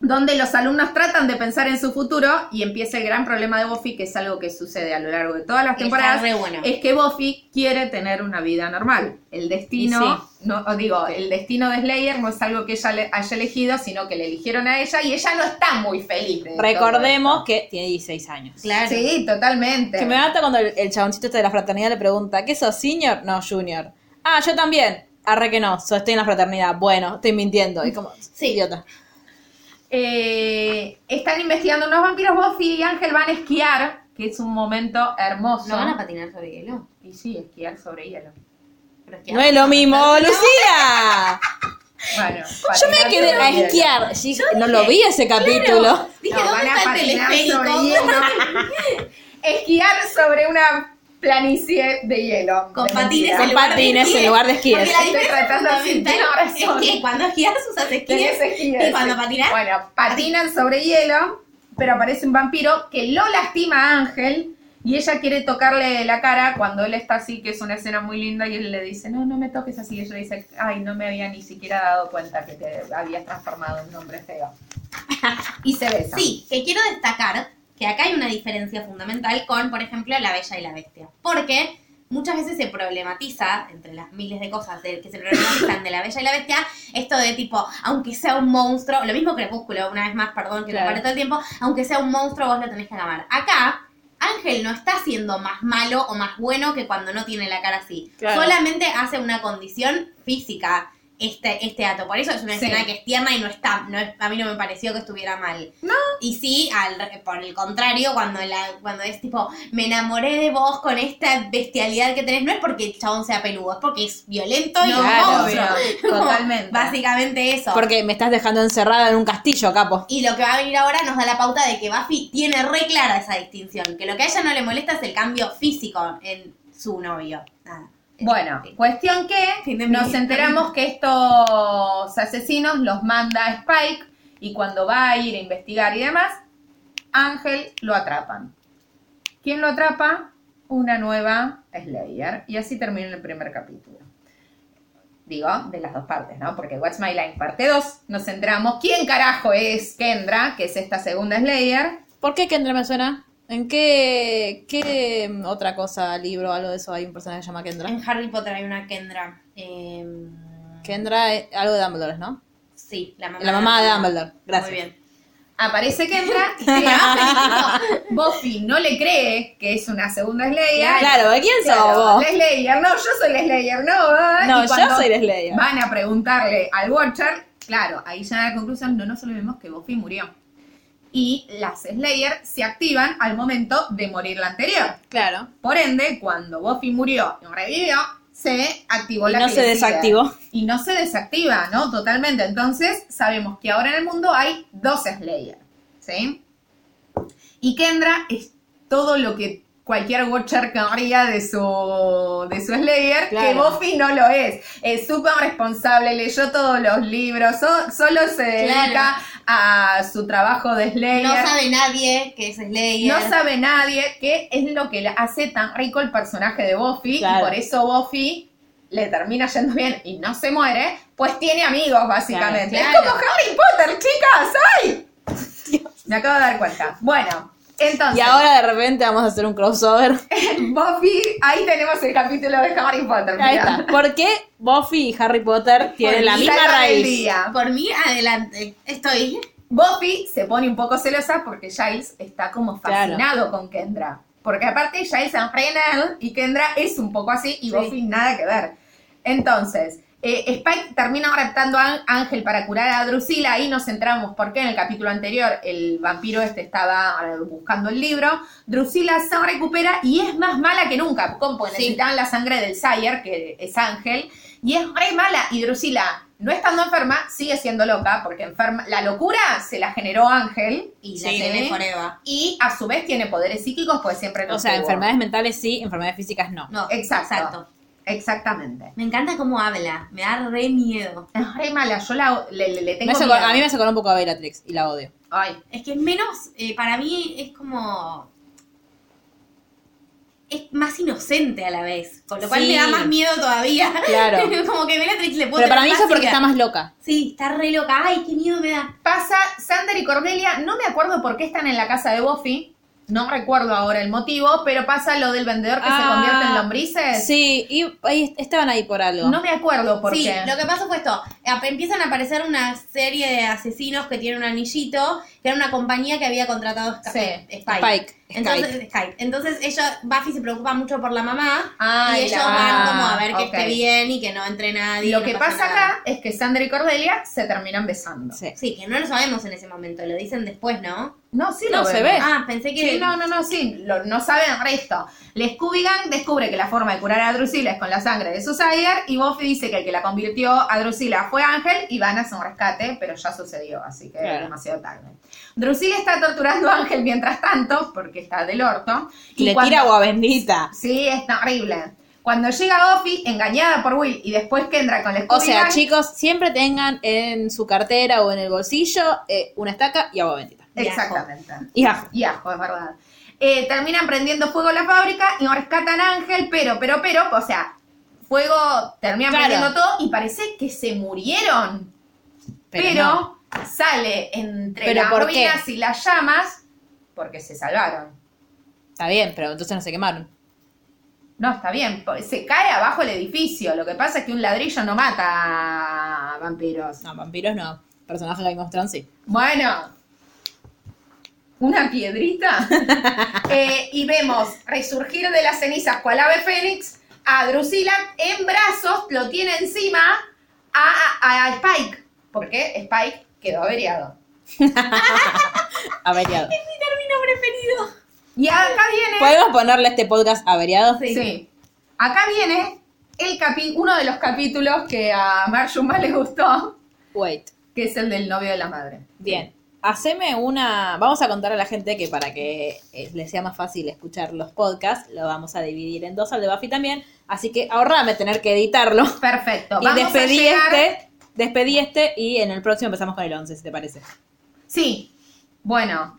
Speaker 2: donde los alumnos tratan de pensar en su futuro y empieza el gran problema de Buffy, que es algo que sucede a lo largo de todas las
Speaker 3: Está
Speaker 2: temporadas,
Speaker 3: re bueno.
Speaker 2: es que Buffy quiere tener una vida normal. El destino, no, o digo, el destino de Slayer no es algo que ella le- haya elegido, sino que le eligieron a ella y ella no está muy feliz. de todo
Speaker 1: Recordemos que tiene 16 años.
Speaker 3: Claro.
Speaker 2: Sí, totalmente.
Speaker 1: Que me mata cuando el, el chaboncito este de la fraternidad le pregunta, ¿qué sos, senior? No, junior. Ah, yo también. Arre que no, so- estoy en la fraternidad. Bueno, estoy mintiendo. Y como,
Speaker 3: Sí.
Speaker 1: idiota.
Speaker 2: Eh, están investigando unos vampiros. Buffy y Ángel van a esquiar, que es un momento hermoso.
Speaker 3: ¿No van a patinar sobre hielo?
Speaker 2: y sí, esquiar sobre hielo.
Speaker 3: Pero es que-
Speaker 1: No es lo mismo, Lucía.
Speaker 2: Bueno,
Speaker 1: Yo me
Speaker 2: patinar
Speaker 1: quedé
Speaker 2: sobre
Speaker 1: a
Speaker 2: hielo.
Speaker 1: esquiar. Sí, no lo vi ese capítulo.
Speaker 3: Dije,
Speaker 2: No,
Speaker 3: ¿dónde
Speaker 2: van a
Speaker 3: está el
Speaker 2: patinar sobre
Speaker 3: teleférico?
Speaker 2: hielo. esquiar sobre una planicie de hielo.
Speaker 3: Con
Speaker 2: De
Speaker 3: patines
Speaker 2: mentira.
Speaker 3: en
Speaker 1: Con
Speaker 3: lugar de
Speaker 1: patines en
Speaker 3: esquíes.
Speaker 1: lugar de esquíes.
Speaker 3: Porque la
Speaker 2: Estoy
Speaker 3: diferencia
Speaker 2: tratando de
Speaker 3: fundamental
Speaker 2: sentir ahora solo.
Speaker 3: Es que cuando esquías usas
Speaker 2: Tenés
Speaker 3: esquíes.
Speaker 2: esquíes.
Speaker 3: Y cuando patinas.
Speaker 2: Bueno, patinan sobre hielo, pero aparece un vampiro que lo lastima a Ángel y ella quiere tocarle la cara cuando él está así, que es una escena muy linda, y él le dice, no, no me toques así. Y ella dice, ay, no me había ni siquiera dado cuenta que te habías transformado en un hombre feo. Y se besa.
Speaker 3: Sí, que quiero destacar que acá hay una diferencia fundamental con, por ejemplo, La Bella y la Bestia. Porque muchas veces se problematiza, entre las miles de cosas de- que se problematizan de La Bella y la Bestia, esto de tipo, aunque sea un monstruo, lo mismo Crepúsculo, una vez más, perdón que lo
Speaker 1: Claro.
Speaker 3: pare todo el tiempo, aunque sea un monstruo vos lo tenés que amar. Acá, Ángel no está siendo más malo o más bueno que cuando no tiene la cara así.
Speaker 1: Claro.
Speaker 3: Solamente hace una condición física este, este dato. Por eso es una
Speaker 2: Sí.
Speaker 3: escena que es tierna y no está, no es- a mí no me pareció que estuviera mal. Y sí, al, re- por el contrario, cuando, la, cuando es tipo, me enamoré de vos con esta bestialidad que tenés, no es porque el chabón sea peludo, es porque es violento y
Speaker 2: No,
Speaker 3: un
Speaker 1: claro,
Speaker 3: monstruo.
Speaker 2: obvio,
Speaker 3: Como,
Speaker 2: totalmente.
Speaker 3: Básicamente eso.
Speaker 1: Porque me estás dejando encerrada en un castillo, capo.
Speaker 3: Y lo que va a venir ahora nos da la pauta de que Buffy tiene re clara esa distinción, que lo que a ella no le molesta es el cambio físico en su novio. Nada.
Speaker 2: Bueno,
Speaker 3: Sí.
Speaker 2: cuestión que
Speaker 3: Fin de
Speaker 2: nos
Speaker 3: mi-
Speaker 2: enteramos que estos asesinos los manda a Spike y cuando va a ir a investigar y demás, Ángel lo atrapan. ¿Quién lo atrapa? Una nueva Slayer. Y así termina el primer capítulo. Digo, de las dos partes, ¿no? Porque What's My Line, parte 2, nos enteramos quién carajo es Kendra, que es esta segunda Slayer.
Speaker 1: ¿Por qué Kendra me suena? ¿En qué, qué mm, otra cosa, libro, algo de eso hay un personaje que se llama Kendra?
Speaker 3: En Harry Potter hay una Kendra. eh,
Speaker 1: Kendra, eh, algo de Dumbledore, ¿no?
Speaker 3: Sí, la mamá,
Speaker 1: La mamá de Dumbledore. Gracias.
Speaker 3: Muy bien.
Speaker 2: Aparece Kendra, y se abre, tipo, Buffy no le cree que es una segunda Slayer.
Speaker 1: Claro, ¿de quién sos
Speaker 2: Claro,
Speaker 1: vos?
Speaker 2: la Slayer, no, yo soy la Slayer, no.
Speaker 1: No,
Speaker 2: Y
Speaker 1: yo
Speaker 2: cuando
Speaker 1: soy la Slayer.
Speaker 2: Van a preguntarle al Watcher, claro, ahí ya a la conclusión no nos olvidemos que Buffy murió. Y las Slayer se activan al momento de morir la anterior.
Speaker 1: Claro.
Speaker 2: Por ende, cuando Buffy murió y revivió, se activó
Speaker 1: Y
Speaker 2: la
Speaker 1: no
Speaker 2: que
Speaker 1: se
Speaker 2: le sigue.
Speaker 1: desactivó.
Speaker 2: Y no se desactiva, ¿no? Totalmente. Entonces, sabemos que ahora en el mundo hay dos Slayer, ¿sí? Y Kendra es todo lo que cualquier Watcher querría de su, de su Slayer,
Speaker 1: Claro.
Speaker 2: que Buffy no lo es. Es súper responsable, leyó todos los libros, so- solo se
Speaker 3: Claro.
Speaker 2: dedica a su trabajo de Slayer.
Speaker 3: No sabe nadie que es Slayer.
Speaker 2: No sabe nadie qué es lo que le hace tan rico el personaje de Buffy. Y
Speaker 1: Claro.
Speaker 2: por eso Buffy le termina yendo bien y no se muere. Pues tiene amigos, básicamente.
Speaker 3: Claro, claro.
Speaker 2: Es como Harry Potter, chicas. ¡Ay! Me acabo de dar cuenta. Bueno, entonces.
Speaker 1: Y ahora de repente vamos a hacer un crossover.
Speaker 2: Buffy, ahí tenemos el capítulo de Harry Potter.
Speaker 1: Ahí
Speaker 2: mirá.
Speaker 1: está. ¿Por qué Buffy y Harry Potter tienen la
Speaker 2: Por
Speaker 1: misma
Speaker 2: Saga del
Speaker 1: raíz?
Speaker 2: Día.
Speaker 3: Por mí, adelante. Estoy.
Speaker 2: Buffy se pone un poco celosa porque Giles está como
Speaker 1: Claro.
Speaker 2: fascinado con Kendra. Porque aparte Giles enfrena a él y Kendra es un poco así y Buffy nada que ver. Entonces, eh, Spike termina raptando a Ang- Ángel para curar a Drusila. Ahí nos centramos porque en el capítulo anterior el vampiro este estaba eh, buscando el libro. Drusila se recupera y es más mala que nunca. ¿Cómo? Porque
Speaker 3: Sí.
Speaker 2: necesitaban la sangre del Sire, que es Ángel, y es re mala. Y Drusila, no estando enferma, sigue siendo loca, porque enferma. La locura se la generó Ángel.
Speaker 3: Y la
Speaker 2: Sí.
Speaker 3: tiene por Eva.
Speaker 2: Y a su vez tiene poderes psíquicos, pues siempre los
Speaker 1: O sea,
Speaker 2: tuvo.
Speaker 1: enfermedades mentales sí, enfermedades físicas no.
Speaker 3: No,
Speaker 2: Exacto.
Speaker 3: exacto.
Speaker 2: Exactamente.
Speaker 3: Me encanta cómo habla. Me da re miedo.
Speaker 2: Es re mala, yo la, le, le- le tengo
Speaker 1: Me hace
Speaker 2: miedo.
Speaker 1: acor- a mí me hace acordar un poco a Bellatrix y la odio.
Speaker 2: Ay,
Speaker 3: Es que es menos, eh, para mí es como... Es más inocente a la vez, con lo cual
Speaker 1: Sí.
Speaker 3: me da más miedo todavía.
Speaker 1: Claro.
Speaker 3: como que Bellatrix le puede
Speaker 1: Pero para mí eso es porque está
Speaker 3: más...
Speaker 1: más loca.
Speaker 3: Sí, está re loca. Ay, qué miedo me da.
Speaker 2: Pasa Sander y Cordelia, no me acuerdo por qué están en la casa de Buffy, no recuerdo ahora el motivo, pero pasa lo del vendedor que se
Speaker 1: Ah,
Speaker 2: convierte en lombrices.
Speaker 1: Sí, y ahí estaban ahí por algo.
Speaker 2: No me acuerdo por
Speaker 3: sí,
Speaker 2: qué.
Speaker 3: lo que pasa fue esto. Ap- Empiezan a aparecer una serie de asesinos que tienen un anillito, que era una compañía que había contratado Sky-
Speaker 2: Sí,
Speaker 3: Spike.
Speaker 1: Spike,
Speaker 3: Entonces, Skype. Entonces, ella, Buffy se preocupa mucho por la mamá.
Speaker 2: Ay,
Speaker 3: y ellos
Speaker 2: la-
Speaker 3: van como a ver que
Speaker 2: ok.
Speaker 3: esté bien y que no entre nadie.
Speaker 2: Lo
Speaker 3: no
Speaker 2: que pasa
Speaker 3: nada.
Speaker 2: acá es que Sander y Cordelia se terminan besando.
Speaker 1: Sí.
Speaker 3: Sí, que no lo sabemos en ese momento, lo dicen después, ¿no?
Speaker 2: No, sí
Speaker 1: No,
Speaker 2: lo
Speaker 1: se
Speaker 2: vemos.
Speaker 1: ve.
Speaker 3: Ah, pensé que.
Speaker 2: Sí, no, no, no, sí, lo- no saben el resto. La Scooby Gang descubre que la forma de curar a Drusila es con la sangre de su Sire y Buffy dice que el que la convirtió a Drusila fue Ángel y van a hacer un rescate, pero ya sucedió, así que
Speaker 1: Claro.
Speaker 2: es demasiado tarde. Drusila está torturando a Ángel mientras tanto, porque que está del orto. Y
Speaker 1: Le
Speaker 2: cuando-
Speaker 1: tira agua bendita.
Speaker 2: Sí, es horrible. Cuando llega Buffy, engañada por Will, y después Kendra con la
Speaker 1: O sea,
Speaker 2: Scooby-Gang,
Speaker 1: chicos, siempre tengan en su cartera o en el bolsillo eh, una estaca y agua bendita.
Speaker 2: Exactamente.
Speaker 1: Y ajo.
Speaker 2: Y ajo, es verdad. Eh, terminan prendiendo fuego la fábrica y rescatan a Ángel, pero, pero, pero, o sea, fuego, terminan
Speaker 1: Claro.
Speaker 2: prendiendo todo y parece que se murieron. Pero,
Speaker 1: no.
Speaker 2: sale entre
Speaker 1: ¿Pero
Speaker 2: las
Speaker 1: por qué?
Speaker 2: ruinas y las llamas porque se salvaron.
Speaker 1: Está bien, pero entonces no se quemaron.
Speaker 2: No, está bien, po- se cae abajo el edificio. Lo que pasa es que un ladrillo no mata a vampiros.
Speaker 1: No, vampiros no. Personajes que hay mostrando, sí.
Speaker 2: Bueno, una piedrita. Eh, y vemos resurgir de las cenizas cual ave fénix a Drusila en brazos, lo tiene encima a, a- a Spike. Porque Spike quedó averiado.
Speaker 1: Averiado.
Speaker 2: Y acá viene.
Speaker 1: ¿Podemos ponerle a este podcast averiado?
Speaker 2: Sí. Acá viene el capi- uno de los capítulos que a Marshall más le gustó,
Speaker 1: Wait.
Speaker 2: que es el del novio de la madre.
Speaker 1: Bien. Haceme una. Vamos a contar a la gente que para que eh, les sea más fácil escuchar los podcasts, lo vamos a dividir en dos al de Buffy también. Así que ahorrame tener que editarlo.
Speaker 2: Perfecto.
Speaker 1: Y
Speaker 2: Vamos
Speaker 1: despedí
Speaker 2: a llegar...
Speaker 1: este. Despedí este y en el próximo empezamos con el 11, si te parece.
Speaker 2: Sí, bueno.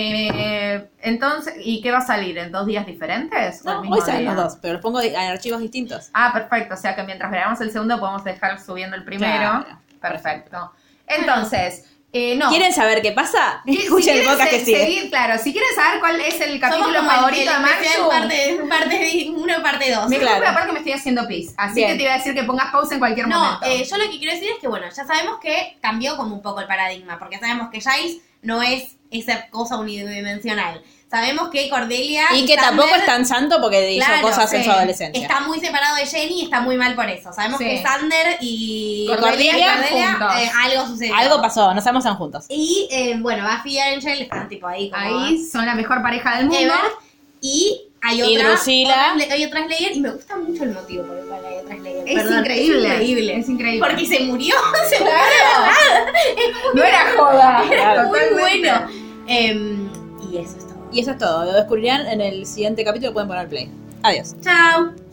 Speaker 2: eh, entonces, ¿y qué va a salir? ¿En dos días diferentes? ¿O el
Speaker 1: No,
Speaker 2: mismo
Speaker 1: hoy salen
Speaker 2: día?
Speaker 1: los dos, pero los pongo en archivos distintos.
Speaker 2: Ah, perfecto. O sea que mientras grabamos el segundo podemos dejar subiendo el primero.
Speaker 1: Claro.
Speaker 2: Perfecto. Entonces, eh, no.
Speaker 1: ¿Quieren saber qué pasa?
Speaker 2: Si
Speaker 1: Escuchen el
Speaker 2: quieren
Speaker 1: podcast que
Speaker 2: se-
Speaker 1: sigue.
Speaker 2: seguir, claro, si quieren saber cuál es el capítulo
Speaker 3: Somos como
Speaker 2: favorito
Speaker 3: el-
Speaker 2: de
Speaker 3: el especial
Speaker 2: Marshall,
Speaker 3: parte, parte 1, parte 2.
Speaker 2: me
Speaker 1: Claro.
Speaker 2: disculpe aparte que me estoy haciendo pis. Así
Speaker 1: Bien.
Speaker 2: que te iba a decir que pongas pausa en cualquier
Speaker 3: No,
Speaker 2: momento.
Speaker 3: eh, yo lo que quiero decir es que, bueno, ya sabemos que cambió como un poco el paradigma, porque sabemos que Giles no es esa cosa unidimensional. Sabemos que Cordelia.
Speaker 1: Y que
Speaker 3: Summer
Speaker 1: tampoco es tan santo porque hizo
Speaker 3: Claro,
Speaker 1: cosas en
Speaker 2: sí.
Speaker 1: su adolescencia.
Speaker 3: Está muy separado de Jenny y está muy mal por eso. Sabemos
Speaker 2: Sí.
Speaker 3: que Sander y
Speaker 1: Cordelia
Speaker 3: y
Speaker 2: juntos.
Speaker 3: eh, algo sucedió.
Speaker 1: Algo pasó, no sabemos tan juntos.
Speaker 3: Y eh, bueno, Buffy y Angel están tipo ahí como
Speaker 2: Ahí son la mejor pareja del mundo.
Speaker 3: ever. Y hay
Speaker 1: Y
Speaker 3: otra.
Speaker 1: Drusila.
Speaker 3: otra- hay otra Slayer. Y me gusta mucho el motivo por el cual hay otra Slayer.
Speaker 2: Es
Speaker 3: Perdón,
Speaker 2: increíble.
Speaker 3: Es increíble.
Speaker 2: Es increíble.
Speaker 3: Porque se murió, se murió de verdad. Es muy-
Speaker 2: no era joda.
Speaker 1: Era
Speaker 3: muy
Speaker 2: Totalmente.
Speaker 3: bueno. Em, y eso es todo.
Speaker 1: Y eso es todo. Lo descubrirán en el siguiente capítulo. Pueden poner play. Adiós.
Speaker 3: Chao.